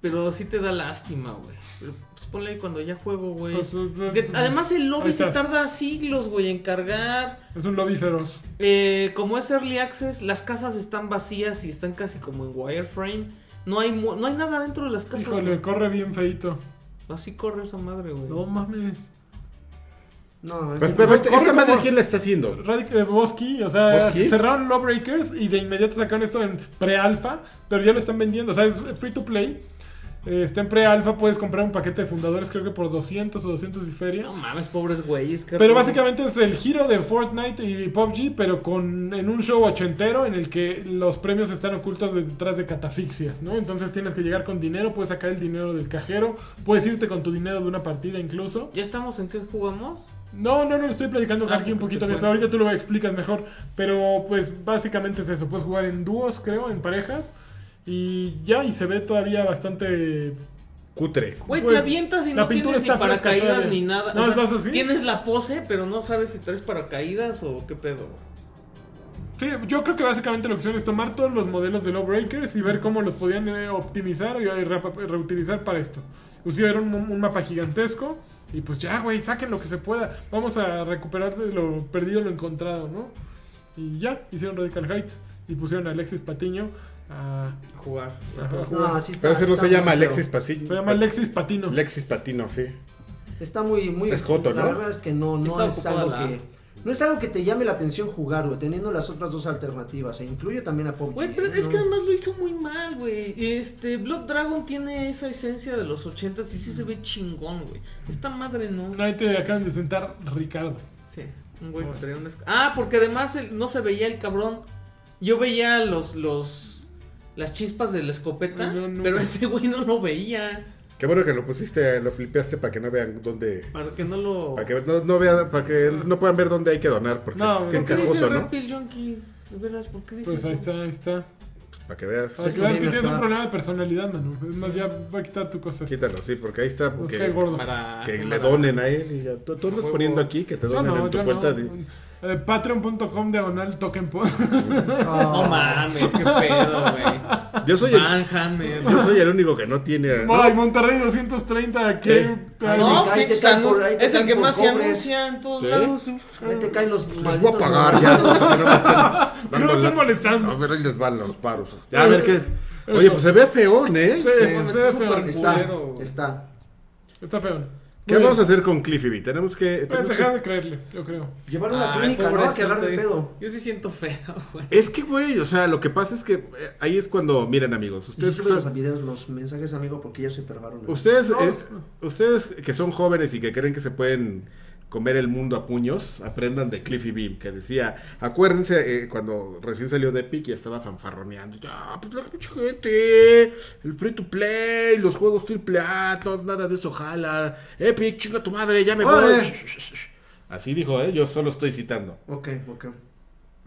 [SPEAKER 1] pero sí te da lástima, güey. Pero pues ponle ahí cuando ya juego, güey.
[SPEAKER 2] Pues, pues,
[SPEAKER 1] Porque
[SPEAKER 2] pues,
[SPEAKER 1] Además el
[SPEAKER 2] ahí
[SPEAKER 1] lobby se
[SPEAKER 2] está.
[SPEAKER 1] tarda siglos, güey, en cargar.
[SPEAKER 2] Es un lobby feroz.
[SPEAKER 1] Eh, como es Early Access, las casas están vacías y están casi como en wireframe. No hay, mu- no hay nada dentro de las casas.
[SPEAKER 2] Híjole,
[SPEAKER 1] güey.
[SPEAKER 2] corre bien feito.
[SPEAKER 1] Así corre esa madre, güey.
[SPEAKER 2] No mames.
[SPEAKER 4] No, es-
[SPEAKER 3] Pues, pero este-
[SPEAKER 2] Corre
[SPEAKER 3] ¿esta madre
[SPEAKER 2] como-
[SPEAKER 3] quién la está haciendo?
[SPEAKER 2] Radic eh, Bosky, o sea,
[SPEAKER 3] ¿Bosky?
[SPEAKER 2] cerraron Lawbreakers y de inmediato sacaron esto en pre-alfa, pero ya lo están vendiendo, o sea, es free to play. Eh, está en pre-alfa, puedes comprar un paquete de fundadores, creo que por 200 o 200 y feria.
[SPEAKER 1] No mames, pobres güeyes. qué
[SPEAKER 2] Pero
[SPEAKER 1] horror.
[SPEAKER 2] básicamente es el giro de Fortnite y PUBG, pero con en un show ochentero en el que los premios están ocultos detrás de catafixias, ¿no? Entonces tienes que llegar con dinero, puedes sacar el dinero del cajero, puedes irte con tu dinero de una partida incluso.
[SPEAKER 1] ¿Ya estamos en qué jugamos?
[SPEAKER 2] No, no, no, le estoy platicando
[SPEAKER 1] Ah,
[SPEAKER 2] aquí un
[SPEAKER 1] porque
[SPEAKER 2] poquito
[SPEAKER 1] te
[SPEAKER 2] de eso.
[SPEAKER 1] cuento.
[SPEAKER 2] Ahorita tú lo explicas mejor. Pero pues básicamente es eso. Puedes jugar en dúos, creo, en parejas. Y ya, y se ve todavía bastante...
[SPEAKER 3] Cutre.
[SPEAKER 1] Güey,
[SPEAKER 2] Pues,
[SPEAKER 1] te avientas y
[SPEAKER 2] la
[SPEAKER 1] no
[SPEAKER 2] pintura
[SPEAKER 1] tienes ni
[SPEAKER 2] está fresca
[SPEAKER 1] paracaídas
[SPEAKER 2] todavía.
[SPEAKER 1] ni nada.
[SPEAKER 2] No,
[SPEAKER 1] O
[SPEAKER 2] es
[SPEAKER 1] sea,
[SPEAKER 2] más así.
[SPEAKER 1] Tienes la pose, pero no sabes si traes paracaídas o qué pedo.
[SPEAKER 2] Sí, yo creo que básicamente lo que hicieron es tomar todos los modelos de Lawbreakers y ver cómo los podían eh, optimizar y eh, re- reutilizar para esto. Hicieron un, un mapa gigantesco y pues ya, güey, saquen lo que se pueda. Vamos a recuperar de lo perdido lo encontrado, ¿no? Y ya, hicieron Radical Heights y pusieron a Alexis Patiño a...
[SPEAKER 1] A jugar.
[SPEAKER 2] Ajá.
[SPEAKER 4] no, así está.
[SPEAKER 3] Pero ese no
[SPEAKER 4] está
[SPEAKER 3] se llama
[SPEAKER 4] muy feo.
[SPEAKER 3] Alexis Patino.
[SPEAKER 2] Se llama Alexis Patino.
[SPEAKER 3] Lexis Patino, sí.
[SPEAKER 4] Está muy, muy.
[SPEAKER 3] Es joto,
[SPEAKER 4] la
[SPEAKER 3] ¿no?
[SPEAKER 4] verdad es que no, no
[SPEAKER 1] Está
[SPEAKER 4] es algo
[SPEAKER 1] ocupada la-
[SPEAKER 4] que. No es algo que te llame la atención jugarlo, teniendo las otras dos alternativas. E incluyo también a PUBG.
[SPEAKER 1] Güey, pero
[SPEAKER 4] ¿eh?
[SPEAKER 1] es que
[SPEAKER 4] No.
[SPEAKER 1] además lo hizo muy mal, güey. Este, Blood Dragon tiene esa esencia de los ochentas y sí se ve chingón, güey. Esta madre no.
[SPEAKER 2] Ahí te acaban de sentar Ricardo.
[SPEAKER 1] Sí, un güey que traía un esc- Ah, porque además el- no se veía el cabrón. Yo veía los, los, las chispas de la escopeta,
[SPEAKER 2] No, no.
[SPEAKER 1] pero ese güey no lo veía.
[SPEAKER 3] Qué bueno que lo pusiste, lo flipeaste para que no vean dónde.
[SPEAKER 1] Para que no lo...
[SPEAKER 3] Para que no, no vean, para que no puedan ver dónde hay que donar, porque
[SPEAKER 2] No,
[SPEAKER 3] es que
[SPEAKER 2] ¿por
[SPEAKER 1] ¿Por qué dice
[SPEAKER 3] encajoso,
[SPEAKER 1] el
[SPEAKER 3] ¿no?
[SPEAKER 1] Red Pill Junkie? De veras, ¿por qué dice
[SPEAKER 2] Pues ahí
[SPEAKER 1] eso?
[SPEAKER 2] está, ahí está.
[SPEAKER 3] Para que veas.
[SPEAKER 2] Para que
[SPEAKER 4] sí,
[SPEAKER 2] veas que
[SPEAKER 4] bien,
[SPEAKER 2] tienes
[SPEAKER 4] ajá.
[SPEAKER 2] un problema de personalidad, Manu. Es más, ya va a quitar tu cosa.
[SPEAKER 3] Quítalo, sí, porque ahí está.
[SPEAKER 2] No
[SPEAKER 3] porque-
[SPEAKER 2] seas gordo.
[SPEAKER 1] Para...
[SPEAKER 3] que le
[SPEAKER 1] para-
[SPEAKER 3] donen a él. Y ya. Tú, tú andas
[SPEAKER 1] Huevo.
[SPEAKER 3] poniendo aquí que te
[SPEAKER 2] No,
[SPEAKER 3] donen
[SPEAKER 2] no,
[SPEAKER 3] en tu
[SPEAKER 2] yo
[SPEAKER 3] cuenta.
[SPEAKER 2] no.
[SPEAKER 3] de-
[SPEAKER 2] Eh, Patreon.com diagonal token pod.
[SPEAKER 4] Ah.
[SPEAKER 1] No mames, qué pedo, güey.
[SPEAKER 3] Yo, soy el,
[SPEAKER 1] Manhammer.
[SPEAKER 3] yo soy el único que no tiene. ¿no?
[SPEAKER 2] Ay, Monterrey 230, qué.
[SPEAKER 3] ¿Qué?
[SPEAKER 2] Ay,
[SPEAKER 1] No,
[SPEAKER 4] Ahí te
[SPEAKER 1] pinches
[SPEAKER 4] caen por-
[SPEAKER 1] anun-
[SPEAKER 4] ahí te
[SPEAKER 1] es el
[SPEAKER 4] caen
[SPEAKER 1] que
[SPEAKER 4] por
[SPEAKER 1] más se
[SPEAKER 4] cobres.
[SPEAKER 1] anuncia en todos
[SPEAKER 3] Sí.
[SPEAKER 1] lados.
[SPEAKER 4] Ahí te caen los.
[SPEAKER 3] Los voy a pagar ya. no, que no me estén
[SPEAKER 2] No me estén
[SPEAKER 3] la-
[SPEAKER 2] molestando.
[SPEAKER 3] A ver, ahí les van los paros. Ya, a ver qué es. Oye,
[SPEAKER 2] Eso.
[SPEAKER 3] pues se ve feón, ¿eh?
[SPEAKER 2] Sí, está,
[SPEAKER 1] está
[SPEAKER 2] feo.
[SPEAKER 1] súper-
[SPEAKER 4] Está,
[SPEAKER 1] Culero.
[SPEAKER 4] está.
[SPEAKER 2] Está feo.
[SPEAKER 3] ¿Qué vamos a hacer Pues con Cliffy B? Tenemos que.
[SPEAKER 2] Pero
[SPEAKER 3] tenemos
[SPEAKER 2] deja
[SPEAKER 3] que-
[SPEAKER 2] de creerle, yo creo.
[SPEAKER 4] Llevarlo a la
[SPEAKER 1] Ay,
[SPEAKER 4] clínica, ¿no? A que
[SPEAKER 1] pobrecito,
[SPEAKER 4] agarre el
[SPEAKER 1] yo-
[SPEAKER 4] pedo.
[SPEAKER 1] Yo sí siento feo, güey.
[SPEAKER 3] Es que, güey, o sea, lo que pasa es que eh, ahí es cuando. Miren, amigos, ustedes que
[SPEAKER 4] Ustedes
[SPEAKER 3] son.
[SPEAKER 4] los videos, los mensajes, amigo, porque ya se trabaron.
[SPEAKER 3] Ustedes, eh, ustedes que son jóvenes y que creen que se pueden comer el mundo a puños, aprendan de Cliffy Beam, que decía, acuérdense eh, cuando recién salió de Epic y estaba fanfarroneando, ya, pues la mucha gente, el free to play, los juegos triple A, todo, nada de eso jala, Epic, chinga tu madre, ya me voy.
[SPEAKER 4] Órale.
[SPEAKER 3] Así dijo, ¿eh? yo solo estoy citando.
[SPEAKER 4] Ok, ok.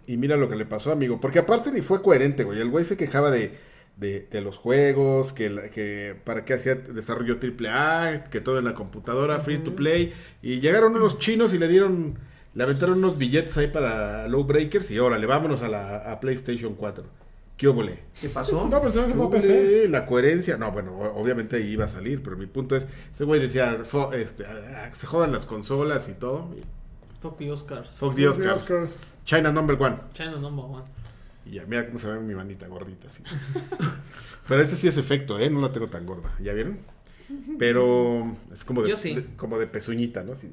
[SPEAKER 3] Y mira lo que le pasó, amigo. Porque aparte ni fue coherente, güey. El güey se quejaba de, de, de los juegos, que, la- que para qué hacía desarrollo triple A, que todo en la computadora, free to play. Y llegaron unos chinos y le dieron, le aventaron unos billetes ahí para Low Breakers y órale, vámonos a la a PlayStation 4. ¿Qué óvole?
[SPEAKER 4] ¿Qué pasó?
[SPEAKER 2] No, pero no se fue a PC.
[SPEAKER 3] Órale, La coherencia, no, bueno, o- obviamente ahí iba a salir, pero mi punto es, ese güey decía, "Fo- este, ah, ah, se jodan las consolas y todo. y
[SPEAKER 1] Fuck the Oscars.
[SPEAKER 3] Fuck the Oscars. China number one.
[SPEAKER 1] China number one.
[SPEAKER 3] Y ya, mira cómo se ve mi manita gordita. así. Pero ese sí es efecto, ¿eh? No la tengo tan gorda. ¿Ya vieron? Pero es como de,
[SPEAKER 1] Yo sí.
[SPEAKER 3] de- como de pezuñita, ¿no? Así,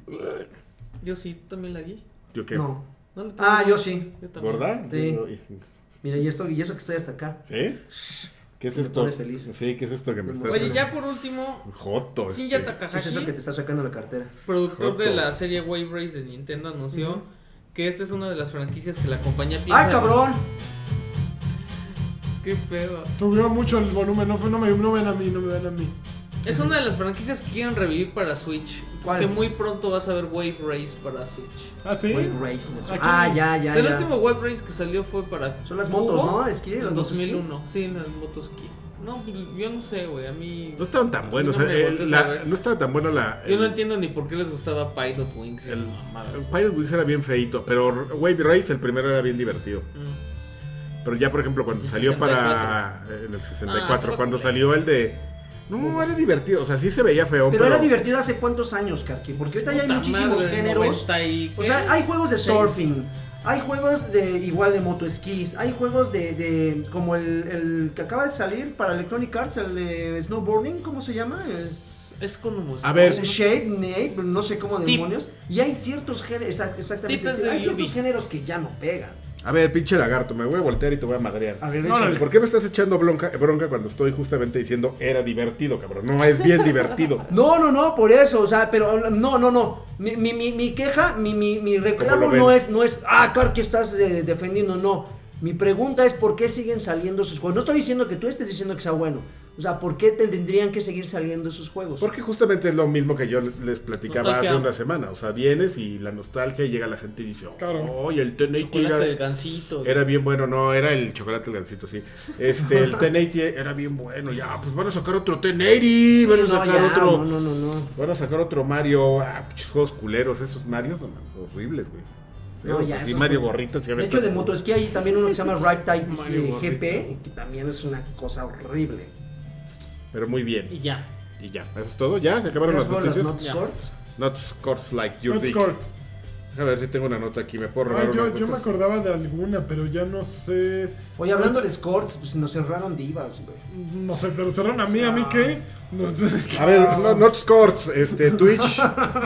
[SPEAKER 1] Yo sí, también la di.
[SPEAKER 3] yo qué.
[SPEAKER 4] No.
[SPEAKER 1] No la tengo.
[SPEAKER 4] Ah, yo sí.
[SPEAKER 1] Yo también.
[SPEAKER 3] ¿Gorda?
[SPEAKER 4] Sí.
[SPEAKER 3] Yo- y-
[SPEAKER 4] Mira, y, esto, y eso que estoy hasta acá.
[SPEAKER 3] ¿Sí? ¿Qué es
[SPEAKER 4] Me
[SPEAKER 3] esto?
[SPEAKER 4] pones feliz.
[SPEAKER 3] Sí, ¿qué es esto que me estás
[SPEAKER 1] Oye, ya por último,
[SPEAKER 3] Joto.
[SPEAKER 1] Shinya
[SPEAKER 3] este.
[SPEAKER 4] pues Es eso que
[SPEAKER 1] Takahashi,
[SPEAKER 4] te está sacando la cartera.
[SPEAKER 1] productor
[SPEAKER 3] Joto.
[SPEAKER 1] de la serie Wave Race de Nintendo, anunció que esta es una de las franquicias que la compañía piensa.
[SPEAKER 4] ¡Ay, cabrón!
[SPEAKER 1] ¡Qué pedo!
[SPEAKER 2] Subió mucho el volumen, no, fue- no, me, no ven a mí, no me ven a mí.
[SPEAKER 1] Es una de las franquicias que quieren revivir para Switch.
[SPEAKER 4] ¿Cuál?
[SPEAKER 1] Es que muy pronto vas a ver Wave Race para Switch.
[SPEAKER 2] ¿Ah, sí?
[SPEAKER 4] Wave Race, me suena.
[SPEAKER 2] Aquí.
[SPEAKER 4] Ah, ya, ya,
[SPEAKER 1] el
[SPEAKER 4] ya.
[SPEAKER 1] último Wave Race que salió fue para.
[SPEAKER 4] Son las motos,
[SPEAKER 1] Cubo
[SPEAKER 4] ¿no? Esquí,
[SPEAKER 1] En
[SPEAKER 4] las motos esquí.
[SPEAKER 1] 2001. Sí, las motos esquí. No, yo no sé, güey. A mí.
[SPEAKER 4] Pues
[SPEAKER 3] No estaban tan buenos.
[SPEAKER 1] No
[SPEAKER 3] No,
[SPEAKER 1] me voltees a ver.
[SPEAKER 3] eh, no estaba tan bueno la.
[SPEAKER 1] Yo no
[SPEAKER 3] el-
[SPEAKER 1] entiendo ni por qué les gustaba Pilot Wings. esas
[SPEAKER 3] El-
[SPEAKER 1] mamadas.
[SPEAKER 3] el Pilot Wings era bien feito, pero Wave Race, el primero era bien divertido.
[SPEAKER 1] Mm.
[SPEAKER 3] Pero ya, por ejemplo, cuando
[SPEAKER 1] El
[SPEAKER 3] salió para eh, en el
[SPEAKER 1] Ah,
[SPEAKER 3] 64,
[SPEAKER 1] estaba
[SPEAKER 3] cuando
[SPEAKER 1] culero.
[SPEAKER 3] salió el de... No, era divertido, o sea, sí se veía feo,
[SPEAKER 4] Pero
[SPEAKER 3] pero...
[SPEAKER 4] era divertido hace cuántos años, Karki. Porque ahorita ya hay
[SPEAKER 1] Puta
[SPEAKER 4] muchísimos
[SPEAKER 1] madre,
[SPEAKER 4] géneros.
[SPEAKER 1] 90 y-
[SPEAKER 4] O sea, hay juegos de
[SPEAKER 1] Seis.
[SPEAKER 4] surfing, hay juegos de igual de motoesquís, hay juegos de, de- como el, el que acaba de salir para Electronic Arts, el de snowboarding, ¿cómo se llama? Es-
[SPEAKER 1] Es con música.
[SPEAKER 3] A ver.
[SPEAKER 4] es Shape, Nate, no sé cómo
[SPEAKER 1] Steep.
[SPEAKER 4] demonios. Y hay ciertos géneros, exactamente, este,
[SPEAKER 1] Steep es de
[SPEAKER 4] hay ciertos
[SPEAKER 1] Yubi.
[SPEAKER 4] géneros que ya no pegan.
[SPEAKER 3] A ver, pinche lagarto, me voy a voltear y te voy a madrear.
[SPEAKER 4] A ver,
[SPEAKER 2] Órale.
[SPEAKER 4] échale.
[SPEAKER 3] ¿Por qué me estás echando bronca, bronca cuando estoy justamente diciendo era divertido, cabrón? No, es bien divertido.
[SPEAKER 4] No, no, no, por eso, o sea, pero no, no, no. Mi, mi, mi, mi queja, mi, mi, mi
[SPEAKER 3] lo
[SPEAKER 4] reclamo
[SPEAKER 3] ven?
[SPEAKER 4] no es, no es, ah, claro que estás eh, defendiendo, no. Mi pregunta es por qué siguen saliendo esos juegos. No estoy diciendo que tú estés diciendo que sea bueno. O sea, ¿por qué te- tendrían que seguir saliendo esos juegos?
[SPEAKER 3] Porque justamente es lo mismo que yo les platicaba
[SPEAKER 1] Nostalgia.
[SPEAKER 3] hace una semana. O sea, vienes y la nostalgia y llega la gente y dice,
[SPEAKER 2] Claro.
[SPEAKER 3] oye, el TNT
[SPEAKER 1] Chocolate
[SPEAKER 3] era,
[SPEAKER 1] del gancito.
[SPEAKER 3] era bien bueno. No, era el chocolate del gancito, sí. Este, el TNT era bien bueno. Ya, pues van a sacar otro TNT, van a
[SPEAKER 4] no,
[SPEAKER 3] sacar
[SPEAKER 4] ya,
[SPEAKER 3] otro...
[SPEAKER 4] no, no, no, no.
[SPEAKER 3] Van a sacar otro Mario. Ah, pinches juegos culeros. Esos Marios, no mames, horribles, güey.
[SPEAKER 4] No,
[SPEAKER 3] Feos,
[SPEAKER 4] ya,
[SPEAKER 3] así,
[SPEAKER 4] esos
[SPEAKER 3] Mario
[SPEAKER 4] no.
[SPEAKER 3] gorritas.
[SPEAKER 4] De hecho, de motoesquí hay también uno que se llama Ride Tide
[SPEAKER 2] Mario
[SPEAKER 4] eh,
[SPEAKER 2] Gorrita.
[SPEAKER 4] GP, que también es una cosa horrible.
[SPEAKER 3] Pero muy bien.
[SPEAKER 1] Y ya.
[SPEAKER 3] Y ya, eso es todo. Ya, se acabaron
[SPEAKER 4] ¿Has
[SPEAKER 3] las
[SPEAKER 4] jugado las
[SPEAKER 3] noticias.
[SPEAKER 4] Not Scorts?
[SPEAKER 3] Not scores like your
[SPEAKER 2] Not
[SPEAKER 3] dick.
[SPEAKER 2] Court.
[SPEAKER 3] A ver si tengo una nota aquí, me puedo robar
[SPEAKER 2] Ay,
[SPEAKER 3] una
[SPEAKER 2] Ah, yo, yo me
[SPEAKER 3] encuesta?
[SPEAKER 2] acordaba de alguna, pero ya no sé.
[SPEAKER 4] Oye, hablando de Scorts, pues nos cerraron divas, güey.
[SPEAKER 2] No sé, te lo cerraron a mí,
[SPEAKER 1] Ah.
[SPEAKER 2] a mí qué. No sé.
[SPEAKER 3] A ver, no, not scores, este, Twitch,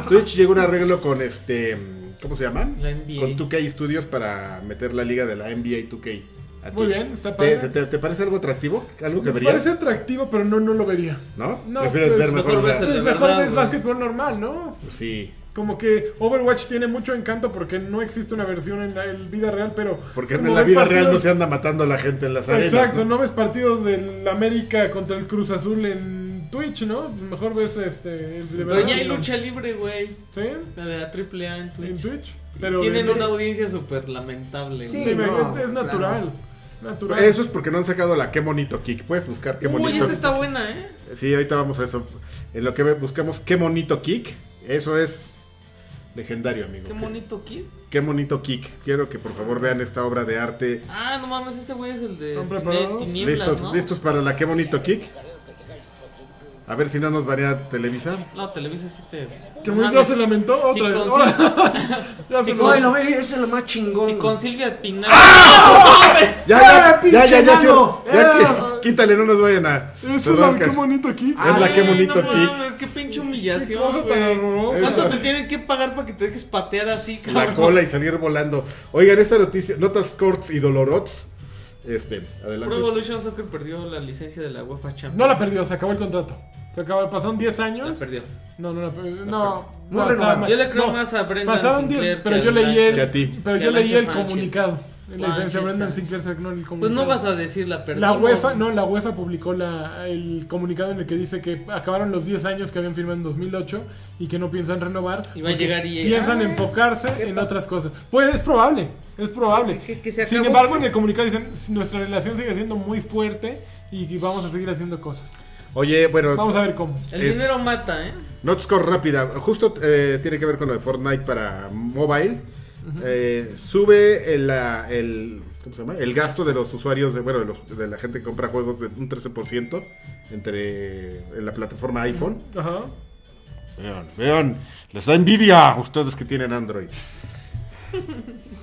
[SPEAKER 3] Twitch llegó a un arreglo con este, ¿cómo se llama?
[SPEAKER 1] La NBA.
[SPEAKER 3] Con 2K Studios para meter la liga de la NBA 2K. a
[SPEAKER 2] Muy
[SPEAKER 3] Twitch.
[SPEAKER 2] bien, está
[SPEAKER 3] ¿Te,
[SPEAKER 2] padre.
[SPEAKER 3] se- te, te parece algo atractivo? ¿Algo que
[SPEAKER 2] Me
[SPEAKER 3] verías?
[SPEAKER 2] parece atractivo, pero no, no lo vería.
[SPEAKER 3] ¿No?
[SPEAKER 2] No,
[SPEAKER 3] Prefieres
[SPEAKER 2] pues,
[SPEAKER 3] ver
[SPEAKER 2] mejor
[SPEAKER 3] mejor.
[SPEAKER 1] ves
[SPEAKER 3] la-
[SPEAKER 1] el- de
[SPEAKER 2] Pues mejor
[SPEAKER 1] verdad,
[SPEAKER 2] es
[SPEAKER 1] güey.
[SPEAKER 2] básquetbol normal, ¿no?
[SPEAKER 3] Sí,
[SPEAKER 2] Como que Overwatch tiene mucho encanto porque no existe una versión en la en vida real, pero.
[SPEAKER 3] porque
[SPEAKER 2] como
[SPEAKER 3] en la
[SPEAKER 2] ven
[SPEAKER 3] vida real no
[SPEAKER 2] partidos-
[SPEAKER 3] se anda matando a la gente en las arenas.
[SPEAKER 2] Exacto,
[SPEAKER 3] ¿no?
[SPEAKER 2] no ves partidos del América contra el Cruz Azul en Twitch, ¿no? Pues Mejor ves este. El de
[SPEAKER 1] Pero
[SPEAKER 2] verdad,
[SPEAKER 1] ya hay
[SPEAKER 2] ¿no?
[SPEAKER 1] lucha libre, güey.
[SPEAKER 2] ¿Sí?
[SPEAKER 1] La de la AAA en
[SPEAKER 2] En
[SPEAKER 1] Twitch.
[SPEAKER 2] Twitch. Pero
[SPEAKER 1] Tienen
[SPEAKER 2] de-
[SPEAKER 1] una audiencia súper lamentable,
[SPEAKER 4] Sí,
[SPEAKER 1] güey.
[SPEAKER 2] Sí, es,
[SPEAKER 4] no,
[SPEAKER 2] es
[SPEAKER 4] claro.
[SPEAKER 2] natural. Natural.
[SPEAKER 3] Eso es porque no han sacado la Qué Bonito Kick. Puedes buscar Qué Bonito
[SPEAKER 1] Uy, esta
[SPEAKER 2] este
[SPEAKER 3] Kick.
[SPEAKER 1] está buena, ¿eh?
[SPEAKER 3] Sí, ahorita vamos a eso. En lo que ve- buscamos Qué Bonito Kick. Eso es legendario, amigo.
[SPEAKER 1] Qué bonito kid.
[SPEAKER 3] Qué bonito kick. Quiero que por favor vean esta obra de arte.
[SPEAKER 1] Ah, no mames, ese güey es el de
[SPEAKER 2] ¿Están
[SPEAKER 1] tine-
[SPEAKER 2] preparados?
[SPEAKER 1] tinieblas,
[SPEAKER 3] ¿Listos,
[SPEAKER 1] ¿no?
[SPEAKER 3] ¿Listos para la qué bonito kick? A ver si no nos varía Televisa.
[SPEAKER 1] No, Televisa sí te...
[SPEAKER 2] Que
[SPEAKER 1] No
[SPEAKER 2] muy ya
[SPEAKER 1] mames.
[SPEAKER 2] se lamentó
[SPEAKER 1] Si
[SPEAKER 2] otra
[SPEAKER 1] con
[SPEAKER 2] vez. Ahora,
[SPEAKER 1] Sil-
[SPEAKER 2] ya se
[SPEAKER 1] si
[SPEAKER 2] lo-
[SPEAKER 4] Güey, lo ve, ese es lo más chingón.
[SPEAKER 1] si
[SPEAKER 4] güey.
[SPEAKER 1] con Silvia Pinal... ¡No mames!
[SPEAKER 3] Ya,
[SPEAKER 4] ¡Ah,
[SPEAKER 3] ya, ya,
[SPEAKER 4] pinche
[SPEAKER 3] ya, ya,
[SPEAKER 4] enano!
[SPEAKER 3] sí, ya,
[SPEAKER 4] ¡Ah!
[SPEAKER 3] qui- quítale, no nos vayan a.
[SPEAKER 2] Es
[SPEAKER 3] cerrar
[SPEAKER 2] una,
[SPEAKER 3] ca-
[SPEAKER 2] qué bonito aquí.
[SPEAKER 3] Es la
[SPEAKER 1] Ay,
[SPEAKER 3] qué bonito
[SPEAKER 1] no
[SPEAKER 3] kick.
[SPEAKER 1] mames, qué pinche
[SPEAKER 2] Qué
[SPEAKER 1] humillación,
[SPEAKER 2] cosa tan
[SPEAKER 1] güey.
[SPEAKER 2] horrorosa.
[SPEAKER 1] ¿Cuánto te tienen que pagar para que te dejes patear así, cabrón?
[SPEAKER 3] La cola y salir volando. Oigan, esta noticia, notas corts y dolorots. Este,
[SPEAKER 1] Pro
[SPEAKER 3] adelante.
[SPEAKER 1] Evolution Soccer perdió la licencia de la UEFA Champions.
[SPEAKER 2] No la perdió, se acabó el contrato. Se acabó, pasaron 10
[SPEAKER 1] La
[SPEAKER 2] años.
[SPEAKER 1] perdió.
[SPEAKER 2] No, no la perdió. No,
[SPEAKER 4] No
[SPEAKER 2] no,
[SPEAKER 4] renovaron.
[SPEAKER 2] estaba mal.
[SPEAKER 1] Yo le creo
[SPEAKER 2] No,
[SPEAKER 1] más a Brendan
[SPEAKER 2] Pasaron 10,
[SPEAKER 1] Sinclair
[SPEAKER 2] pero
[SPEAKER 1] que
[SPEAKER 2] yo
[SPEAKER 1] al
[SPEAKER 2] leí
[SPEAKER 1] Lanchas.
[SPEAKER 2] el,
[SPEAKER 3] que a ti.
[SPEAKER 2] pero
[SPEAKER 1] Que
[SPEAKER 2] yo
[SPEAKER 1] al
[SPEAKER 2] leí
[SPEAKER 1] Lanchas
[SPEAKER 2] el
[SPEAKER 1] Sánchez.
[SPEAKER 2] comunicado. La diferencia,
[SPEAKER 1] Lanchas
[SPEAKER 2] Brendan
[SPEAKER 1] Sánchez.
[SPEAKER 2] Sinclair sacó el comunicado.
[SPEAKER 1] Ah, Pues no vas a decir la
[SPEAKER 2] La
[SPEAKER 1] perdimos.
[SPEAKER 2] UEFA, no, la UEFA publicó la, el comunicado en el que dice que acabaron los 10 años que habían firmado en 2008 y que no piensan renovar.
[SPEAKER 1] Y Ah, va a
[SPEAKER 2] porque
[SPEAKER 1] llegar EA.
[SPEAKER 2] Piensan
[SPEAKER 1] Ay,
[SPEAKER 2] enfocarse en otras cosas. Pues es probable, es probable.
[SPEAKER 1] Que- que se
[SPEAKER 2] Sin
[SPEAKER 1] acabó,
[SPEAKER 2] embargo,
[SPEAKER 1] que-
[SPEAKER 2] en el comunicado dicen, nuestra relación sigue siendo muy fuerte y que vamos a seguir haciendo cosas.
[SPEAKER 3] Oye, bueno,
[SPEAKER 2] Vamos a ver cómo.
[SPEAKER 1] El
[SPEAKER 3] Es-
[SPEAKER 1] dinero mata, ¿eh?
[SPEAKER 3] Not score rápida. Justo eh, tiene que ver con lo de Fortnite para mobile. Eh, sube el, la- el- ¿cómo se llama? el gasto de los usuarios, de, bueno, de, los- de la gente que compra juegos de un 13% entre en la plataforma iPhone.
[SPEAKER 2] Ajá.
[SPEAKER 3] Vean, vean, les da envidia a ustedes que tienen Android.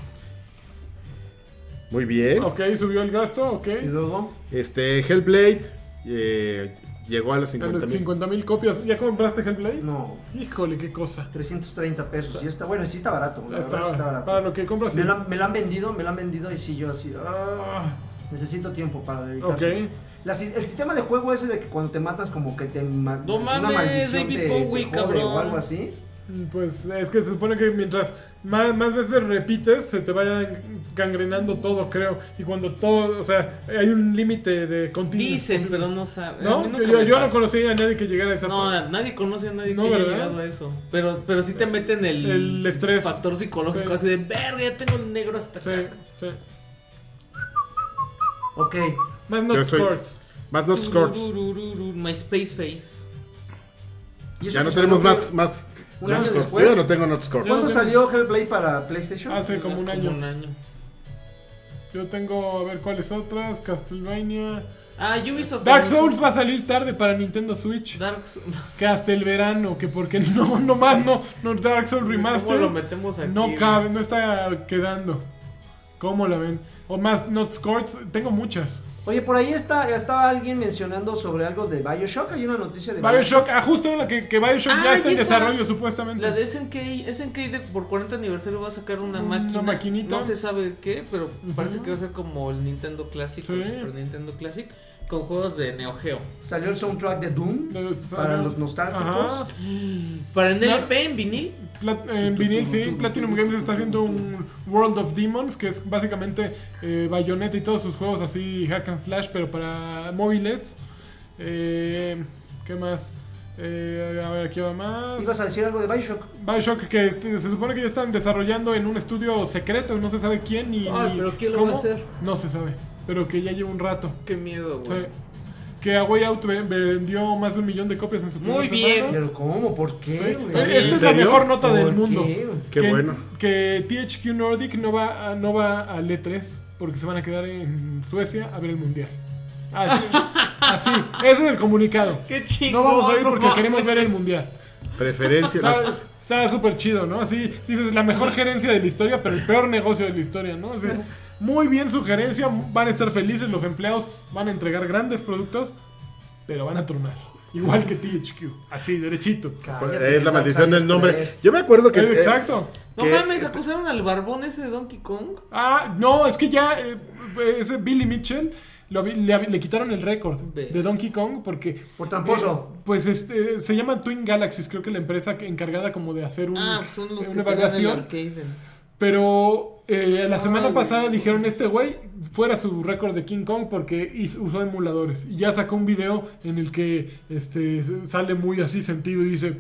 [SPEAKER 3] Muy bien.
[SPEAKER 2] Ok, subió el gasto, ok.
[SPEAKER 4] Y luego,
[SPEAKER 3] Este, Hellblade eh, llegó a las 50 mil.
[SPEAKER 2] 50 mil copias. ¿Ya compraste Hellblade?
[SPEAKER 4] no,
[SPEAKER 2] Híjole, qué cosa.
[SPEAKER 4] 330 pesos. Y está, bueno, sí está barato. La
[SPEAKER 2] Está-
[SPEAKER 4] verdad sí está barato.
[SPEAKER 2] para lo que compras.
[SPEAKER 4] Me
[SPEAKER 2] sí.
[SPEAKER 4] la, me la han vendido, me la han vendido y sí, yo así. ah, necesito tiempo para dedicarme.
[SPEAKER 2] Ok.
[SPEAKER 4] el sistema de juego ese de que cuando te matas, como que te. ma-
[SPEAKER 1] No mames, David
[SPEAKER 4] te,
[SPEAKER 1] Bowie,
[SPEAKER 4] te jode o
[SPEAKER 1] cabrón.
[SPEAKER 4] algo así.
[SPEAKER 2] Pues es que se supone que mientras más, más veces repites, se te vaya gangrenando todo, creo. Y cuando todo, o sea, hay un límite de continuidad.
[SPEAKER 1] Dicen, pero no saben. A
[SPEAKER 2] ¿No?
[SPEAKER 1] mí nunca
[SPEAKER 2] Yo, yo-
[SPEAKER 1] me
[SPEAKER 2] yo no
[SPEAKER 1] pasa.
[SPEAKER 2] conocí a nadie que llegara a esa
[SPEAKER 1] No,
[SPEAKER 2] parte.
[SPEAKER 1] nadie conoce a nadie
[SPEAKER 2] No,
[SPEAKER 1] que haya
[SPEAKER 2] ¿verdad?
[SPEAKER 1] llegado a eso. Pero, pero sí te meten el,
[SPEAKER 2] El estrés.
[SPEAKER 1] factor psicológico
[SPEAKER 2] Sí.
[SPEAKER 1] así de verga, ya tengo el negro hasta
[SPEAKER 2] Sí,
[SPEAKER 1] acá.
[SPEAKER 2] sí.
[SPEAKER 4] Ok.
[SPEAKER 2] Más
[SPEAKER 3] Yo
[SPEAKER 2] not
[SPEAKER 3] soy-
[SPEAKER 2] sports.
[SPEAKER 3] Más Not Scores.
[SPEAKER 1] Tururururu, My Space Face.
[SPEAKER 4] Y eso
[SPEAKER 3] Ya no
[SPEAKER 4] que
[SPEAKER 3] tenemos
[SPEAKER 4] creo que-
[SPEAKER 3] más, más
[SPEAKER 4] un
[SPEAKER 3] Not
[SPEAKER 4] año
[SPEAKER 3] Scores.
[SPEAKER 4] después.
[SPEAKER 3] Yo ya no tengo Not Scores.
[SPEAKER 2] Yo-
[SPEAKER 4] ¿Cuándo
[SPEAKER 2] no Ah,
[SPEAKER 4] salió Hellblade para PlayStation?
[SPEAKER 2] Hace como un año. Yo tengo, a ver cuáles otras. Castlevania.
[SPEAKER 1] Ah, Ubisoft.
[SPEAKER 2] Dark
[SPEAKER 1] anunció-
[SPEAKER 2] Souls va a salir tarde para Nintendo Switch.
[SPEAKER 1] Dark Souls.
[SPEAKER 2] Que hasta el verano, que porque no, no más, no, no Dark Souls
[SPEAKER 1] ¿Cómo
[SPEAKER 2] Remaster.
[SPEAKER 1] lo metemos aquí?
[SPEAKER 2] No cabe, no está quedando. ¿Cómo la ven? O más Not Scores, tengo muchas.
[SPEAKER 4] Oye, por ahí está, estaba alguien mencionando sobre algo de Bioshock. Hay una noticia de
[SPEAKER 2] Bioshock, ah, justo la que, que Bioshock
[SPEAKER 1] Ah,
[SPEAKER 2] ya está
[SPEAKER 1] y
[SPEAKER 2] en
[SPEAKER 1] esa-
[SPEAKER 2] desarrollo supuestamente.
[SPEAKER 1] La de SNK, SNK de, por 40 aniversario va a sacar una
[SPEAKER 2] Una
[SPEAKER 1] máquina.
[SPEAKER 2] maquinita.
[SPEAKER 1] No se sabe qué, pero parece
[SPEAKER 2] Ujú.
[SPEAKER 1] que va a ser como el Nintendo Classic o el
[SPEAKER 2] Sí.
[SPEAKER 1] Super Nintendo Classic con juegos de Neo Geo.
[SPEAKER 4] Salió el soundtrack de Doom
[SPEAKER 2] De-
[SPEAKER 4] para
[SPEAKER 2] salió-
[SPEAKER 4] los nostálgicos.
[SPEAKER 2] Ajá.
[SPEAKER 1] Para en
[SPEAKER 2] Claro.
[SPEAKER 1] LP, en vinil.
[SPEAKER 2] Plat- en vinil, sí. Platinum Games está haciendo un World of Demons, que es básicamente eh, Bayonetta y todos sus juegos así, hack and slash, pero para móviles. Eh, ¿Qué más? Eh, a ver, aquí va más.
[SPEAKER 4] ¿Ibas a decir algo de Bioshock?
[SPEAKER 2] Bioshock que este, se supone que ya están desarrollando en un estudio secreto, no se sabe quién ni,
[SPEAKER 1] Ay,
[SPEAKER 2] ni
[SPEAKER 1] pero ¿quién lo va a hacer?
[SPEAKER 2] No se sabe, pero que ya lleva un rato.
[SPEAKER 1] Qué miedo,
[SPEAKER 2] O
[SPEAKER 1] güey.
[SPEAKER 2] sea, que A Way Out ve- vendió más de un millón de copias en su
[SPEAKER 1] Muy
[SPEAKER 2] primera
[SPEAKER 1] bien.
[SPEAKER 2] semana.
[SPEAKER 4] Pero ¿cómo? ¿Por qué?
[SPEAKER 2] Sí,
[SPEAKER 4] güey?
[SPEAKER 2] esta- Esta
[SPEAKER 3] ¿En
[SPEAKER 2] es la
[SPEAKER 3] serio?
[SPEAKER 2] mejor nota del
[SPEAKER 4] ¿Por
[SPEAKER 2] mundo.
[SPEAKER 4] qué?
[SPEAKER 3] Qué
[SPEAKER 2] que,
[SPEAKER 3] bueno.
[SPEAKER 2] Que THQ Nordic no va, a, no va al E3 porque se van a quedar en Suecia a ver el mundial. Así, así ese es el comunicado.
[SPEAKER 1] Qué chingón.
[SPEAKER 2] No vamos a ir porque
[SPEAKER 1] mames.
[SPEAKER 2] queremos ver el mundial.
[SPEAKER 3] Preferencias. las-
[SPEAKER 2] está súper chido, ¿no? Así dices, la mejor gerencia de la historia, pero el peor negocio de la historia, ¿no? O sea, muy bien su gerencia, van a estar felices los empleados, van a entregar grandes productos, pero van a tronar. Igual que THQ, así, derechito.
[SPEAKER 4] Cállate,
[SPEAKER 3] es la
[SPEAKER 4] Sam
[SPEAKER 3] maldición
[SPEAKER 4] Sanders
[SPEAKER 3] del nombre.
[SPEAKER 4] tres.
[SPEAKER 3] Yo me acuerdo que.
[SPEAKER 2] Eh,
[SPEAKER 3] eh,
[SPEAKER 2] Exacto.
[SPEAKER 1] No
[SPEAKER 3] que- este
[SPEAKER 1] mames, acusaron al barbón ese de Donkey Kong.
[SPEAKER 2] Ah, no, es que ya eh, ese Billy Mitchell lo habi- le, habi- le quitaron el récord
[SPEAKER 1] Ve.
[SPEAKER 2] de Donkey Kong porque...
[SPEAKER 4] Por tramposo.
[SPEAKER 2] eh, pues este, se llama Twin Galaxies, creo que la empresa que- encargada como de hacer un, eh,
[SPEAKER 1] Ah, son los que
[SPEAKER 2] Mm. una
[SPEAKER 1] te dan el
[SPEAKER 2] evaluación.
[SPEAKER 1] arcade.
[SPEAKER 2] Pero eh, la
[SPEAKER 1] Ay,
[SPEAKER 2] semana
[SPEAKER 1] güey.
[SPEAKER 2] pasada dijeron este güey fuera su récord de King Kong porque hizo- usó emuladores. Y ya sacó un video en el que este, sale muy así sentido y dice,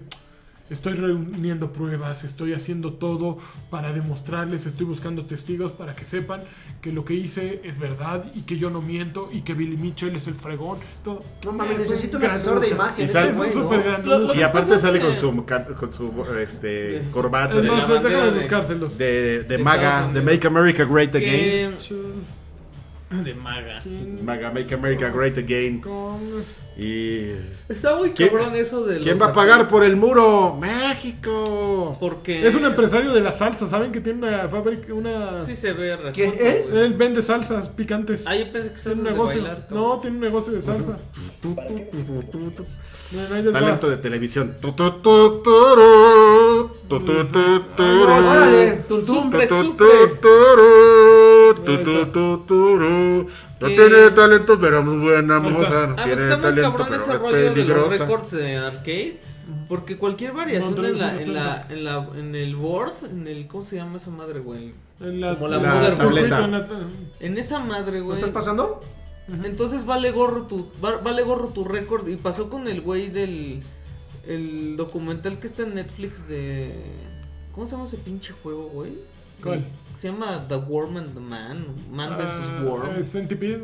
[SPEAKER 2] estoy reuniendo pruebas, estoy haciendo todo para demostrarles, estoy buscando testigos para que sepan que lo que hice es verdad y que yo no miento y que Billy Mitchell es el fregón. Todo.
[SPEAKER 4] No mames,
[SPEAKER 2] Es
[SPEAKER 4] necesito un
[SPEAKER 2] gran
[SPEAKER 4] asesor de
[SPEAKER 2] lujo.
[SPEAKER 4] imagen.
[SPEAKER 3] Y
[SPEAKER 4] ese
[SPEAKER 3] sal-
[SPEAKER 2] Es un
[SPEAKER 4] güey, ¿no?
[SPEAKER 2] súper gran
[SPEAKER 1] Lo- lo
[SPEAKER 2] lujo.
[SPEAKER 3] Y
[SPEAKER 1] que
[SPEAKER 3] aparte
[SPEAKER 1] pasa es
[SPEAKER 3] sale
[SPEAKER 1] que-
[SPEAKER 3] con su, can- con su este,
[SPEAKER 1] Es-
[SPEAKER 3] corbata
[SPEAKER 2] Es
[SPEAKER 3] de,
[SPEAKER 2] más,
[SPEAKER 1] la bandera
[SPEAKER 2] déjame
[SPEAKER 1] de-
[SPEAKER 2] buscárselos.
[SPEAKER 3] de, de
[SPEAKER 1] de
[SPEAKER 3] MAGA,
[SPEAKER 1] Estados
[SPEAKER 3] de
[SPEAKER 1] Unidos.
[SPEAKER 3] Make America Great Again.
[SPEAKER 1] Que- De maga.
[SPEAKER 3] MAGA, Make America Great Again. Y.
[SPEAKER 1] Está muy
[SPEAKER 3] ¿Quién-
[SPEAKER 1] cabrón eso de los
[SPEAKER 3] ¿Quién va a pagar por el muro? ¡México!
[SPEAKER 1] Porque.
[SPEAKER 2] Es un empresario de la salsa, ¿saben que tiene una fábrica, una...
[SPEAKER 1] Sí se ve raro.
[SPEAKER 4] ¿Quién, él?
[SPEAKER 2] Él vende salsas picantes.
[SPEAKER 1] Ah, yo pensé que
[SPEAKER 2] tiene
[SPEAKER 1] salsas
[SPEAKER 2] ¿Eh? un
[SPEAKER 1] de
[SPEAKER 2] negocio.
[SPEAKER 1] bailar.
[SPEAKER 2] no, tiene un negocio de salsa. Bueno, ahí les va.
[SPEAKER 3] Talento de televisión. Tu, tu, tu, turu. Tu, tu, tu, turu.
[SPEAKER 4] Órale,
[SPEAKER 1] Tum,
[SPEAKER 4] tum,
[SPEAKER 1] tum,
[SPEAKER 3] Tu, tu,
[SPEAKER 1] sufre.
[SPEAKER 3] tu, turu. Tu, tu, tu, turu. No
[SPEAKER 1] Que-
[SPEAKER 3] tiene talento, pero muy buena
[SPEAKER 2] Ahí está.
[SPEAKER 3] moza. No
[SPEAKER 1] Ah, porque
[SPEAKER 3] tiene
[SPEAKER 1] está muy
[SPEAKER 3] talento,
[SPEAKER 1] cabrón ese
[SPEAKER 3] pero
[SPEAKER 1] rollo
[SPEAKER 3] es
[SPEAKER 1] de los
[SPEAKER 3] peligrosa.
[SPEAKER 1] récords de arcade. Porque cualquier variación
[SPEAKER 2] Monterrey
[SPEAKER 1] en, la, en,
[SPEAKER 2] 180.
[SPEAKER 1] la, en, la, en el board, en el. ¿Cómo se llama esa madre, güey?
[SPEAKER 2] En la,
[SPEAKER 1] Como la
[SPEAKER 2] en el
[SPEAKER 1] Mother
[SPEAKER 2] circuito,
[SPEAKER 3] Tableta.
[SPEAKER 2] en la-
[SPEAKER 1] En esa madre,
[SPEAKER 4] ¿Lo
[SPEAKER 1] güey.
[SPEAKER 4] estás pasando?
[SPEAKER 1] Entonces vale gorro tu va- vale gorro tu récord y pasó con el güey del el documental que está en Netflix de ¿Cómo se llama ese pinche juego, güey?
[SPEAKER 2] ¿Cuál?
[SPEAKER 1] Se llama The Worm and the Man, Man
[SPEAKER 2] Ah,
[SPEAKER 1] vs Worm.
[SPEAKER 2] eh, Centipede.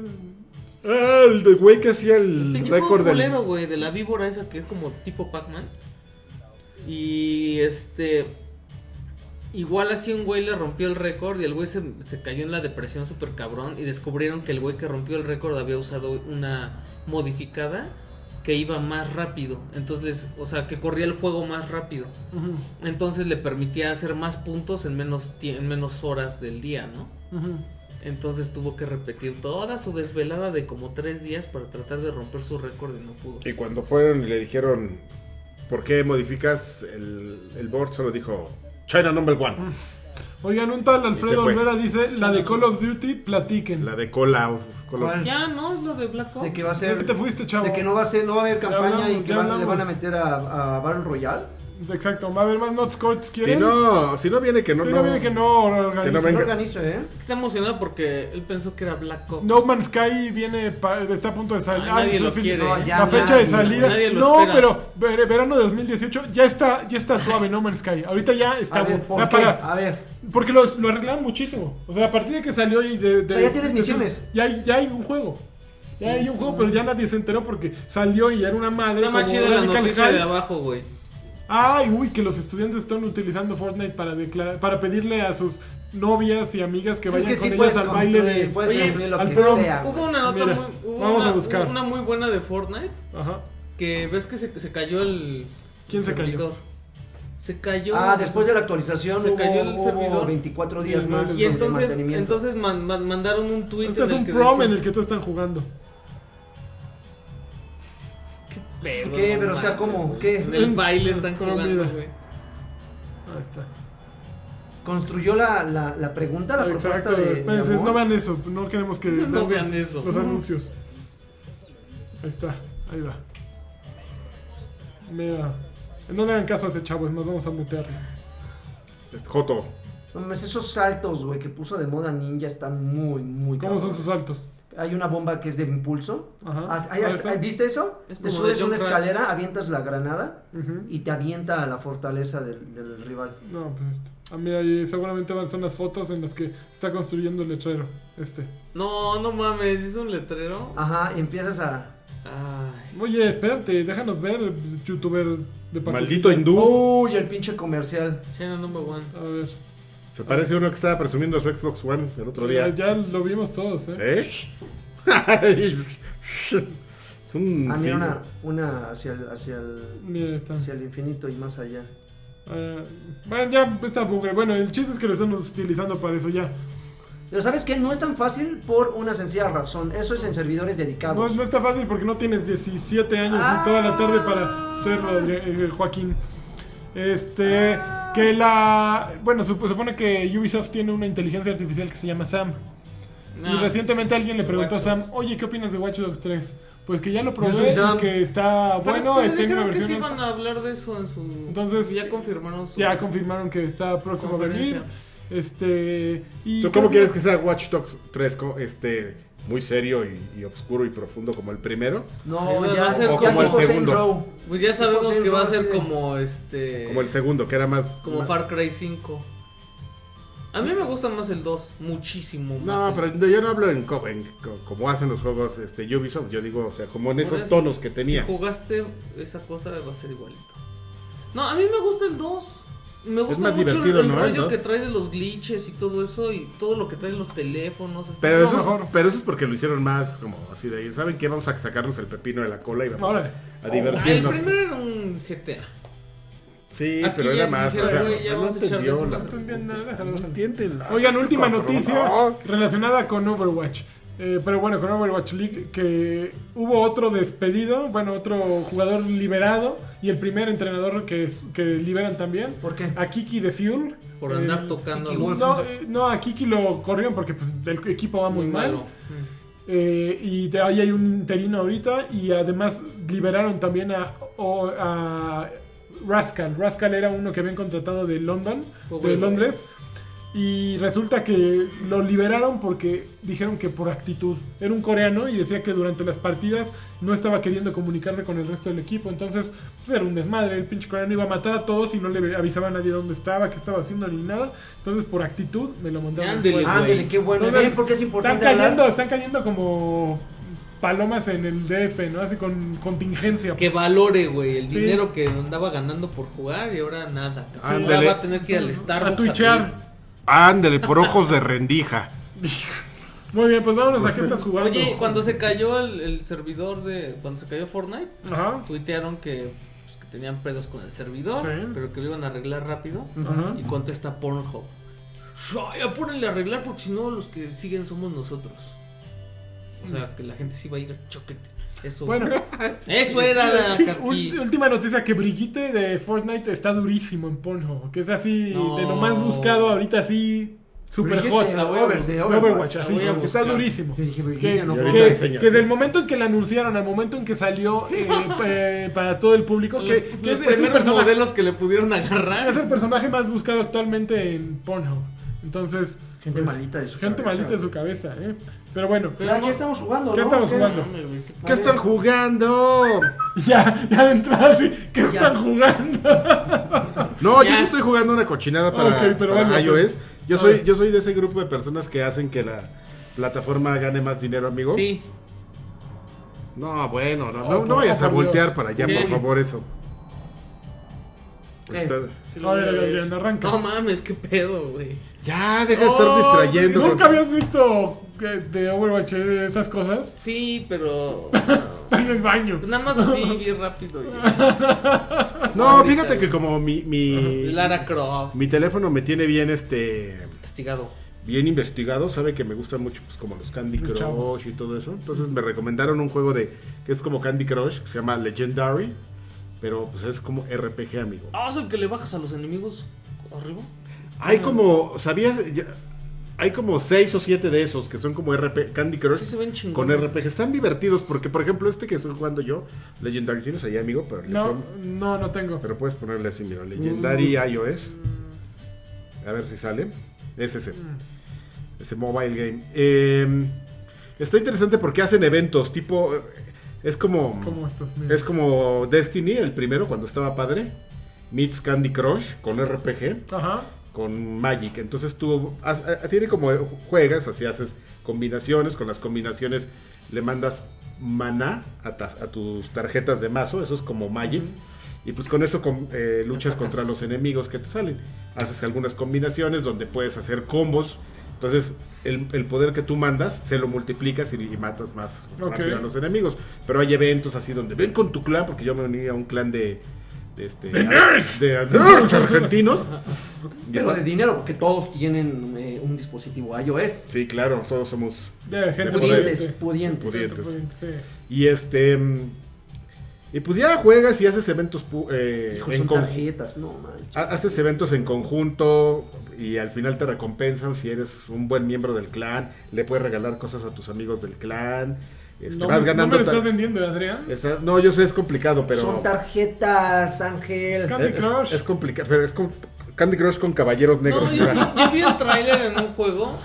[SPEAKER 5] Ah, el de güey que hacía
[SPEAKER 1] El
[SPEAKER 5] el
[SPEAKER 1] pinche juego
[SPEAKER 5] récord del.
[SPEAKER 1] culero, güey, de la víbora esa que es como tipo Pac-Man. Y este. Igual así un güey le rompió el récord y el güey se, se cayó en la depresión súper cabrón. Y descubrieron que el güey que rompió el récord había usado una modificada que iba más rápido. Entonces, les- o sea, que corría el juego más rápido.
[SPEAKER 2] Ujú,
[SPEAKER 1] Entonces le permitía hacer más puntos en menos, tie- en menos horas del día, ¿no?
[SPEAKER 2] ujú.
[SPEAKER 1] Entonces tuvo que repetir toda su desvelada de como tres días para tratar de romper su récord y no pudo.
[SPEAKER 3] Y cuando fueron y le dijeron, ¿por qué modificas el, el board? Solo dijo, China number one.
[SPEAKER 2] Oigan, un tal Alfredo
[SPEAKER 3] fue.
[SPEAKER 2] Olvera dice, la de Call of Duty, platiquen.
[SPEAKER 3] La de cola. uf, cola.
[SPEAKER 4] ¿Cuál?
[SPEAKER 1] Ya, ¿no? Es lo de Black Ops.
[SPEAKER 4] De que va a
[SPEAKER 2] pues, ¿De
[SPEAKER 4] ser.
[SPEAKER 2] qué te fuiste, chavo?
[SPEAKER 4] De que no va a ser, no va a haber campaña
[SPEAKER 2] hablamos,
[SPEAKER 4] y que
[SPEAKER 2] ya
[SPEAKER 4] van- le
[SPEAKER 2] hablamos.
[SPEAKER 4] van a meter a, a Battle Royale.
[SPEAKER 2] Exacto, va a haber más Not Scorts,
[SPEAKER 3] Si
[SPEAKER 2] ¿quieren?
[SPEAKER 3] no, si no viene que no,
[SPEAKER 2] Sí, no viene que no organiza.
[SPEAKER 3] Que no
[SPEAKER 4] Yo
[SPEAKER 3] venga.
[SPEAKER 4] organizo, ¿eh?
[SPEAKER 1] Está emocionado porque él pensó que era Black Ops.
[SPEAKER 2] No Man's Sky viene pa- está a punto de salir.
[SPEAKER 1] Ah, nadie lo
[SPEAKER 2] sí,
[SPEAKER 1] quiere.
[SPEAKER 2] no,
[SPEAKER 4] ya
[SPEAKER 2] la
[SPEAKER 4] nadie,
[SPEAKER 2] fecha de salida.
[SPEAKER 1] nadie lo
[SPEAKER 2] no,
[SPEAKER 1] espera.
[SPEAKER 2] pero ver- verano de 2018 ya está ya está suave No Man's Sky. Ahorita ya está
[SPEAKER 4] A
[SPEAKER 2] bu-
[SPEAKER 4] ver, ¿por
[SPEAKER 2] ya
[SPEAKER 4] qué? Ah.
[SPEAKER 2] para-
[SPEAKER 4] A ver.
[SPEAKER 2] porque los- lo arreglaron muchísimo. O sea, a partir de que salió y de, de-
[SPEAKER 4] O sea, ya tienes
[SPEAKER 2] de-
[SPEAKER 4] misiones.
[SPEAKER 2] Ya hay, ya hay un juego. Ya hay un juego, pero ya nadie se enteró porque salió y era una madre.
[SPEAKER 1] Está más
[SPEAKER 2] como
[SPEAKER 1] chida la
[SPEAKER 2] Radical
[SPEAKER 1] noticia de
[SPEAKER 2] Heights.
[SPEAKER 1] abajo, güey.
[SPEAKER 2] Ay, uy, que los estudiantes están utilizando Fortnite para declarar, para pedirle a sus novias y amigas que
[SPEAKER 4] es
[SPEAKER 2] vayan
[SPEAKER 4] que sí
[SPEAKER 2] con ellas
[SPEAKER 4] puedes
[SPEAKER 2] al baile
[SPEAKER 4] construir,
[SPEAKER 2] de.
[SPEAKER 4] puedes
[SPEAKER 1] Oye,
[SPEAKER 4] construir lo
[SPEAKER 2] al
[SPEAKER 4] que
[SPEAKER 2] prom.
[SPEAKER 4] sea.
[SPEAKER 1] Hubo una nota
[SPEAKER 2] Mira,
[SPEAKER 1] muy, hubo
[SPEAKER 2] vamos
[SPEAKER 1] una,
[SPEAKER 2] a buscar.
[SPEAKER 1] una muy buena de Fortnite
[SPEAKER 2] Ajá.
[SPEAKER 1] que ves que se, se cayó el
[SPEAKER 2] ¿Quién se cayó?
[SPEAKER 1] Se cayó.
[SPEAKER 4] Ah, después de la actualización
[SPEAKER 1] Se
[SPEAKER 4] hubo,
[SPEAKER 1] cayó el
[SPEAKER 4] hubo
[SPEAKER 1] servidor.
[SPEAKER 4] 24
[SPEAKER 2] Y
[SPEAKER 4] días
[SPEAKER 2] el-
[SPEAKER 4] más
[SPEAKER 1] Y
[SPEAKER 4] de
[SPEAKER 1] entonces,
[SPEAKER 4] mantenimiento.
[SPEAKER 1] entonces man- man- mandaron un tweet
[SPEAKER 2] Este es
[SPEAKER 1] en el
[SPEAKER 2] un
[SPEAKER 1] que
[SPEAKER 2] prom
[SPEAKER 1] decía-
[SPEAKER 2] en el que todos están jugando.
[SPEAKER 1] Pero,
[SPEAKER 4] ¿Qué?
[SPEAKER 1] no
[SPEAKER 4] Pero, o sea,
[SPEAKER 1] mames,
[SPEAKER 4] ¿cómo?
[SPEAKER 1] güey.
[SPEAKER 4] ¿Qué?
[SPEAKER 1] En el baile están
[SPEAKER 2] Pero
[SPEAKER 1] jugando,
[SPEAKER 2] mira.
[SPEAKER 1] güey.
[SPEAKER 2] Ahí está.
[SPEAKER 4] construyó la, la, la pregunta, la propuesta de, de
[SPEAKER 2] Espérense,
[SPEAKER 4] amor.
[SPEAKER 2] no vean eso, no queremos que
[SPEAKER 1] No vean eso.
[SPEAKER 2] Los anuncios. Ahí está, ahí va. Mira. No le hagan caso a ese chavo, es más, vamos a mutearlo.
[SPEAKER 3] Es Joto.
[SPEAKER 4] No mames, esos saltos, güey, que puso de moda ninja están muy, muy
[SPEAKER 2] ¿Cómo son
[SPEAKER 4] cabrones.
[SPEAKER 2] sus saltos?
[SPEAKER 4] Hay una bomba que es de impulso.
[SPEAKER 2] Ajá.
[SPEAKER 4] Has- hay-
[SPEAKER 2] Ahí
[SPEAKER 4] has-
[SPEAKER 2] está.
[SPEAKER 4] ¿Viste eso?
[SPEAKER 1] Es
[SPEAKER 4] Te
[SPEAKER 1] como
[SPEAKER 4] subes
[SPEAKER 1] de
[SPEAKER 4] una
[SPEAKER 1] John Crack.
[SPEAKER 4] escalera, avientas la granada
[SPEAKER 2] Ujú.
[SPEAKER 4] y te avienta a la fortaleza del, del rival.
[SPEAKER 2] No, pues esto. A mí ahí seguramente van son las fotos en las que está construyendo el letrero. Este.
[SPEAKER 1] No, no mames, es un letrero.
[SPEAKER 4] Ajá, y empiezas a...
[SPEAKER 1] Ay.
[SPEAKER 2] Oye, espérate, déjanos ver, youtuber de Paco.
[SPEAKER 3] Maldito hindú.
[SPEAKER 4] Uy, el pinche comercial.
[SPEAKER 1] China number one.
[SPEAKER 2] A ver.
[SPEAKER 3] Se parece a uno que estaba presumiendo su Xbox One el otro día.
[SPEAKER 2] Ya lo vimos todos, ¿eh?
[SPEAKER 3] ¿Eh? es un.
[SPEAKER 4] Ah,
[SPEAKER 3] sí.
[SPEAKER 4] mira, una, una hacia, el, hacia, el,
[SPEAKER 2] Mira, ahí está.
[SPEAKER 4] hacia el infinito y más allá.
[SPEAKER 2] Ah, bueno, ya está bugre. Bueno, el chiste es que lo están utilizando para eso ya.
[SPEAKER 4] Pero sabes que no es tan fácil por una sencilla razón. Eso es en servidores
[SPEAKER 2] No,
[SPEAKER 4] dedicados.
[SPEAKER 2] no está fácil porque no tienes 17 años
[SPEAKER 4] Ah.
[SPEAKER 2] y toda la tarde
[SPEAKER 3] Ah.
[SPEAKER 2] para serlo, Adri- eh, Joaquín. Este, que la... Bueno, sup- supone que Ubisoft tiene una inteligencia artificial que se llama Sam.
[SPEAKER 1] Ah,
[SPEAKER 2] y recientemente alguien le
[SPEAKER 1] de
[SPEAKER 2] preguntó a
[SPEAKER 1] Watch
[SPEAKER 2] Sam,
[SPEAKER 1] Dogs.
[SPEAKER 2] oye, ¿qué opinas de Watch Dogs 3? Pues que ya lo
[SPEAKER 4] soy
[SPEAKER 2] probé
[SPEAKER 4] Sam.
[SPEAKER 2] y que está
[SPEAKER 1] pues, Pero
[SPEAKER 2] bueno,
[SPEAKER 1] es que
[SPEAKER 2] está en
[SPEAKER 1] dijeron
[SPEAKER 2] una
[SPEAKER 1] que sí
[SPEAKER 2] versión...
[SPEAKER 1] iban a hablar de eso en su.
[SPEAKER 2] Entonces,
[SPEAKER 1] ya confirmaron su.
[SPEAKER 2] Ya confirmaron que está próximo a venir.
[SPEAKER 1] conferencia.
[SPEAKER 2] Este... Y
[SPEAKER 3] ¿Tú
[SPEAKER 2] creo
[SPEAKER 3] cómo quieres que sea Watch Dogs 3 co- este, muy serio y, y oscuro y profundo como el primero?
[SPEAKER 4] No,
[SPEAKER 1] Va
[SPEAKER 4] ya,
[SPEAKER 1] a ser
[SPEAKER 4] ya
[SPEAKER 1] como el
[SPEAKER 4] tipo Saints
[SPEAKER 3] segundo.
[SPEAKER 4] Row.
[SPEAKER 1] Pues ya sabemos
[SPEAKER 4] Pues sí,
[SPEAKER 1] que va a
[SPEAKER 4] no,
[SPEAKER 1] ser
[SPEAKER 4] sí.
[SPEAKER 1] como este.
[SPEAKER 3] Como el segundo, que era más...
[SPEAKER 1] como
[SPEAKER 3] más-
[SPEAKER 1] Far Cry 5. A mí me gusta más el 2, muchísimo.
[SPEAKER 3] No,
[SPEAKER 1] más el-
[SPEAKER 3] pero yo no hablo en, co- en co- como hacen los juegos este, Ubisoft, yo digo, o sea, como en
[SPEAKER 1] Por
[SPEAKER 3] esos
[SPEAKER 1] eso,
[SPEAKER 3] tonos que tenía.
[SPEAKER 1] Si jugaste esa cosa, va a ser igualito. No, a mí me gusta el 2. Me gusta
[SPEAKER 3] más
[SPEAKER 1] mucho
[SPEAKER 3] divertido,
[SPEAKER 1] el,
[SPEAKER 3] ¿no? El
[SPEAKER 1] rollo
[SPEAKER 3] dos.
[SPEAKER 1] que trae de los glitches y todo eso y todo lo que trae los teléfonos. está-
[SPEAKER 3] Pero
[SPEAKER 1] No,
[SPEAKER 3] eso, pero eso es porque lo hicieron más como así de ahí. ¿Saben qué? Vamos a sacarnos el pepino de la cola y vamos
[SPEAKER 2] Órale.
[SPEAKER 3] a, a
[SPEAKER 1] ah, el
[SPEAKER 3] divertirnos.
[SPEAKER 1] primero era un GTA.
[SPEAKER 3] Sí,
[SPEAKER 1] Aquí
[SPEAKER 3] pero
[SPEAKER 1] ya
[SPEAKER 3] era más.
[SPEAKER 1] dijeron,
[SPEAKER 3] o sea,
[SPEAKER 1] güey, ya
[SPEAKER 3] no
[SPEAKER 1] vamos a echarle
[SPEAKER 3] entendió
[SPEAKER 1] eso,
[SPEAKER 3] la-
[SPEAKER 1] no
[SPEAKER 2] entendían nada, Pues déjalo, déjalo.
[SPEAKER 3] entienden la-
[SPEAKER 2] Oigan, última
[SPEAKER 3] cabrón.
[SPEAKER 2] noticia
[SPEAKER 3] No.
[SPEAKER 2] relacionada con Overwatch. Eh, pero bueno, con Overwatch League, que hubo otro despedido, bueno, otro jugador liberado y el primer entrenador que, que liberan también.
[SPEAKER 4] ¿Por qué?
[SPEAKER 2] A Kiki de Fuel.
[SPEAKER 1] Por
[SPEAKER 2] Eh,
[SPEAKER 1] andar tocando
[SPEAKER 4] Kiki
[SPEAKER 1] los-
[SPEAKER 2] No, eh, no, a Kiki lo corrieron porque pues, el equipo va muy, mal. Eh, y te- ahí hay un interino ahorita. Y además liberaron también a, o- a Rascal. Rascal era uno que habían contratado de London,
[SPEAKER 1] Pobre
[SPEAKER 2] de
[SPEAKER 1] güey.
[SPEAKER 2] Londres. Y resulta que lo liberaron porque dijeron que por actitud. Era un coreano y decía que durante las partidas no estaba queriendo comunicarse con el resto del equipo. Entonces pues, era un desmadre. El pinche coreano iba a matar a todos y no le avisaba a nadie dónde estaba, qué estaba haciendo ni nada. Entonces por actitud me lo mandaron.
[SPEAKER 1] Ándele,
[SPEAKER 2] fuera.
[SPEAKER 1] güey.
[SPEAKER 4] Ándale, qué bueno.
[SPEAKER 2] Entonces,
[SPEAKER 4] ¿Ven por qué es importante
[SPEAKER 2] Están cayendo,
[SPEAKER 4] hablar?
[SPEAKER 2] están cayendo como palomas en el DF, ¿no? Así con contingencia.
[SPEAKER 1] Que valore, güey, el
[SPEAKER 2] Sí.
[SPEAKER 1] dinero que andaba ganando por jugar y ahora nada. Ahora
[SPEAKER 3] Ándale.
[SPEAKER 1] va a tener que ir al Starbucks.
[SPEAKER 2] a tuichear.
[SPEAKER 1] pedir.
[SPEAKER 3] Ándale, por ojos de rendija.
[SPEAKER 2] Muy bien, pues vámonos a qué estás jugando.
[SPEAKER 1] Oye, cuando se cayó el, el servidor de. Cuando se cayó Fortnite,
[SPEAKER 2] Ajá.
[SPEAKER 1] tuitearon que, pues, que tenían pedos con el servidor,
[SPEAKER 2] Sí.
[SPEAKER 1] pero que lo iban a arreglar rápido.
[SPEAKER 2] Ajá.
[SPEAKER 1] Y contesta Pornhub. Ay, apúrenle a arreglar porque si no, los que siguen somos nosotros. O sea, que la gente sí va a ir a choquete. Eso,
[SPEAKER 2] Bueno,
[SPEAKER 1] eso era la aquí.
[SPEAKER 2] ul- última noticia que Brigitte de Fortnite está durísimo en Pornhub, que es así de lo más
[SPEAKER 1] No.
[SPEAKER 2] buscado ahorita así super
[SPEAKER 4] Brigitte
[SPEAKER 2] hot.
[SPEAKER 4] de
[SPEAKER 1] la voy a
[SPEAKER 4] Over-
[SPEAKER 1] bus-
[SPEAKER 4] de
[SPEAKER 2] De
[SPEAKER 4] Overwatch.
[SPEAKER 2] Overwatch,
[SPEAKER 1] la
[SPEAKER 2] así,
[SPEAKER 1] voy a
[SPEAKER 2] porque está
[SPEAKER 1] buscar.
[SPEAKER 2] durísimo.
[SPEAKER 4] Yo dije,
[SPEAKER 2] Que,
[SPEAKER 4] Virginia, no
[SPEAKER 2] que-
[SPEAKER 3] puedo.
[SPEAKER 2] que
[SPEAKER 3] enseñas,
[SPEAKER 2] desde
[SPEAKER 3] sí.
[SPEAKER 2] el momento en que la anunciaron, al momento en que salió eh, eh, para todo el público, que,
[SPEAKER 1] Los-
[SPEAKER 2] que
[SPEAKER 1] los
[SPEAKER 2] es, es un
[SPEAKER 1] primeros
[SPEAKER 2] personaje
[SPEAKER 1] modelos que le pudieron agarrar.
[SPEAKER 2] Es el personaje más buscado actualmente en Pornhub. Entonces. pues,
[SPEAKER 4] Gente malita de su
[SPEAKER 2] Gente
[SPEAKER 4] cabeza.
[SPEAKER 2] malita de su cabeza, ¿eh? Pero bueno.
[SPEAKER 4] Claro, ¿Qué estamos jugando?
[SPEAKER 2] ¿Qué
[SPEAKER 4] no?
[SPEAKER 2] estamos jugando?
[SPEAKER 1] Hombre, güey, qué-
[SPEAKER 3] ¿Qué están jugando?
[SPEAKER 2] Ya, ya de entrada sí. ¿Qué están jugando?
[SPEAKER 3] No, yo
[SPEAKER 1] Ya.
[SPEAKER 3] sí estoy jugando una cochinada para,
[SPEAKER 2] Ok, pero
[SPEAKER 3] para
[SPEAKER 2] bueno,
[SPEAKER 3] iOS. Yo
[SPEAKER 2] a
[SPEAKER 3] soy,
[SPEAKER 2] ver.
[SPEAKER 3] yo soy de ese grupo de personas que hacen que la plataforma gane más dinero, amigo.
[SPEAKER 1] Sí,
[SPEAKER 3] No, bueno, no,
[SPEAKER 2] Oh,
[SPEAKER 3] no, no
[SPEAKER 2] por
[SPEAKER 3] vayas a
[SPEAKER 2] favor,
[SPEAKER 3] voltear
[SPEAKER 2] Dios.
[SPEAKER 3] para allá,
[SPEAKER 1] Sí.
[SPEAKER 3] por favor, eso.
[SPEAKER 4] ¿Qué?
[SPEAKER 3] Está-
[SPEAKER 1] sí lo
[SPEAKER 2] A
[SPEAKER 1] voy
[SPEAKER 2] ver,
[SPEAKER 1] a ver.
[SPEAKER 2] Adrián, arranca.
[SPEAKER 1] No mames, qué pedo, güey.
[SPEAKER 3] Ya, deja de estar
[SPEAKER 1] Oh,
[SPEAKER 3] distrayendo.
[SPEAKER 2] Nunca habías visto eh, de Overwatch eh, esas cosas.
[SPEAKER 1] Sí, pero.
[SPEAKER 2] Está en el baño.
[SPEAKER 1] Nada más así, bien rápido. y-
[SPEAKER 3] No,
[SPEAKER 1] Ahorita,
[SPEAKER 3] fíjate que
[SPEAKER 1] güey.
[SPEAKER 3] como mi, mi,
[SPEAKER 1] Lara Croft,
[SPEAKER 3] mi teléfono me tiene bien este
[SPEAKER 1] castigado.
[SPEAKER 3] bien investigado, sabe que me gustan mucho pues como los Candy
[SPEAKER 2] Los
[SPEAKER 3] Crush
[SPEAKER 2] chavos.
[SPEAKER 3] y todo eso. Entonces me recomendaron un juego de que es como Candy Crush, que se llama Legendary, pero pues es como RPG, amigo.
[SPEAKER 1] Ah, es el que le bajas a los enemigos arriba. Ah.
[SPEAKER 3] Hay como, ¿sabías? Ya- hay como seis o siete de esos que son como RP, Candy Crush
[SPEAKER 1] Sí, se ven chingones.
[SPEAKER 3] con RPG. Están divertidos porque, por ejemplo, este que estoy jugando yo, Legendary, tienes ahí, amigo, pero, le
[SPEAKER 2] No,
[SPEAKER 3] pon-
[SPEAKER 2] no, no tengo.
[SPEAKER 3] pero puedes ponerle así, mira, Legendary iOS. A ver si sale. Es ese. Ese mobile game. Eh, está interesante porque hacen eventos, tipo... eh, Es como...
[SPEAKER 2] ¿Cómo estás? Mira.
[SPEAKER 3] Es como Destiny, el primero, cuando estaba padre. Meets Candy Crush con RPG
[SPEAKER 2] Ajá.
[SPEAKER 3] con Magic. Entonces tú haz- a- tiene como eh, juegas, así haces combinaciones, con las combinaciones le mandas maná a, tas- a tus tarjetas de mazo, eso es como Magic. Y pues con eso com- eh, luchas contra los enemigos que te salen. Haces algunas combinaciones donde puedes hacer combos. Entonces el, el poder que tú mandas se lo multiplicas y, y matas más
[SPEAKER 2] Ok.
[SPEAKER 3] rápido a los enemigos. Pero hay eventos así donde ven con tu clan, porque yo me uní a un clan de, este, de- de nerds argentinos. Y
[SPEAKER 4] Pero
[SPEAKER 3] está-
[SPEAKER 4] de dinero, porque todos tienen eh, un dispositivo iOS.
[SPEAKER 3] Sí, claro, todos somos
[SPEAKER 2] De gente
[SPEAKER 3] De poder.
[SPEAKER 4] Pudientes, pudientes.
[SPEAKER 3] pudientes.
[SPEAKER 2] pudiente, sí.
[SPEAKER 3] Y este. mm, Y pues ya juegas y haces eventos pu- eh,
[SPEAKER 4] Hijo,
[SPEAKER 3] en
[SPEAKER 4] son
[SPEAKER 3] con-
[SPEAKER 4] tarjetas, no manches.
[SPEAKER 3] ha- Haces eventos en conjunto y al final te recompensan si eres un buen miembro del clan. Le puedes regalar cosas a tus amigos del clan. este,
[SPEAKER 2] No,
[SPEAKER 3] vas
[SPEAKER 2] me-
[SPEAKER 3] ganando.
[SPEAKER 2] no me lo
[SPEAKER 3] ta-
[SPEAKER 2] estás vendiendo, Adrián.
[SPEAKER 3] estás- no, yo sé, es complicado, pero.
[SPEAKER 4] Son tarjetas, Ángel.
[SPEAKER 2] Candy
[SPEAKER 3] es,
[SPEAKER 2] Crush.
[SPEAKER 3] es complicado, pero es con- Candy Crush con caballeros negros.
[SPEAKER 1] No, yo,
[SPEAKER 3] mira.
[SPEAKER 1] yo vi un tráiler en un juego.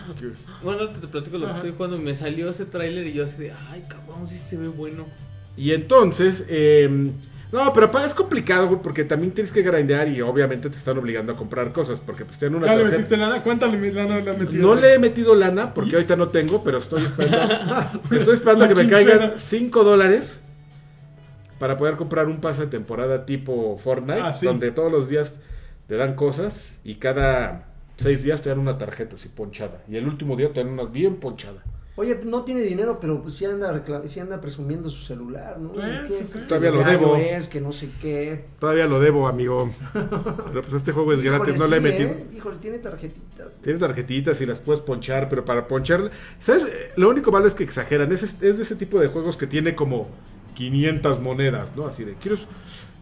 [SPEAKER 1] Bueno, te, te platico lo que estoy jugando. Me salió ese tráiler y yo así de, ay, cabrón, sí se ve bueno.
[SPEAKER 3] Y entonces, eh, no, pero pa- es complicado güey, porque también tienes que grindear y obviamente te están obligando a comprar cosas porque pues tienen una
[SPEAKER 2] ¿Ya le
[SPEAKER 3] tarjeta-
[SPEAKER 2] metiste lana? ¿Cuánta le- lana le has metido?
[SPEAKER 3] No le he metido lana porque ahorita no tengo, pero estoy esperando, estoy esperando
[SPEAKER 2] La
[SPEAKER 3] que me
[SPEAKER 2] quincena.
[SPEAKER 3] caigan 5 dólares para poder comprar un pase de temporada tipo Fortnite,
[SPEAKER 2] Ah, sí.
[SPEAKER 3] donde todos los días te dan cosas y cada 6 días te dan una tarjeta así ponchada. Y el último día te dan una bien ponchada.
[SPEAKER 4] Oye, no tiene dinero, pero pues sí anda, recla- sí anda presumiendo su celular, ¿no?
[SPEAKER 2] Sí,
[SPEAKER 4] ¿Qué?
[SPEAKER 2] sí, sí.
[SPEAKER 3] Todavía lo
[SPEAKER 4] Ya
[SPEAKER 3] debo.
[SPEAKER 4] Es que no sé qué.
[SPEAKER 3] Todavía lo debo, amigo. Pero pues este juego es gratis,
[SPEAKER 4] Híjole,
[SPEAKER 3] no le he
[SPEAKER 4] sí,
[SPEAKER 3] metido.
[SPEAKER 4] ¿eh? Híjole, tiene tarjetitas.
[SPEAKER 3] Tienes tarjetitas y las puedes ponchar, pero para ponchar, ¿sabes? Eh, Lo único malo es que exageran. Es, es de ese tipo de juegos que tiene como 500 monedas, ¿no? Así de, ¿quieres,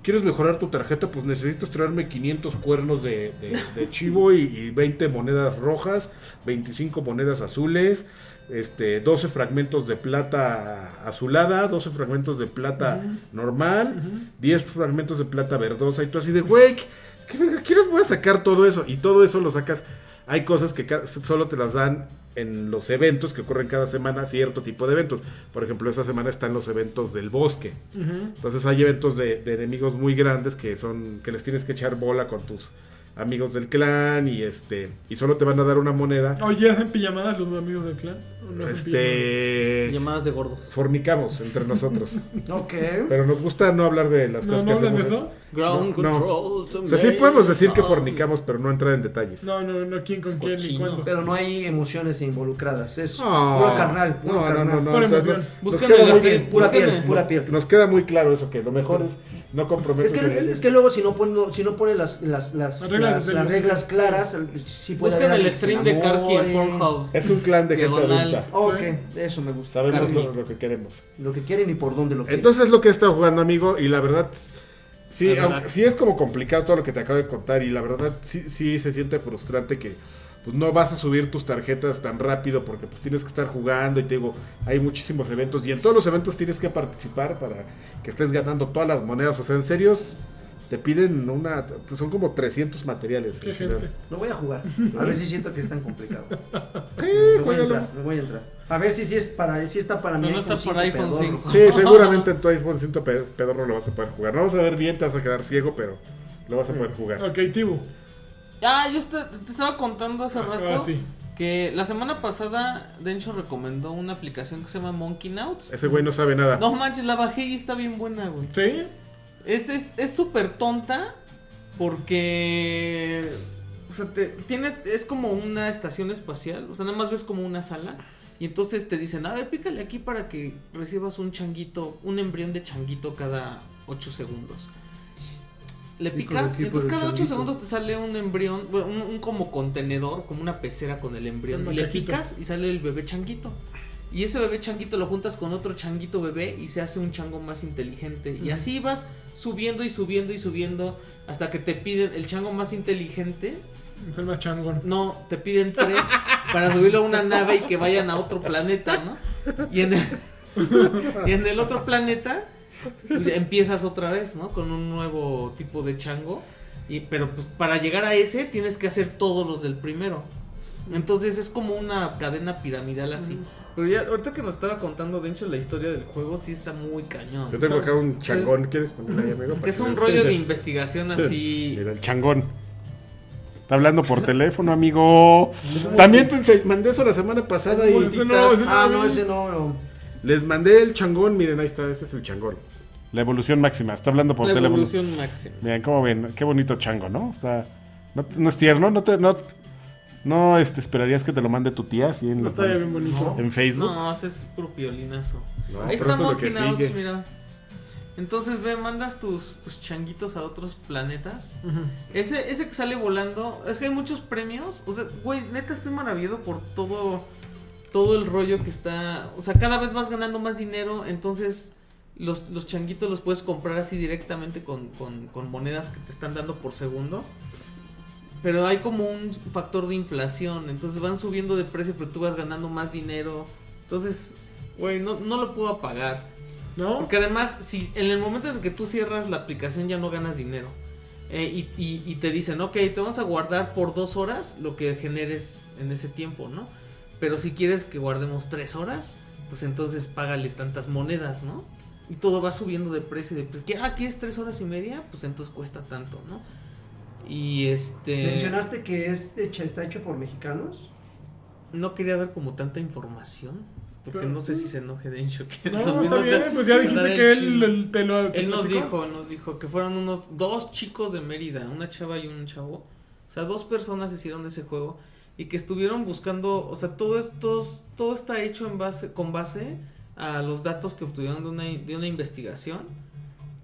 [SPEAKER 3] quieres mejorar tu tarjeta? Pues necesitas traerme 500 cuernos de, de- de chivo y, y 20 monedas rojas, 25 monedas azules, este, 12 fragmentos de plata azulada, 12 fragmentos de plata normal, 10 fragmentos de plata verdosa. Y tú así de, güey, ¿qué- ¿qué, verga? quieres? Voy a sacar todo eso. Y todo eso lo sacas hay cosas que ca- solo te las dan en los eventos que ocurren cada semana, cierto tipo de eventos. Por ejemplo, esta semana están los eventos del bosque. Entonces hay eventos de, de enemigos muy grandes que son que les tienes que echar bola con tus amigos del clan y este y solo te van a dar una moneda.
[SPEAKER 2] Oye, ¿hacen pijamadas los amigos del clan? ¿O no hacen pijamadas?
[SPEAKER 3] este
[SPEAKER 1] Llamadas de gordos.
[SPEAKER 3] fornicamos entre nosotros,
[SPEAKER 4] Ok.
[SPEAKER 3] pero nos gusta no hablar de las
[SPEAKER 2] ¿No,
[SPEAKER 3] cosas
[SPEAKER 2] no
[SPEAKER 3] que
[SPEAKER 2] hablan de
[SPEAKER 3] hacemos.
[SPEAKER 2] eso?
[SPEAKER 1] Ground
[SPEAKER 3] No, no.
[SPEAKER 1] control.
[SPEAKER 3] O sea, sí podemos decir que fornicamos, pero no entrar en detalles.
[SPEAKER 2] No, no, no, quién con quién ni
[SPEAKER 1] Cochino.
[SPEAKER 2] cuándo.
[SPEAKER 4] Pero no hay emociones involucradas. Es
[SPEAKER 3] No,
[SPEAKER 4] puro carnal, puro
[SPEAKER 3] no, no,
[SPEAKER 4] carnal.
[SPEAKER 3] no, no,
[SPEAKER 2] Pura
[SPEAKER 3] entonces,
[SPEAKER 2] emoción.
[SPEAKER 3] nos
[SPEAKER 1] Buscan
[SPEAKER 3] queda
[SPEAKER 1] el
[SPEAKER 3] muy-
[SPEAKER 1] gaste-
[SPEAKER 4] Pura piel,
[SPEAKER 1] Búsquenle.
[SPEAKER 4] pura piel.
[SPEAKER 3] Nos queda muy claro eso, que lo mejor es no
[SPEAKER 4] Es
[SPEAKER 3] comprometer.
[SPEAKER 4] que, es que luego si no pone, no- si no pone las, las, las,
[SPEAKER 2] Las reglas
[SPEAKER 4] las-
[SPEAKER 2] de
[SPEAKER 4] las
[SPEAKER 2] servicio.
[SPEAKER 4] reglas claras, el- sí puede
[SPEAKER 1] Busquen
[SPEAKER 4] haber
[SPEAKER 1] el
[SPEAKER 4] alguien que se
[SPEAKER 1] stream de Karki
[SPEAKER 3] eh.
[SPEAKER 1] en
[SPEAKER 4] enamore.
[SPEAKER 1] Pornhub.
[SPEAKER 3] es un clan de gente
[SPEAKER 1] Diagonal.
[SPEAKER 3] adulta.
[SPEAKER 4] Ok, eso me gusta.
[SPEAKER 3] Sabemos
[SPEAKER 1] Carly.
[SPEAKER 3] lo, lo que queremos.
[SPEAKER 4] Lo que quieren y por dónde lo quieren.
[SPEAKER 3] Entonces es lo que he estado jugando, amigo, y la verdad, sí,
[SPEAKER 1] La verdad.
[SPEAKER 3] aunque- sí es como complicado todo lo que te acabo de contar, y la verdad sí, sí se siente frustrante que pues, no vas a subir tus tarjetas tan rápido porque pues tienes que estar jugando y te digo, hay muchísimos eventos, y en todos los eventos tienes que participar para que estés ganando todas las monedas, o sea, en serios te piden una, son como 300 materiales.
[SPEAKER 2] Qué
[SPEAKER 3] en general.
[SPEAKER 2] gente.
[SPEAKER 4] Lo voy a jugar. A ver si siento que es tan complicado.
[SPEAKER 3] Sí,
[SPEAKER 4] Me voy a
[SPEAKER 3] juégalo.
[SPEAKER 4] entrar, me voy a entrar. A ver si, si, es para, si está para mi
[SPEAKER 1] No, no está para iPhone
[SPEAKER 4] pedorro.
[SPEAKER 1] 5.
[SPEAKER 3] Sí, seguramente en tu iPhone 100 pe- pedorro lo vas a poder jugar. No vas a ver bien, te vas a quedar ciego, pero lo vas a poder jugar.
[SPEAKER 2] Ok, Tibu.
[SPEAKER 1] Ah, yo te, te estaba contando hace rato
[SPEAKER 2] Ah, sí.
[SPEAKER 1] que la semana pasada Dencho recomendó una aplicación que se llama Monkey Notes.
[SPEAKER 3] Ese güey no sabe nada.
[SPEAKER 1] No manches, la bajé y está bien buena, güey.
[SPEAKER 2] ¿Sí?
[SPEAKER 1] Es es- es súper tonta porque... O sea, te- tienes, es como una estación espacial, o sea, nada más ves como una sala y entonces te dicen, a ver, pícale aquí para que recibas un changuito, un embrión de changuito cada 8 segundos. Le
[SPEAKER 4] Pico
[SPEAKER 1] picas
[SPEAKER 4] de
[SPEAKER 1] y
[SPEAKER 4] tipo
[SPEAKER 1] entonces
[SPEAKER 4] de
[SPEAKER 1] cada 8
[SPEAKER 4] changuito.
[SPEAKER 1] segundos te sale un embrión, bueno, un, un como contenedor, como una pecera con el embrión.
[SPEAKER 2] Una
[SPEAKER 1] Y le
[SPEAKER 2] cajita.
[SPEAKER 1] picas y sale el bebé changuito. Y ese bebé changuito lo juntas con otro changuito bebé y se hace un chango más inteligente. Y así vas subiendo y subiendo y subiendo hasta que te piden el chango más inteligente.
[SPEAKER 2] Es el más changón.
[SPEAKER 1] No, te piden tres para subirlo a una nave y que vayan a otro planeta, ¿no? Y en el, y en el otro planeta pues, ya empiezas otra vez, ¿no? Con un nuevo tipo de chango. Y, pero pues para llegar a ese tienes que hacer todos los del primero. Entonces es como una cadena piramidal así. Pero ya, ahorita que nos estaba contando, de hecho, la historia del juego sí está muy cañón.
[SPEAKER 3] Yo tengo acá un changón. ¿Quieres ponerle ahí, amigo? Para
[SPEAKER 1] Es un
[SPEAKER 3] veas?
[SPEAKER 1] rollo de investigación así.
[SPEAKER 3] Mira, el changón. Está hablando por teléfono, amigo. También te ense- mandé eso la semana pasada y
[SPEAKER 2] Ese no, ese no.
[SPEAKER 4] Ah, no, ese no. no.
[SPEAKER 3] les mandé el changón. Miren, ahí está, ese es el changón. La evolución máxima, está hablando por
[SPEAKER 1] La
[SPEAKER 3] teléfono.
[SPEAKER 1] evolución máxima.
[SPEAKER 3] Miren, cómo ven, qué bonito chango, ¿no? O sea, no, no es tierno, no te, no, no este, esperarías que te lo mande tu tía así en, la-
[SPEAKER 2] Está bien bonito.
[SPEAKER 3] en Facebook.
[SPEAKER 1] No, ese es puro piolinazo.
[SPEAKER 3] No,
[SPEAKER 1] Ahí
[SPEAKER 3] pero
[SPEAKER 1] está
[SPEAKER 3] eso es lo que
[SPEAKER 1] Monkey Notes,
[SPEAKER 3] sigue.
[SPEAKER 1] mira. Entonces, ve, mandas tus, tus changuitos a otros planetas. Ese, ese que sale volando, es que hay muchos premios. O sea, güey, neta estoy maravillado por todo, todo el rollo que está. O sea, cada vez vas ganando más dinero, entonces los, los changuitos los puedes comprar así directamente con, con, con monedas que te están dando por segundo. Pero hay como un factor de inflación, entonces van subiendo de precio, pero tú vas ganando más dinero. Entonces, güey, no, no lo puedo apagar.
[SPEAKER 2] ¿No?
[SPEAKER 1] Porque además, si en el momento en que tú cierras la aplicación ya no ganas dinero. Eh, y, y- y te dicen, ok, te vamos a guardar por dos horas lo que generes en ese tiempo, ¿no? Pero si quieres que guardemos tres horas, pues entonces págale tantas monedas, ¿no? Y todo va subiendo de precio. De precio. Ah, ¿quieres tres horas y media? Pues entonces cuesta tanto, ¿no? Y este...
[SPEAKER 4] Mencionaste que este hecho- está hecho por mexicanos.
[SPEAKER 1] No quería dar como tanta información. Porque
[SPEAKER 2] Pero-
[SPEAKER 1] no sé si se enoje Densho. Que
[SPEAKER 2] No,
[SPEAKER 1] eso,
[SPEAKER 2] está
[SPEAKER 1] no te-
[SPEAKER 2] bien, pues ya
[SPEAKER 1] no
[SPEAKER 2] dijiste
[SPEAKER 1] dar el
[SPEAKER 2] que él
[SPEAKER 1] chisme.
[SPEAKER 2] el- te lo te
[SPEAKER 1] Él nos
[SPEAKER 2] platicó.
[SPEAKER 1] dijo, nos dijo que fueron unos dos chicos de Mérida, una chava y un chavo. O sea, dos personas hicieron ese juego y que estuvieron buscando, o sea, todo es, todos- todo está hecho en base con base a los datos que obtuvieron de una, de una investigación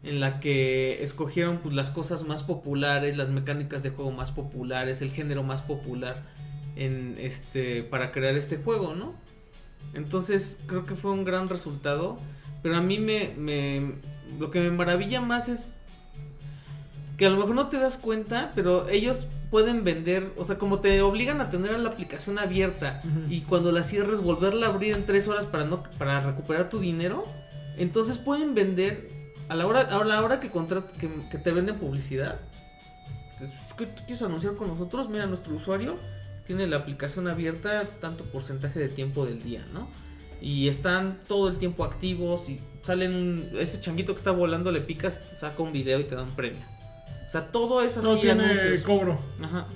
[SPEAKER 1] en la que escogieron pues las cosas más populares, las mecánicas de juego más populares, el género más popular en este para crear este juego, ¿no? Entonces, creo que fue un gran resultado. Pero a mí me, me- Lo que me maravilla más es. Que a lo mejor no te das cuenta, pero ellos pueden vender. O sea, como te obligan a tener la aplicación abierta. Y cuando la cierres, volverla a abrir en tres horas para, no, para recuperar tu dinero. Entonces pueden vender. A la hora, a la hora que, contrat- que, que te venden publicidad. pues, ¿Qué tú quieres anunciar con nosotros? Mira, nuestro usuario tiene la aplicación abierta tanto porcentaje de tiempo del día, ¿no? y están todo el tiempo activos y salen un- ese changuito que está volando le picas saca un video y te da un premio o sea todo es así
[SPEAKER 2] No tiene
[SPEAKER 1] anuncios.
[SPEAKER 2] cobro.
[SPEAKER 1] Ajá.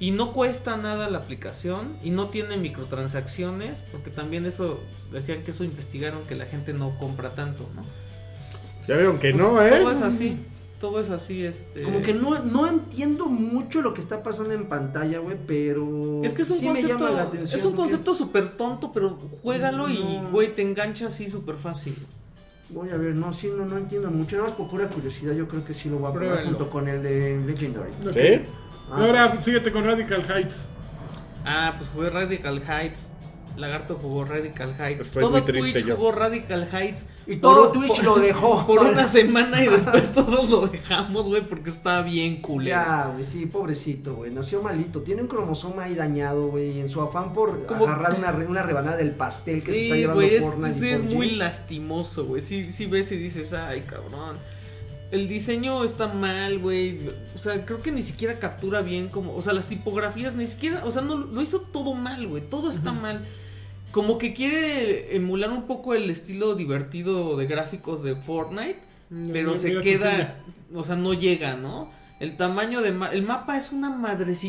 [SPEAKER 1] y no cuesta nada la aplicación y no tiene microtransacciones porque también eso decían que eso investigaron que la gente no compra tanto no
[SPEAKER 3] Ya vieron que no,
[SPEAKER 1] Pues,
[SPEAKER 3] ¿eh?
[SPEAKER 1] todo es así todo es así este
[SPEAKER 4] Como que no, no entiendo mucho lo que está pasando en pantalla, güey, pero.
[SPEAKER 1] es que es un
[SPEAKER 4] sí me
[SPEAKER 1] concepto
[SPEAKER 4] llama la atención
[SPEAKER 1] es un
[SPEAKER 4] porque
[SPEAKER 1] concepto súper tonto pero juégalo y
[SPEAKER 4] No.
[SPEAKER 1] güey te engancha así súper fácil
[SPEAKER 4] Voy a ver, no, sí, no, no entiendo mucho. Nada más por pura curiosidad, yo creo que sí lo voy a probar
[SPEAKER 1] Pruébalo.
[SPEAKER 4] junto con el de Legendary.
[SPEAKER 2] Ok.
[SPEAKER 3] ¿Sí?
[SPEAKER 4] Ah,
[SPEAKER 2] Ahora
[SPEAKER 1] pues
[SPEAKER 2] síguete con Radical Heights.
[SPEAKER 1] Ah, pues jugué Radical Heights. Lagarto jugó Radical Heights.
[SPEAKER 3] Estoy
[SPEAKER 1] todo
[SPEAKER 3] muy triste
[SPEAKER 1] Twitch
[SPEAKER 3] yo.
[SPEAKER 1] jugó Radical Heights.
[SPEAKER 4] Y todo
[SPEAKER 1] Por-
[SPEAKER 4] Twitch
[SPEAKER 1] por-
[SPEAKER 4] lo dejó.
[SPEAKER 1] Por una semana y después todos lo dejamos, güey, porque estaba bien cool.
[SPEAKER 4] Ya, güey, sí, pobrecito, güey. Nació malito. Tiene un cromosoma ahí dañado, güey. y En su afán por
[SPEAKER 1] Como-
[SPEAKER 4] agarrar una, re- una rebanada del pastel que se está
[SPEAKER 1] Sí,
[SPEAKER 4] llevando
[SPEAKER 1] güey, es,
[SPEAKER 4] Fortnite y
[SPEAKER 1] sí, es
[SPEAKER 4] PUBG.
[SPEAKER 1] muy lastimoso, güey. Sí, sí ves y dices, ay, cabrón. El diseño está mal, güey. O sea, creo que ni siquiera captura bien como... O sea, las tipografías ni siquiera... O sea, no, lo hizo todo mal, güey. Todo está mal. Como que quiere emular un poco el estilo divertido de gráficos de Fortnite. Pero
[SPEAKER 2] Mira,
[SPEAKER 1] se
[SPEAKER 2] mira su
[SPEAKER 1] queda...
[SPEAKER 2] silla.
[SPEAKER 1] O sea, no llega, ¿no? El tamaño de... ma- el mapa es una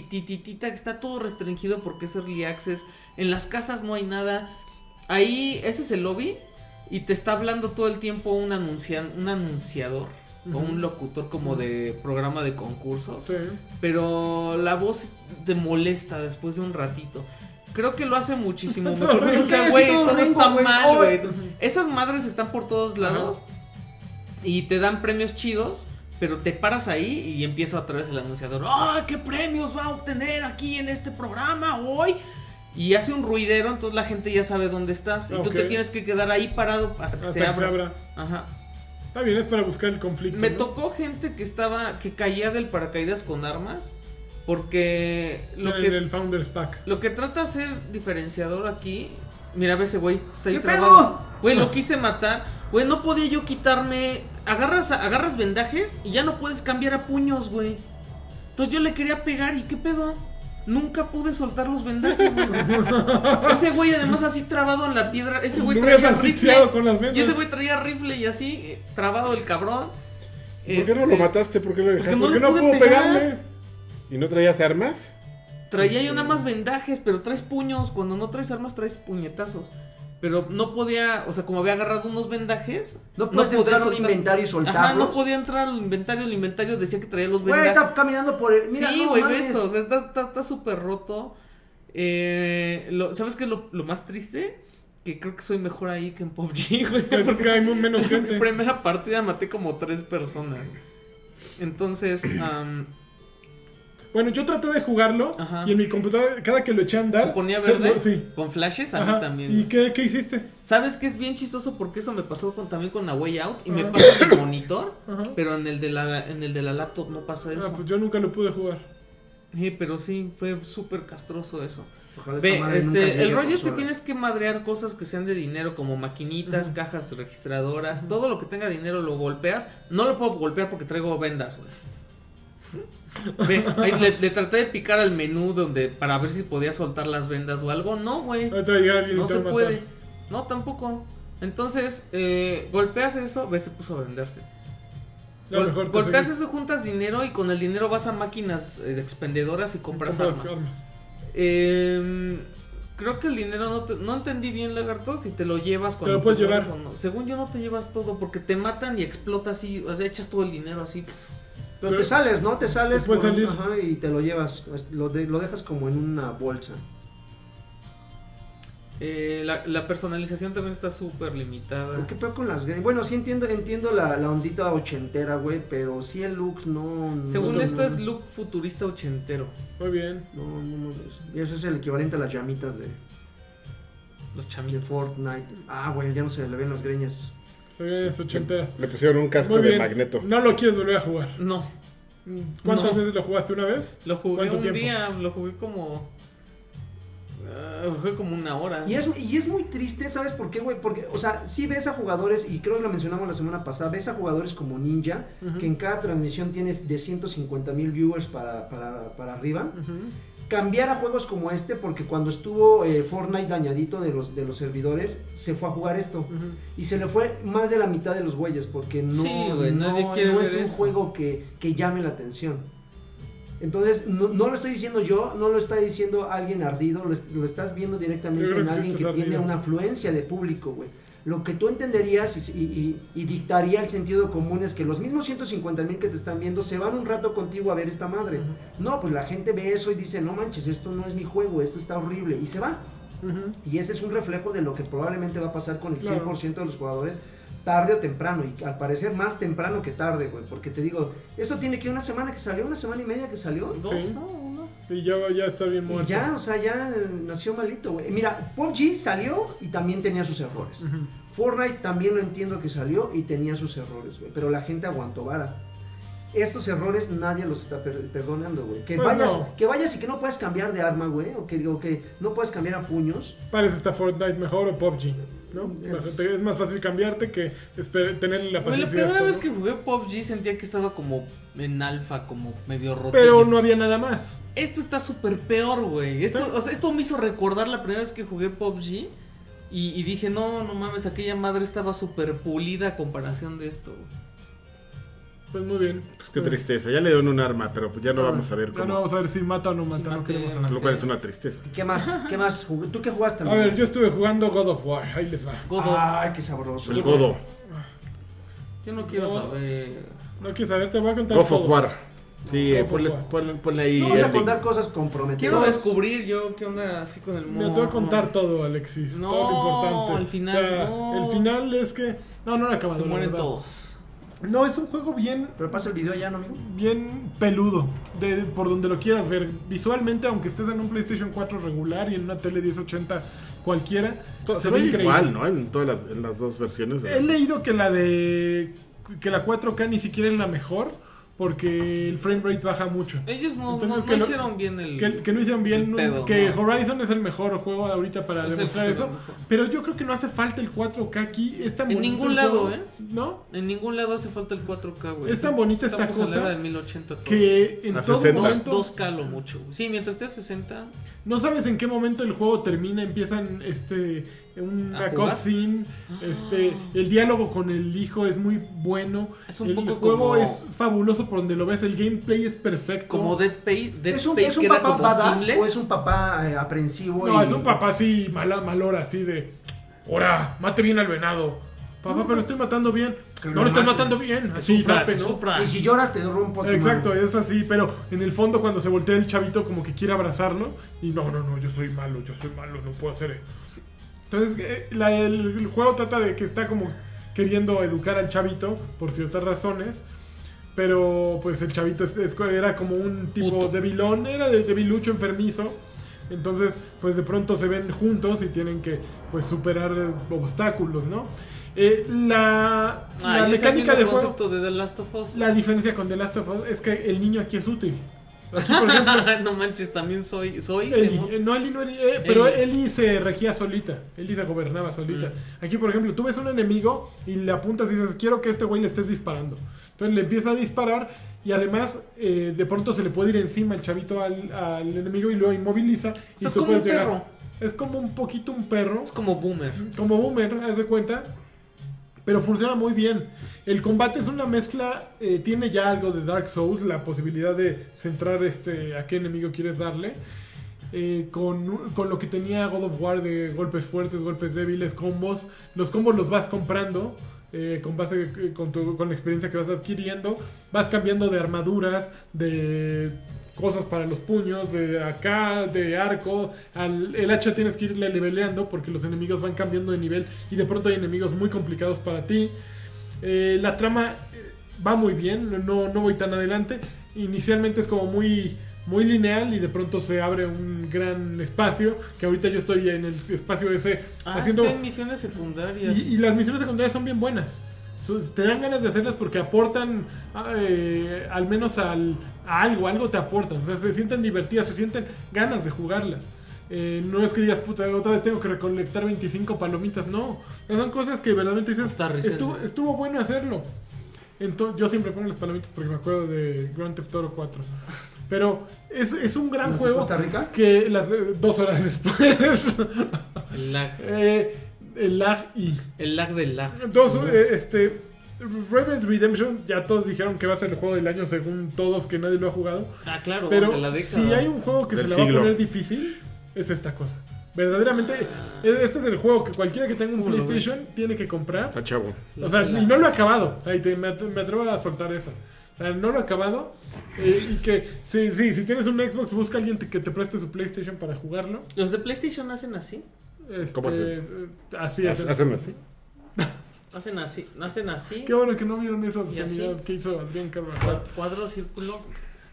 [SPEAKER 1] madrecititita que está todo restringido porque es Early Access. En las casas no hay nada. Ahí, ese es el lobby. Y te está hablando todo el tiempo un, anuncian, un anunciador. O un locutor como de programa de concursos.
[SPEAKER 2] Sí.
[SPEAKER 1] Pero la voz te molesta después de un ratito. Creo que lo hace muchísimo
[SPEAKER 2] Todo
[SPEAKER 1] mejor. O
[SPEAKER 2] horrible,
[SPEAKER 1] sea,
[SPEAKER 4] sí,
[SPEAKER 1] güey,
[SPEAKER 4] todo
[SPEAKER 1] todo
[SPEAKER 4] horrible,
[SPEAKER 1] está
[SPEAKER 4] güey.
[SPEAKER 1] mal, güey.
[SPEAKER 4] Ay.
[SPEAKER 1] Esas madres están por todos lados. Y te dan premios chidos. Pero te paras ahí y empieza otra vez el anunciador. ¡Ah, qué premios va a obtener aquí en este programa hoy! Y hace un ruidero, entonces la gente ya sabe dónde estás. Y tú
[SPEAKER 2] Ok.
[SPEAKER 1] te tienes que quedar ahí parado hasta que
[SPEAKER 2] Hasta
[SPEAKER 1] se abra.
[SPEAKER 2] abra.
[SPEAKER 1] Ajá.
[SPEAKER 2] Está bien, es para buscar el conflicto.
[SPEAKER 1] Me
[SPEAKER 2] ¿no?
[SPEAKER 1] tocó gente que estaba. que caía del paracaídas con armas. Porque lo
[SPEAKER 2] en
[SPEAKER 1] que,
[SPEAKER 2] el Founders Pack.
[SPEAKER 1] lo que trata de ser diferenciador aquí. Mira, ve ese güey, está ahí
[SPEAKER 4] ¿Qué
[SPEAKER 1] trabado.
[SPEAKER 4] pedo?
[SPEAKER 1] Güey, lo quise matar. Güey, no podía yo quitarme. Agarras, agarras vendajes y ya no puedes cambiar a puños, güey. Entonces yo le quería pegar y qué pedo. Nunca pude soltar los vendajes, güey. Ese güey además así trabado en la piedra. Ese güey
[SPEAKER 2] Lo
[SPEAKER 1] traía
[SPEAKER 2] hubieras
[SPEAKER 1] rifle.
[SPEAKER 2] asfixiado con las vendas.
[SPEAKER 1] Y ese güey traía rifle y así, eh, trabado el cabrón. Este,
[SPEAKER 3] ¿Por qué no lo mataste? ¿Por qué lo dejaste?
[SPEAKER 1] no
[SPEAKER 2] ¿Por qué
[SPEAKER 1] le
[SPEAKER 2] Este, no
[SPEAKER 1] pude
[SPEAKER 2] puedo
[SPEAKER 1] pegar.
[SPEAKER 2] pegarle?
[SPEAKER 3] ¿Y no traías armas?
[SPEAKER 1] Traía yo nada más vendajes, pero traes puños. Cuando no traes armas, traes puñetazos. Pero no podía, o sea, como había agarrado unos vendajes.
[SPEAKER 4] No puedes entrar a un
[SPEAKER 1] soltar-
[SPEAKER 4] inventario y
[SPEAKER 1] Ajá, no
[SPEAKER 4] soltarlos.
[SPEAKER 1] podía entrar al inventario. El inventario decía que traía los
[SPEAKER 4] Güey,
[SPEAKER 1] vendajes.
[SPEAKER 4] está caminando por el. Mira,
[SPEAKER 1] sí,
[SPEAKER 4] no
[SPEAKER 1] güey, ve
[SPEAKER 4] mames.
[SPEAKER 1] eso. O sea, está- está está súper roto. Eh, lo- ¿Sabes qué es lo, lo más triste? que creo que soy mejor ahí que en PUBG, güey.
[SPEAKER 2] Pues es
[SPEAKER 1] porque
[SPEAKER 2] que hay muy menos
[SPEAKER 1] en mi
[SPEAKER 2] gente.
[SPEAKER 1] primera partida maté como tres personas. Entonces, am,
[SPEAKER 2] Bueno, yo traté de jugarlo
[SPEAKER 1] Ajá.
[SPEAKER 2] y en mi computadora, cada que lo eché a andar.
[SPEAKER 1] se ponía
[SPEAKER 2] se-
[SPEAKER 1] verde
[SPEAKER 2] Ah, sí.
[SPEAKER 1] con flashes, a
[SPEAKER 2] Ajá.
[SPEAKER 1] mí también.
[SPEAKER 2] ¿Y
[SPEAKER 1] güey.
[SPEAKER 2] qué, qué hiciste?
[SPEAKER 1] ¿Sabes qué es bien chistoso? Porque eso me pasó con, también con la Way Out y me
[SPEAKER 2] Ajá.
[SPEAKER 1] pasa en el monitor,
[SPEAKER 2] Ajá.
[SPEAKER 1] pero en el, de la, en el de la laptop no pasa eso.
[SPEAKER 2] Ah, pues yo nunca lo pude jugar.
[SPEAKER 1] Sí, pero sí, fue súper castroso eso.
[SPEAKER 4] Ojalá esta
[SPEAKER 1] Ve,
[SPEAKER 4] madre nunca llegue
[SPEAKER 1] este, el
[SPEAKER 4] a
[SPEAKER 1] rollo
[SPEAKER 4] dos
[SPEAKER 1] es que
[SPEAKER 4] horas.
[SPEAKER 1] tienes que madrear cosas que sean de dinero, como maquinitas, cajas registradoras, todo lo que tenga dinero lo golpeas. No lo puedo golpear porque traigo vendas, güey. Ve, ahí le, le traté de picar al menú donde para ver si podía soltar las vendas o algo. No, güey.
[SPEAKER 2] Ahorita va a llegar alguien y
[SPEAKER 1] No
[SPEAKER 2] te
[SPEAKER 1] se
[SPEAKER 2] va a
[SPEAKER 1] puede.
[SPEAKER 2] matar.
[SPEAKER 1] No, tampoco. Entonces, eh, golpeas eso, ves, se puso a venderse.
[SPEAKER 2] Ya
[SPEAKER 1] Gol-
[SPEAKER 2] mejor te
[SPEAKER 1] golpeas
[SPEAKER 2] seguí.
[SPEAKER 1] eso, juntas dinero y con el dinero vas a máquinas eh, expendedoras y compras
[SPEAKER 2] Compras
[SPEAKER 1] armas.
[SPEAKER 2] armas.
[SPEAKER 1] Eh, creo que el dinero no, te- no entendí bien, lagarto, si te lo llevas cuando
[SPEAKER 2] lo puedes
[SPEAKER 1] mueres
[SPEAKER 2] llevar.
[SPEAKER 1] o no. Según yo no te llevas todo porque te matan y explota así, o sea, echas todo el dinero así.
[SPEAKER 4] Pero te sales, ¿no? Te sales
[SPEAKER 2] Te puedes
[SPEAKER 4] por-
[SPEAKER 2] salir.
[SPEAKER 4] ajá, y te lo llevas. Lo, de- lo dejas como en una bolsa.
[SPEAKER 1] Eh, la, la personalización también está súper limitada.
[SPEAKER 4] ¿Qué peor con las Grey? Bueno, sí entiendo, entiendo la, la ondita ochentera, güey, pero sí el look no. no-
[SPEAKER 1] Según
[SPEAKER 4] no,
[SPEAKER 1] esto
[SPEAKER 4] no,
[SPEAKER 1] es look futurista ochentero.
[SPEAKER 2] Muy bien.
[SPEAKER 4] No, no, no, no. Y eso es el equivalente a las llamitas de,
[SPEAKER 1] Los
[SPEAKER 4] de
[SPEAKER 1] chamitos.
[SPEAKER 4] Fortnite. Ah, güey, ya no se le ven las greñas.
[SPEAKER 2] Las ochenteras.
[SPEAKER 3] Le pusieron un casco
[SPEAKER 2] Muy
[SPEAKER 3] de
[SPEAKER 2] bien.
[SPEAKER 3] magneto.
[SPEAKER 2] No lo quieres volver a jugar.
[SPEAKER 1] No,
[SPEAKER 2] ¿Cuántas
[SPEAKER 1] No.
[SPEAKER 2] veces lo jugaste una vez?
[SPEAKER 1] lo jugué
[SPEAKER 2] ¿Cuánto
[SPEAKER 1] un
[SPEAKER 2] tiempo?
[SPEAKER 1] día, lo jugué como... ah, lo jugué como una hora.
[SPEAKER 4] Y es, y es muy triste, ¿sabes por qué, güey? Porque, o sea, sí ves a jugadores, y creo que lo mencionamos la semana pasada, ves a jugadores como Ninja, que en cada transmisión tienes de 150 mil viewers para, para, para arriba.
[SPEAKER 1] Ujú.
[SPEAKER 4] cambiar a juegos como este porque cuando estuvo eh, Fortnite dañadito de los, de los servidores, se fue a jugar esto. Y se le fue más de la mitad de los güeyes porque no,
[SPEAKER 1] Sí, güey,
[SPEAKER 4] no,
[SPEAKER 1] nadie quiere
[SPEAKER 4] no
[SPEAKER 1] ver
[SPEAKER 4] es un
[SPEAKER 1] eso.
[SPEAKER 4] juego que, que llame la atención. Entonces, no, no lo estoy diciendo yo, no lo está diciendo alguien ardido, lo, es- lo estás viendo
[SPEAKER 2] Yo
[SPEAKER 4] directamente
[SPEAKER 2] creo
[SPEAKER 4] en
[SPEAKER 2] que sí
[SPEAKER 4] alguien que
[SPEAKER 2] estás
[SPEAKER 4] tiene
[SPEAKER 2] ardido.
[SPEAKER 4] una afluencia de público, güey. Lo que tú entenderías y, y- y- y dictaría el sentido común es que los mismos 150 mil que te están viendo se van un rato contigo a ver esta madre. No, pues la gente ve eso y dice, no manches, esto no es mi juego, esto está horrible. Y se va. Y ese es un reflejo de lo que probablemente va a pasar con el
[SPEAKER 2] Claro.
[SPEAKER 4] 100% de los jugadores tarde o temprano. Y al parecer más temprano que tarde, güey. Porque te digo, esto tiene que una semana que salió, una semana y media que salió.
[SPEAKER 1] Dos,
[SPEAKER 2] Sí.
[SPEAKER 1] ¿no? Uno.
[SPEAKER 2] Y ya, ya está bien
[SPEAKER 4] Y
[SPEAKER 2] muerto.
[SPEAKER 4] ya, o sea, ya eh, nació malito, güey. Mira, PUBG salió y también tenía sus errores. Fortnite también lo entiendo que salió y tenía sus errores, güey. Pero la gente aguantó vara. Estos errores nadie los está per- perdonando, güey. Que,
[SPEAKER 2] Pues
[SPEAKER 4] vayas,
[SPEAKER 2] no.
[SPEAKER 4] que vayas y que no puedas cambiar de arma, güey. O que digo que no puedes cambiar a puños.
[SPEAKER 2] Para eso está Fortnite mejor o PUBG. ¿no? Mejor- te- Es más fácil cambiarte que esper- tener la
[SPEAKER 1] Güey,
[SPEAKER 2] paciencia.
[SPEAKER 1] la primera
[SPEAKER 2] hasta,
[SPEAKER 1] vez
[SPEAKER 2] ¿no?
[SPEAKER 1] que jugué PUBG sentía que estaba como en alfa, como medio roto.
[SPEAKER 2] Pero no había nada más.
[SPEAKER 1] Esto está súper peor, güey. Esto, o sea, esto me hizo recordar la primera vez que jugué PUBG. Y, y dije, no, no mames, aquella madre estaba súper pulida a comparación de esto. güey".
[SPEAKER 2] Pues muy bien.
[SPEAKER 3] Pues qué tristeza. Ya le dieron un arma, pero pues ya no vamos a ver
[SPEAKER 2] Ah, Ya no
[SPEAKER 3] cómo.
[SPEAKER 2] vamos a ver si mata o no mata. no
[SPEAKER 1] mate,
[SPEAKER 2] queremos
[SPEAKER 1] mate.
[SPEAKER 2] saber.
[SPEAKER 3] Lo cual es una tristeza.
[SPEAKER 4] ¿Y qué más? ¿Qué más? jug- ¿Tú qué jugaste?
[SPEAKER 2] A ver, yo estuve jugando God of War. Ahí les va.
[SPEAKER 1] God of-
[SPEAKER 4] Ay, qué sabroso.
[SPEAKER 3] El Godo.
[SPEAKER 1] Yo no quiero
[SPEAKER 2] No.
[SPEAKER 1] saber.
[SPEAKER 2] No quieres saber, te voy a contar.
[SPEAKER 3] God of
[SPEAKER 2] todo.
[SPEAKER 3] War. Sí,
[SPEAKER 2] God
[SPEAKER 3] eh,
[SPEAKER 2] of
[SPEAKER 3] ponle,
[SPEAKER 2] War.
[SPEAKER 3] ponle- ponle ahí.
[SPEAKER 4] No vamos a
[SPEAKER 3] ending.
[SPEAKER 4] contar cosas
[SPEAKER 1] Quiero
[SPEAKER 4] comprometedoras.
[SPEAKER 1] descubrir yo qué onda así con el
[SPEAKER 2] Me
[SPEAKER 1] mundo.
[SPEAKER 2] te voy a contar todo, Alexis.
[SPEAKER 1] No,
[SPEAKER 2] todo lo importante.
[SPEAKER 1] al final,
[SPEAKER 2] O sea,
[SPEAKER 1] no.
[SPEAKER 2] El final es que. No, no lo he acabado.
[SPEAKER 1] Se
[SPEAKER 2] la
[SPEAKER 1] mueren
[SPEAKER 2] verdad.
[SPEAKER 1] todos.
[SPEAKER 2] No, es un juego bien
[SPEAKER 4] Pero pasa el video ya, ¿no, amigo?
[SPEAKER 2] bien peludo, de, por donde lo quieras ver. Visualmente, aunque estés en un PlayStation 4 regular y en una tele 1080 cualquiera,
[SPEAKER 3] To- Se ve igual, ¿no? En todas las, en las dos versiones.
[SPEAKER 2] He leído que la de que la 4K ni siquiera es la mejor porque el frame rate baja mucho.
[SPEAKER 1] Ellos no,
[SPEAKER 2] Entonces,
[SPEAKER 1] no- no
[SPEAKER 2] que lo-
[SPEAKER 1] hicieron bien el.
[SPEAKER 2] Que, que no hicieron bien,
[SPEAKER 1] El pedo,
[SPEAKER 2] que
[SPEAKER 1] no.
[SPEAKER 2] Horizon es el mejor juego ahorita para
[SPEAKER 1] Es el
[SPEAKER 2] demostrar
[SPEAKER 1] que se
[SPEAKER 2] eso.
[SPEAKER 1] ve mejor.
[SPEAKER 2] Pero yo creo que no hace falta el 4K aquí. Es tan
[SPEAKER 1] En
[SPEAKER 2] bonito
[SPEAKER 1] ningún
[SPEAKER 2] el
[SPEAKER 1] lado,
[SPEAKER 2] juego,
[SPEAKER 1] ¿eh?
[SPEAKER 2] ¿No?
[SPEAKER 1] En ningún lado hace falta el 4K, güey.
[SPEAKER 2] Es tan bonita esta
[SPEAKER 1] Estamos en la
[SPEAKER 2] cosa
[SPEAKER 1] era de 1080 todo.
[SPEAKER 2] Que en
[SPEAKER 3] A
[SPEAKER 2] todo
[SPEAKER 3] 60.
[SPEAKER 1] Dos,
[SPEAKER 2] momento...
[SPEAKER 1] 2K lo mucho. güey. Sí, mientras esté a 60.
[SPEAKER 2] No sabes en qué momento el juego termina, empiezan este una
[SPEAKER 1] ¿A jugar? Ah.
[SPEAKER 2] cutscene, este el diálogo con el hijo es muy bueno.
[SPEAKER 1] Es un
[SPEAKER 2] el
[SPEAKER 1] poco
[SPEAKER 2] juego
[SPEAKER 1] como-
[SPEAKER 2] es fabuloso por donde lo ves, el gameplay es perfecto.
[SPEAKER 1] Como Dead, Space- Dead
[SPEAKER 4] ¿Es un,
[SPEAKER 1] Space
[SPEAKER 4] es un
[SPEAKER 1] que era
[SPEAKER 4] papá
[SPEAKER 1] como
[SPEAKER 4] badass
[SPEAKER 1] simples.
[SPEAKER 4] o es un papá eh, aprensivo?
[SPEAKER 2] No,
[SPEAKER 4] y-
[SPEAKER 2] es un papá así mala malora así de, "Ora, mate bien al venado." Papá, pero estoy matando bien.
[SPEAKER 4] Que
[SPEAKER 2] no
[SPEAKER 4] lo
[SPEAKER 2] lo estás
[SPEAKER 4] mate.
[SPEAKER 2] matando bien.
[SPEAKER 1] Que
[SPEAKER 2] Así,
[SPEAKER 1] sufra,
[SPEAKER 2] zape,
[SPEAKER 1] que
[SPEAKER 2] ¿no?
[SPEAKER 1] sufra.
[SPEAKER 4] Y si lloras te rompo tu
[SPEAKER 2] Exacto,
[SPEAKER 4] madre.
[SPEAKER 2] es así, pero en el fondo cuando se voltea el chavito como que quiere abrazarlo y no, no, no, yo soy malo, yo soy malo, no puedo hacer eso. Entonces, eh, la- el, el juego trata de que está como queriendo educar al chavito por ciertas razones. Pero pues el chavito es- es- era como un tipo
[SPEAKER 1] Puto.
[SPEAKER 2] de vilón, era de, de vilucho enfermizo. Entonces, pues de pronto se ven juntos y tienen que pues superar eh, obstáculos, ¿no? Eh, la
[SPEAKER 1] Ah,
[SPEAKER 2] la
[SPEAKER 1] y ese
[SPEAKER 2] mecánica
[SPEAKER 1] mismo
[SPEAKER 2] de juego,
[SPEAKER 1] concepto de The Last of Us.
[SPEAKER 2] la diferencia con The Last of Us es que el niño aquí es útil. Aquí, por ejemplo,
[SPEAKER 1] Ah, no manches, también soy. soy
[SPEAKER 2] Eli,
[SPEAKER 1] Simón.
[SPEAKER 2] eh, no, Eli no Eli, eh, pero
[SPEAKER 1] Eli. Mm.
[SPEAKER 2] Eli se regía solita, Eli se gobernaba solita. Aquí, por ejemplo, tú ves un enemigo y le apuntas y dices, quiero que este güey le estés disparando. Entonces le empieza a disparar y además eh, de pronto se le puede ir encima el chavito al, al enemigo y lo inmoviliza. y
[SPEAKER 1] sea, es
[SPEAKER 2] tú
[SPEAKER 1] como un
[SPEAKER 2] puedes
[SPEAKER 1] perro.
[SPEAKER 2] Es como un poquito un perro,
[SPEAKER 1] Es como boomer.
[SPEAKER 2] como Boomer, haz de cuenta. Pero funciona muy bien. El combate es una mezcla, eh, tiene ya algo de Dark Souls, la posibilidad de centrar este, a qué enemigo quieres darle. eh, con, con lo que tenía God of War de golpes fuertes, golpes débiles, combos. Los combos los vas comprando eh, con base eh, con, tu- con la experiencia que vas adquiriendo. Vas cambiando de armaduras, de cosas para los puños, de acá, de arco. Al- el hacha tienes que irle leveleando porque los enemigos van cambiando de nivel y de pronto hay enemigos muy complicados para ti. Eh, la trama eh, va muy bien, no, no voy tan adelante. Inicialmente es como muy, muy lineal y de pronto se abre un gran espacio. Que ahorita yo estoy en el espacio ese
[SPEAKER 1] Ah,
[SPEAKER 2] haciendo.
[SPEAKER 1] es que hay misiones secundarias.
[SPEAKER 2] Y, y las misiones secundarias son bien buenas. So- Te dan ganas de hacerlas porque aportan eh, al menos al, a algo, algo te aportan. O sea, se sienten divertidas, se sienten ganas de jugarlas. Eh, no es que digas, puta, otra vez tengo que recolectar 25 palomitas. No, son cosas que verdaderamente dices,
[SPEAKER 1] Está risas,
[SPEAKER 2] estuvo,
[SPEAKER 1] sí.
[SPEAKER 2] estuvo bueno hacerlo. Entonces, yo siempre pongo las palomitas porque me acuerdo de Grand Theft Auto 4. Pero es, es un gran
[SPEAKER 4] ¿Las de
[SPEAKER 2] juego
[SPEAKER 4] Costa Rica?
[SPEAKER 2] que las, eh, dos horas después
[SPEAKER 1] El lag.
[SPEAKER 2] eh, el lag y
[SPEAKER 1] El lag del lag.
[SPEAKER 2] Dos, eh, este. Red Dead Redemption, ya todos dijeron que va a ser el juego del año según todos, que nadie lo ha jugado.
[SPEAKER 1] Ah, claro, de la
[SPEAKER 2] Pero si
[SPEAKER 1] década.
[SPEAKER 2] hay un juego que se
[SPEAKER 3] Del
[SPEAKER 2] le va a
[SPEAKER 3] siglo.
[SPEAKER 2] poner difícil, es esta cosa. Verdaderamente, eh, este es el juego que cualquiera que tenga un
[SPEAKER 1] ¿Cómo lo ves?
[SPEAKER 2] PlayStation tiene que comprar.
[SPEAKER 3] Está chavo.
[SPEAKER 2] O sea,
[SPEAKER 1] La-
[SPEAKER 2] y no lo he acabado. O sea, y te- me, at- me atrevo a soltar eso. O sea, no lo he acabado. eh, y que, sí, sí, si tienes un Xbox, busca a alguien te- que te preste su PlayStation para jugarlo.
[SPEAKER 1] ¿Los de PlayStation hacen así?
[SPEAKER 2] Este,
[SPEAKER 3] ¿Cómo hace?
[SPEAKER 2] eh, Así es.
[SPEAKER 3] Hacen así.
[SPEAKER 1] Hacen así, hacen así.
[SPEAKER 2] Qué bueno que no vieron esa
[SPEAKER 1] Y así.
[SPEAKER 2] obscenidad que hizo Adrián Carvajal.
[SPEAKER 1] Cuadro, círculo.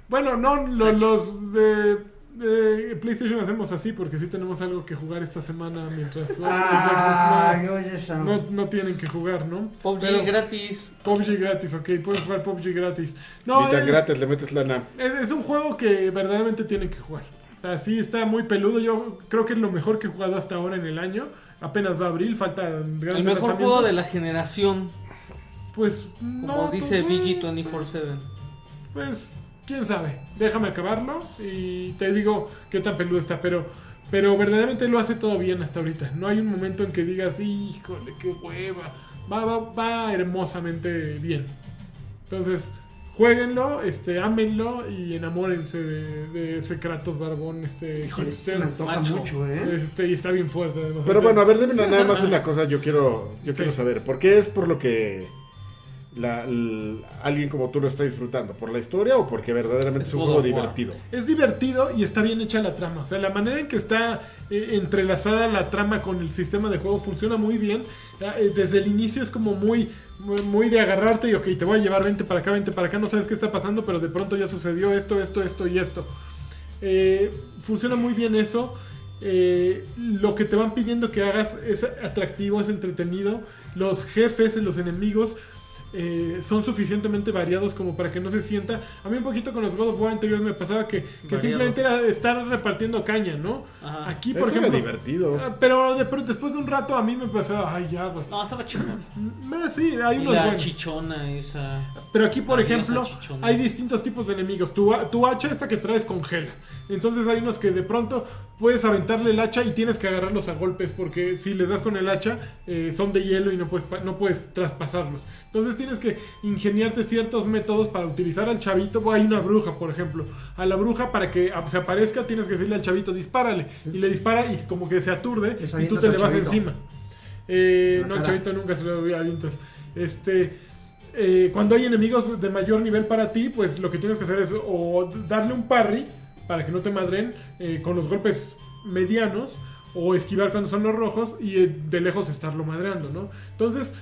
[SPEAKER 2] Bueno, no, lo-
[SPEAKER 1] Ay.
[SPEAKER 2] los de, de PlayStation hacemos así porque sí tenemos algo que jugar esta semana mientras los
[SPEAKER 7] Ay,
[SPEAKER 2] Xbox
[SPEAKER 7] oye, Sam.
[SPEAKER 2] no, no, no tienen que jugar, ¿no?
[SPEAKER 1] PUBG
[SPEAKER 2] Pero
[SPEAKER 1] gratis.
[SPEAKER 2] PUBG gratis, ok, pueden jugar PUBG gratis. No,
[SPEAKER 3] Ni tan
[SPEAKER 2] es,
[SPEAKER 3] gratis le metes lana.
[SPEAKER 2] es- es un juego que verdaderamente tienen que jugar. O sea, sí está muy peludo, yo creo que es lo mejor que he jugado hasta ahora en el año. Apenas va a abril, falta
[SPEAKER 1] El mejor juego de la generación,
[SPEAKER 2] Pues no.
[SPEAKER 1] como dice
[SPEAKER 2] pues,
[SPEAKER 1] BG 24-7.
[SPEAKER 2] Pues, quién sabe. Déjame acabarlo y te digo qué tan peludo está. Pero, pero verdaderamente lo hace todo bien hasta ahorita. No hay un momento en que digas, híjole, qué hueva. Va, va, va hermosamente bien. Entonces, jueguenlo, este, ámenlo y enamórense de, de ese Kratos barbón. Este,
[SPEAKER 4] Híjole, sí se
[SPEAKER 2] hipster.
[SPEAKER 4] me antoja
[SPEAKER 1] Macho.
[SPEAKER 4] mucho, ¿eh?
[SPEAKER 2] Este, y está bien fuerte. además.
[SPEAKER 3] Pero bueno, a ver, dime nada más una cosa. Yo quiero, yo
[SPEAKER 2] Sí.
[SPEAKER 3] quiero saber. ¿Por qué es por lo que la- l- alguien como tú lo está disfrutando? ¿Por la historia o porque verdaderamente es un
[SPEAKER 1] God
[SPEAKER 3] juego
[SPEAKER 1] of War.
[SPEAKER 3] divertido?
[SPEAKER 2] Es divertido y está bien hecha la trama. O sea, la manera en que está eh, entrelazada la trama con el sistema de juego funciona muy bien. Ya, eh, Desde el inicio es como muy, muy- muy de agarrarte y, ok, te voy a llevar 20 para acá, 20 para acá, no sabes qué está pasando, pero de pronto ya sucedió esto, esto, esto y esto. Eh, funciona muy bien eso. Eh, lo que te van pidiendo que hagas es atractivo, es entretenido. Los jefes, los enemigos eh, son suficientemente variados como para que no se sienta. A mí un poquito con los God of War anteriores me pasaba que, que
[SPEAKER 1] Variados.
[SPEAKER 2] simplemente era estar repartiendo caña, ¿no?
[SPEAKER 1] Ajá.
[SPEAKER 2] Aquí,
[SPEAKER 3] Eso
[SPEAKER 2] por
[SPEAKER 3] era
[SPEAKER 2] ejemplo...
[SPEAKER 3] divertido.
[SPEAKER 2] ah, Pero de pronto, después de un rato a mí me pasaba, ay ya, güey.
[SPEAKER 1] No, estaba chingón.
[SPEAKER 2] Ah, Sí, hay
[SPEAKER 1] Y
[SPEAKER 2] unos
[SPEAKER 1] la
[SPEAKER 2] buenos.
[SPEAKER 1] chichona esa.
[SPEAKER 2] Pero aquí, por
[SPEAKER 1] Adiós,
[SPEAKER 2] ejemplo,
[SPEAKER 1] salchichón.
[SPEAKER 2] hay distintos tipos de enemigos. Tu, ha- tu hacha, esta que traes, congela. Entonces hay unos que de pronto puedes aventarle el hacha y tienes que agarrarlos a golpes porque si les das con el hacha eh, son de hielo y no puedes, pa- no puedes traspasarlos. Entonces tienes que ingeniarte ciertos métodos para utilizar al chavito. Bueno, hay una bruja, por ejemplo. A la bruja para que ap- se aparezca tienes que decirle al chavito dispárale. Y le dispara y como que se aturde y
[SPEAKER 4] Les
[SPEAKER 2] tú
[SPEAKER 4] avientas
[SPEAKER 2] te
[SPEAKER 4] al
[SPEAKER 2] le vas
[SPEAKER 4] chavito.
[SPEAKER 2] encima. Eh,
[SPEAKER 4] La
[SPEAKER 2] no,
[SPEAKER 4] cara.
[SPEAKER 2] chavito nunca se lo avientas. Este, eh, cuando hay enemigos de mayor nivel para ti, pues lo que tienes que hacer es o darle un parry para que no te madren eh, con los golpes medianos, o esquivar cuando son los rojos y eh, de lejos estarlo madreando, ¿no? Entonces,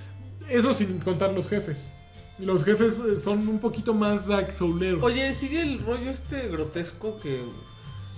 [SPEAKER 2] eso sin contar los jefes. Los jefes eh, son un poquito más Dark Souleros.
[SPEAKER 1] Oye, sigue el rollo este grotesco que.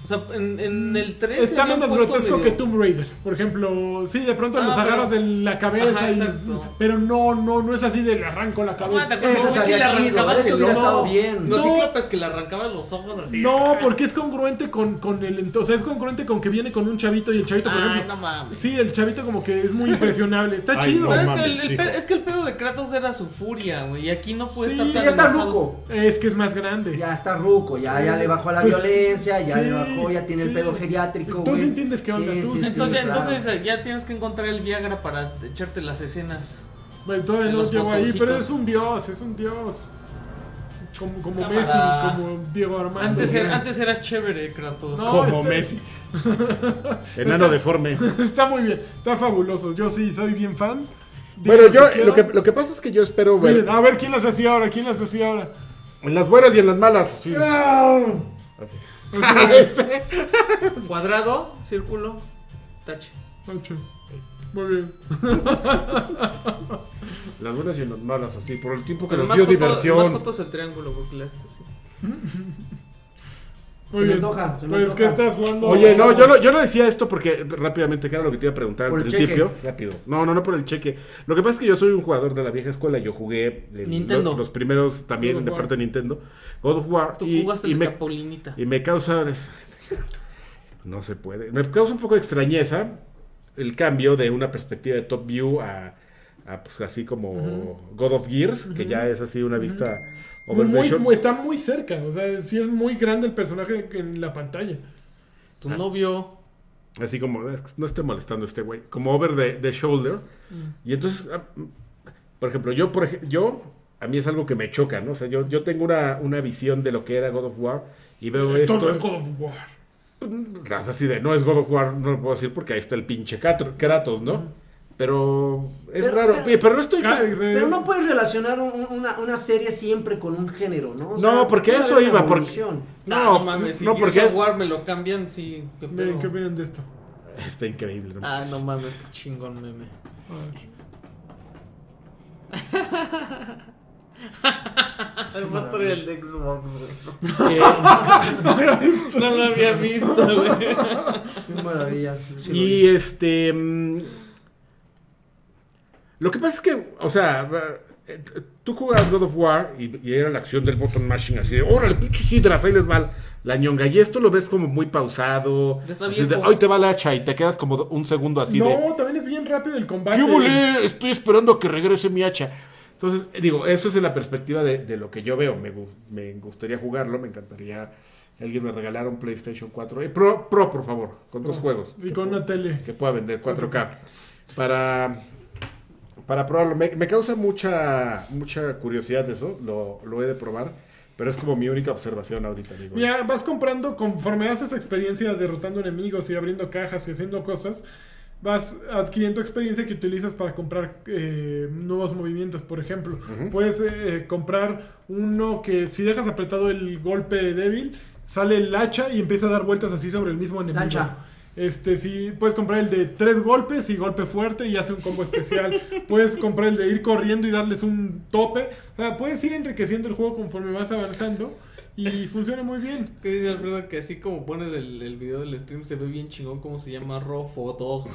[SPEAKER 1] O sea, en, en el 3.
[SPEAKER 2] Está menos grotesco que Tomb Raider, por ejemplo. Sí, de pronto
[SPEAKER 1] Ah,
[SPEAKER 2] los
[SPEAKER 1] pero-
[SPEAKER 2] agarras de la cabeza,
[SPEAKER 1] Ajá,
[SPEAKER 2] y-
[SPEAKER 1] exacto.
[SPEAKER 2] pero no, no, no es así de le arranco la cabeza.
[SPEAKER 1] te acuerdas
[SPEAKER 4] Eso
[SPEAKER 1] Como que le
[SPEAKER 4] estaría chido,
[SPEAKER 1] arrancabas
[SPEAKER 4] eso
[SPEAKER 1] el
[SPEAKER 4] hubiera
[SPEAKER 1] ojo.
[SPEAKER 4] estado bien.
[SPEAKER 1] Los
[SPEAKER 2] No.
[SPEAKER 1] cíclopes que le arrancaban los ojos así.
[SPEAKER 2] No, porque es congruente con, con el entonces, es congruente con que viene con un chavito y el chavito, este, por
[SPEAKER 1] Ay,
[SPEAKER 2] ejemplo.
[SPEAKER 1] Ah, no mames.
[SPEAKER 2] Sí, el chavito como que es muy impresionable. Está
[SPEAKER 3] Ay,
[SPEAKER 2] chido.
[SPEAKER 3] no
[SPEAKER 1] Pero es,
[SPEAKER 3] mames,
[SPEAKER 1] que el, el
[SPEAKER 3] dijo.
[SPEAKER 1] pe- es que el pedo de Kratos era su furia, güey. Y aquí no puede
[SPEAKER 2] Sí,
[SPEAKER 1] estar tan.
[SPEAKER 4] Ya está
[SPEAKER 1] enojado.
[SPEAKER 4] ruco.
[SPEAKER 2] Es que es más grande.
[SPEAKER 4] Ya está ruco, ya, ya le bajó a la
[SPEAKER 2] Pues,
[SPEAKER 4] violencia, ya
[SPEAKER 2] sí,
[SPEAKER 4] le bajó, ya tiene
[SPEAKER 2] sí.
[SPEAKER 4] el pedo geriátrico.
[SPEAKER 2] Entonces
[SPEAKER 4] güey.
[SPEAKER 2] entiendes qué onda, tú.
[SPEAKER 1] Entonces, ya-
[SPEAKER 4] claro.
[SPEAKER 1] entonces eh, ya tienes que encontrar el Viagra para echarte las escenas.
[SPEAKER 2] Bueno, todavía
[SPEAKER 1] En
[SPEAKER 2] no
[SPEAKER 1] los
[SPEAKER 2] llego ahí, pero
[SPEAKER 1] botoncitos.
[SPEAKER 2] es un dios, es un dios. Como, como Messi,
[SPEAKER 1] Cámara.
[SPEAKER 2] como Diego Armando.
[SPEAKER 1] Antes,
[SPEAKER 2] güey.
[SPEAKER 1] era- antes eras chévere, Kratos.
[SPEAKER 2] No, este está-
[SPEAKER 3] Como Messi. Enano deforme.
[SPEAKER 2] Está muy bien, está fabuloso. Yo sí soy bien fan.
[SPEAKER 3] Bueno,
[SPEAKER 2] Digo,
[SPEAKER 3] yo
[SPEAKER 2] quiero-
[SPEAKER 3] lo que, lo que pasa es que yo espero ver
[SPEAKER 2] Miren, a ver quién las hacía ahora, quién las hacía ahora.
[SPEAKER 3] en las buenas y en las malas. sí.
[SPEAKER 2] Ah.
[SPEAKER 3] Así.
[SPEAKER 1] Cuadrado, pues, círculo, tache.
[SPEAKER 2] Ocho. Muy bien.
[SPEAKER 3] Las buenas y en las malas, así. Por el tiempo que
[SPEAKER 1] Pero
[SPEAKER 3] nos
[SPEAKER 1] más
[SPEAKER 3] dio
[SPEAKER 1] foto- Más
[SPEAKER 3] diversión.
[SPEAKER 1] fotos el triángulo, porque las así.
[SPEAKER 2] Muy
[SPEAKER 4] me
[SPEAKER 2] bien.
[SPEAKER 4] antoja, se me
[SPEAKER 2] pues que
[SPEAKER 4] antoja.
[SPEAKER 2] estás jugando.
[SPEAKER 3] Oye, no,
[SPEAKER 2] chavos?
[SPEAKER 3] yo lo, yo lo decía esto porque rápidamente, que era lo que te iba a preguntar al
[SPEAKER 4] Por el
[SPEAKER 3] principio.
[SPEAKER 4] cheque.
[SPEAKER 3] Rápido. No, no, no por el cheque. Lo que pasa es que yo soy un jugador de la vieja escuela. Yo jugué el-
[SPEAKER 1] Nintendo.
[SPEAKER 3] Los, los primeros también
[SPEAKER 2] God of
[SPEAKER 3] de
[SPEAKER 2] War.
[SPEAKER 3] parte de Nintendo. God of War.
[SPEAKER 1] Tú
[SPEAKER 3] y,
[SPEAKER 1] jugaste
[SPEAKER 3] y
[SPEAKER 1] el de
[SPEAKER 3] me,
[SPEAKER 1] Capaulinita.
[SPEAKER 3] y me causa. No se puede. Me causa un poco de extrañeza el cambio de una perspectiva de top view a, a, pues así como God of Gears, que ya es así una vista over the
[SPEAKER 2] Muy-
[SPEAKER 3] shoulder.
[SPEAKER 2] muy- está muy cerca, o sea, sí es muy grande el personaje en la pantalla.
[SPEAKER 3] ah.
[SPEAKER 1] Tu novio.
[SPEAKER 3] Así como, "Es que no esté molestando este güey. Como over the, the shoulder. Y entonces, ah, mm, por ejemplo, yo, por ej- yo, a mí es algo que me choca, ¿no? O sea, yo, yo tengo una, una visión de lo que era God of War y veo esto.
[SPEAKER 2] Esto no es God of War.
[SPEAKER 3] Pues, Así de, no es God of War, no lo puedo decir porque ahí está el pinche Catro- Kratos, ¿no? Pero es
[SPEAKER 4] Pero-
[SPEAKER 3] raro.
[SPEAKER 4] pero-
[SPEAKER 3] Oye, pero no estoy.
[SPEAKER 2] Ca-
[SPEAKER 4] Pero no puedes relacionar un- un- una, una serie siempre con un género, ¿no? O
[SPEAKER 3] No, porque
[SPEAKER 4] puede
[SPEAKER 3] eso
[SPEAKER 4] haber una
[SPEAKER 3] iba, porque-
[SPEAKER 4] evolución.
[SPEAKER 3] No,
[SPEAKER 1] Ah, no mames, si
[SPEAKER 3] no,
[SPEAKER 1] Gears
[SPEAKER 3] porque
[SPEAKER 1] of
[SPEAKER 3] es-
[SPEAKER 1] War me lo cambian, sí. qué
[SPEAKER 2] Miren,
[SPEAKER 1] pedo.
[SPEAKER 2] ¿Qué opinan de esto?
[SPEAKER 3] Está increíble, ¿no?
[SPEAKER 1] Ah, no mames, qué chingón meme.
[SPEAKER 2] A ver.
[SPEAKER 1] Además trae el de Xbox, güey.
[SPEAKER 3] Eh,
[SPEAKER 1] No lo había visto, güey.
[SPEAKER 4] Qué maravilla. Sí,
[SPEAKER 3] y este. mm, Lo que pasa es que, o sea, eh, tú jugabas God of War y, y era la acción del button mashing así de, órale, pinche sidras, ahí les va la ñonga. Y esto lo ves como muy pausado.
[SPEAKER 1] Ya está
[SPEAKER 3] así de,
[SPEAKER 1] viejo.
[SPEAKER 3] hoy te va la hacha y te quedas como do- un segundo así de.
[SPEAKER 2] No, también es bien rápido el combate.
[SPEAKER 3] ¿Qué volé? Estoy esperando a que regrese mi hacha. Entonces, eh, digo, eso es en la perspectiva de, de lo que yo veo. Me, gu- me gustaría jugarlo, me encantaría que alguien me regalara un PlayStation 4. Eh, pro, pro, por favor, con dos juegos.
[SPEAKER 2] Y
[SPEAKER 3] que
[SPEAKER 2] con
[SPEAKER 3] pueda-
[SPEAKER 2] una tele.
[SPEAKER 3] Que pueda vender 4K. Para, para probarlo. Me, me causa mucha, mucha curiosidad eso. Lo, lo he de probar. Pero es como mi única observación ahorita, amigo.
[SPEAKER 2] Mira, vas comprando, conforme haces experiencia derrotando enemigos y abriendo cajas y haciendo cosas, vas adquiriendo experiencia que utilizas para comprar eh, nuevos movimientos. Por ejemplo, puedes eh, comprar uno que si dejas apretado el golpe débil, sale el hacha y empieza a dar vueltas así sobre el mismo enemigo.
[SPEAKER 4] Lancha.
[SPEAKER 2] Este, si puedes comprar el de tres golpes y golpe fuerte y hace un combo especial. puedes comprar el de ir corriendo y darles un tope. O sea, puedes ir enriqueciendo el juego conforme vas avanzando y funciona muy bien.
[SPEAKER 1] Que dice Alfredo que así como pones el, el video del stream se ve bien chingón cómo se llama Rofodog.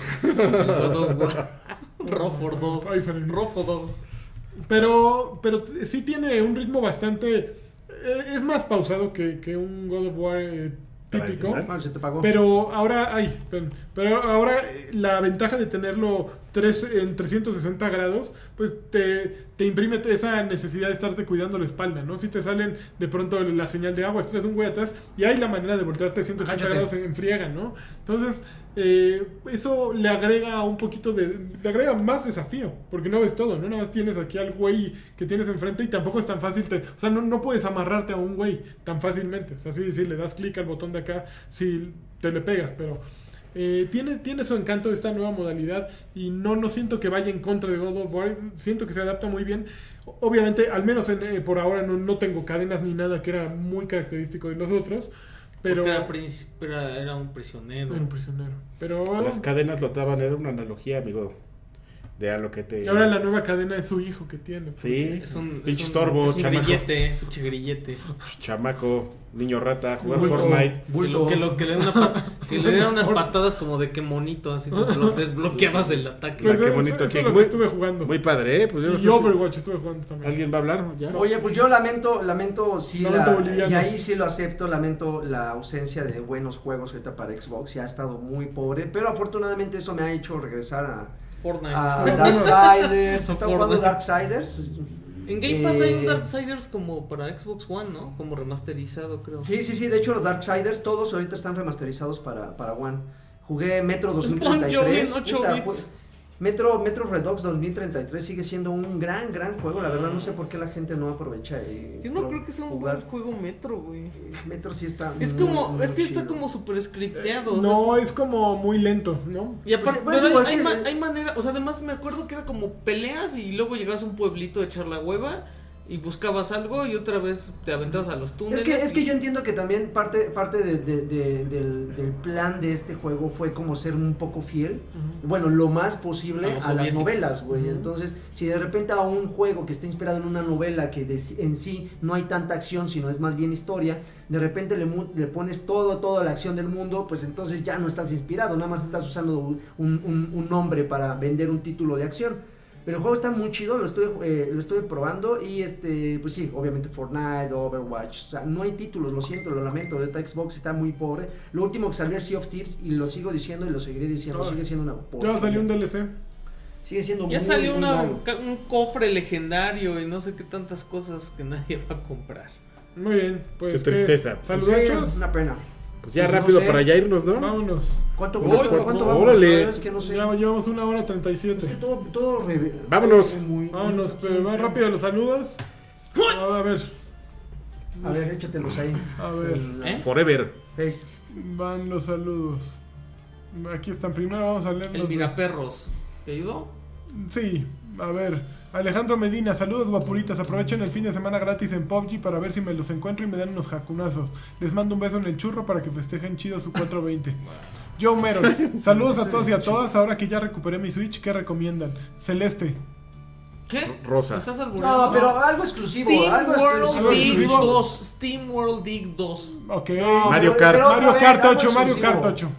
[SPEAKER 1] Rofodog.
[SPEAKER 2] Ay, Freddy.
[SPEAKER 1] Rofodog.
[SPEAKER 2] Pero, pero t- sí tiene un ritmo bastante. eh, es más pausado que, que un God of War eh, típico.
[SPEAKER 3] Tradicional.
[SPEAKER 4] Ah, se te pagó.
[SPEAKER 2] Pero ahora, ay, perdón, pero ahora eh, la ventaja de tenerlo tres, en 360 grados, pues te, te imprime esa necesidad de estarte cuidando la espalda, ¿no? Si te salen de pronto la señal de agua, estás un güey atrás y hay la manera de voltearte 180
[SPEAKER 4] Agáchate.
[SPEAKER 2] grados en, en friega, ¿no? Entonces, eh, eso le agrega un poquito de. le agrega más desafío, porque no ves todo, ¿no? Nada más tienes aquí al güey que tienes enfrente y tampoco es tan fácil. te- o sea, no, no puedes amarrarte a un güey tan fácilmente. O sea, sí, sí, le das clic al botón de acá, si te le pegas, pero. eh, tiene, tiene su encanto esta nueva modalidad y no, no siento que vaya en contra de God of War, siento que se adapta muy bien. Obviamente, al menos en, eh, por ahora no, no tengo cadenas ni nada que era muy característico de nosotros,
[SPEAKER 1] Pero
[SPEAKER 2] Pero
[SPEAKER 1] era,
[SPEAKER 2] era
[SPEAKER 1] pris- era- era un prisionero.
[SPEAKER 2] un prisionero. Pero
[SPEAKER 3] Las cadenas lo ataban, era una analogía, amigo. De a lo que te.
[SPEAKER 2] y ahora la nueva cadena es su hijo que tiene.
[SPEAKER 3] Sí,
[SPEAKER 1] Es un,
[SPEAKER 3] pinche
[SPEAKER 1] es un-
[SPEAKER 3] estorbo,
[SPEAKER 1] es un
[SPEAKER 3] chamaco.
[SPEAKER 1] grillete, pinche grillete.
[SPEAKER 3] Pues, Chamaco, niño rata, jugar
[SPEAKER 2] Bulto.
[SPEAKER 3] Fortnite.
[SPEAKER 1] Que, lo- que lo- que le den una pat- que le den unas patadas como de qué monito, así desblo- desbloqueabas el ataque.
[SPEAKER 3] Pues, qué
[SPEAKER 2] eso-
[SPEAKER 3] bonito
[SPEAKER 2] eso es
[SPEAKER 3] aquí.
[SPEAKER 2] lo que
[SPEAKER 3] Muy-
[SPEAKER 2] estuve jugando.
[SPEAKER 3] Muy padre, ¿eh? Pues yo no
[SPEAKER 2] y
[SPEAKER 3] sé si-
[SPEAKER 2] Overwatch estuve jugando también.
[SPEAKER 3] ¿Alguien va a hablar? ¿Ya?
[SPEAKER 4] Oye, pues yo lamento, lamento sí
[SPEAKER 2] Lamento
[SPEAKER 4] la-
[SPEAKER 2] boliviano.
[SPEAKER 4] y ahí sí lo acepto, lamento la ausencia de buenos juegos ahorita para Xbox, ya ha estado muy pobre, pero afortunadamente eso me ha hecho regresar a,
[SPEAKER 1] Fortnite.
[SPEAKER 4] a Darksiders,
[SPEAKER 1] A
[SPEAKER 4] ¿están jugando
[SPEAKER 1] Fortnite.
[SPEAKER 4] Darksiders?
[SPEAKER 1] En Game Pass hay un
[SPEAKER 4] Eh,
[SPEAKER 1] Darksiders como para Xbox One, ¿no? Como remasterizado, creo.
[SPEAKER 4] Sí, sí, sí, de hecho los Darksiders todos ahorita están remasterizados para, para One. Jugué Metro
[SPEAKER 1] Jovi en
[SPEAKER 4] 2033.
[SPEAKER 1] ocho
[SPEAKER 4] puta,
[SPEAKER 1] bits.
[SPEAKER 4] jue- Metro, Metro Redox 2033 sigue siendo un gran, gran juego. La verdad no sé por qué la gente no aprovecha. eh,
[SPEAKER 1] Yo no
[SPEAKER 4] pro-
[SPEAKER 1] creo que sea un buen
[SPEAKER 4] jugar.
[SPEAKER 1] juego metro, güey.
[SPEAKER 4] Metro sí está.
[SPEAKER 1] Es
[SPEAKER 4] muy,
[SPEAKER 1] como,
[SPEAKER 4] muy
[SPEAKER 1] es que está
[SPEAKER 4] chido. Eh,
[SPEAKER 1] como super scripteado. o sea,
[SPEAKER 2] No, es como muy lento, ¿no?
[SPEAKER 1] Y aparte,
[SPEAKER 4] Pues,
[SPEAKER 1] pero
[SPEAKER 4] igual
[SPEAKER 1] hay,
[SPEAKER 4] que-
[SPEAKER 1] hay ma- hay manera, o sea, además me acuerdo que era como peleas y luego llegabas a un pueblito a echar la hueva y buscabas algo y otra vez te aventabas a los túneles.
[SPEAKER 4] Es que, es
[SPEAKER 1] y-
[SPEAKER 4] que yo entiendo que también parte, parte de- de- de- del, del plan de este juego fue como ser un poco fiel, bueno, lo más
[SPEAKER 1] A
[SPEAKER 4] posible
[SPEAKER 1] los
[SPEAKER 4] a, las
[SPEAKER 1] soviéticos.
[SPEAKER 4] novelas, güey. Entonces, si de repente a un juego que está inspirado en una novela que de- en sí no hay tanta acción, sino es más bien historia, de repente le, mu- le pones todo, toda la acción del mundo, pues entonces ya no estás inspirado, nada más estás usando un, un- un nombre para vender un título de acción. Pero el juego está muy chido, lo estuve, eh, lo estuve probando y este, pues sí, obviamente Fortnite, Overwatch, o sea, no hay títulos, lo siento, lo lamento, ahorita Xbox está muy pobre. Lo último que salió es Sea of Tips y lo sigo diciendo y lo seguiré diciendo,
[SPEAKER 2] Ay.
[SPEAKER 4] sigue siendo una
[SPEAKER 2] Ya
[SPEAKER 4] porquería.
[SPEAKER 2] salió un DLC.
[SPEAKER 4] Sigue siendo
[SPEAKER 1] Ya
[SPEAKER 4] muy,
[SPEAKER 1] salió
[SPEAKER 4] muy
[SPEAKER 1] una-
[SPEAKER 4] malo.
[SPEAKER 1] ca- un cofre legendario y no sé qué tantas cosas que nadie va a comprar.
[SPEAKER 2] Muy bien, pues.
[SPEAKER 3] Qué tristeza.
[SPEAKER 2] Saludachos.
[SPEAKER 4] Sí, una pena.
[SPEAKER 3] Pues ya
[SPEAKER 4] Pues no
[SPEAKER 3] rápido
[SPEAKER 4] sé.
[SPEAKER 3] para ya irnos, ¿no?
[SPEAKER 2] Vámonos.
[SPEAKER 4] ¿Cuánto,
[SPEAKER 1] Uy,
[SPEAKER 4] cuánto,
[SPEAKER 1] por-
[SPEAKER 4] cuánto vamos?
[SPEAKER 3] órale.
[SPEAKER 4] La verdad es que no sé.
[SPEAKER 2] Ya llevamos una hora
[SPEAKER 4] Es que
[SPEAKER 2] 37.
[SPEAKER 4] todo, todo re-
[SPEAKER 3] Vámonos.
[SPEAKER 4] muy-
[SPEAKER 2] Vámonos, pero va rápido los saludos. A ver,
[SPEAKER 4] A ver, échatelos ahí.
[SPEAKER 2] a ver.
[SPEAKER 1] ¿Eh?
[SPEAKER 3] Forever.
[SPEAKER 4] Face.
[SPEAKER 2] Van los saludos. Aquí están. Primero vamos a leer
[SPEAKER 1] El
[SPEAKER 2] los-
[SPEAKER 1] miraperros. ¿Te ayudó?
[SPEAKER 2] Sí, a ver. Alejandro Medina, saludos guapuritas. Aprovechen el fin de semana gratis en PUBG para ver si me los encuentro y me dan unos jacunazos. Les mando un beso en el churro para que festejen chido su 420. Joe Merol, saludos a todos y a todas. Ahora que ya recuperé mi Switch, ¿qué recomiendan? Celeste.
[SPEAKER 1] ¿Qué?
[SPEAKER 3] Rosa.
[SPEAKER 1] ¿Me estás albureando? Ah,
[SPEAKER 4] No, pero algo exclusivo,
[SPEAKER 1] Steam
[SPEAKER 4] algo
[SPEAKER 1] World
[SPEAKER 4] exclusivo.
[SPEAKER 1] Dig
[SPEAKER 2] exclusivo.
[SPEAKER 1] 2. Steam World Dig 2.
[SPEAKER 2] Ok.
[SPEAKER 3] Mario
[SPEAKER 4] pero-
[SPEAKER 3] Kart.
[SPEAKER 4] pero otra
[SPEAKER 2] Mario
[SPEAKER 4] vez,
[SPEAKER 2] Kart
[SPEAKER 4] algo
[SPEAKER 2] 8, Mario
[SPEAKER 4] exclusivo.
[SPEAKER 2] Kart 8.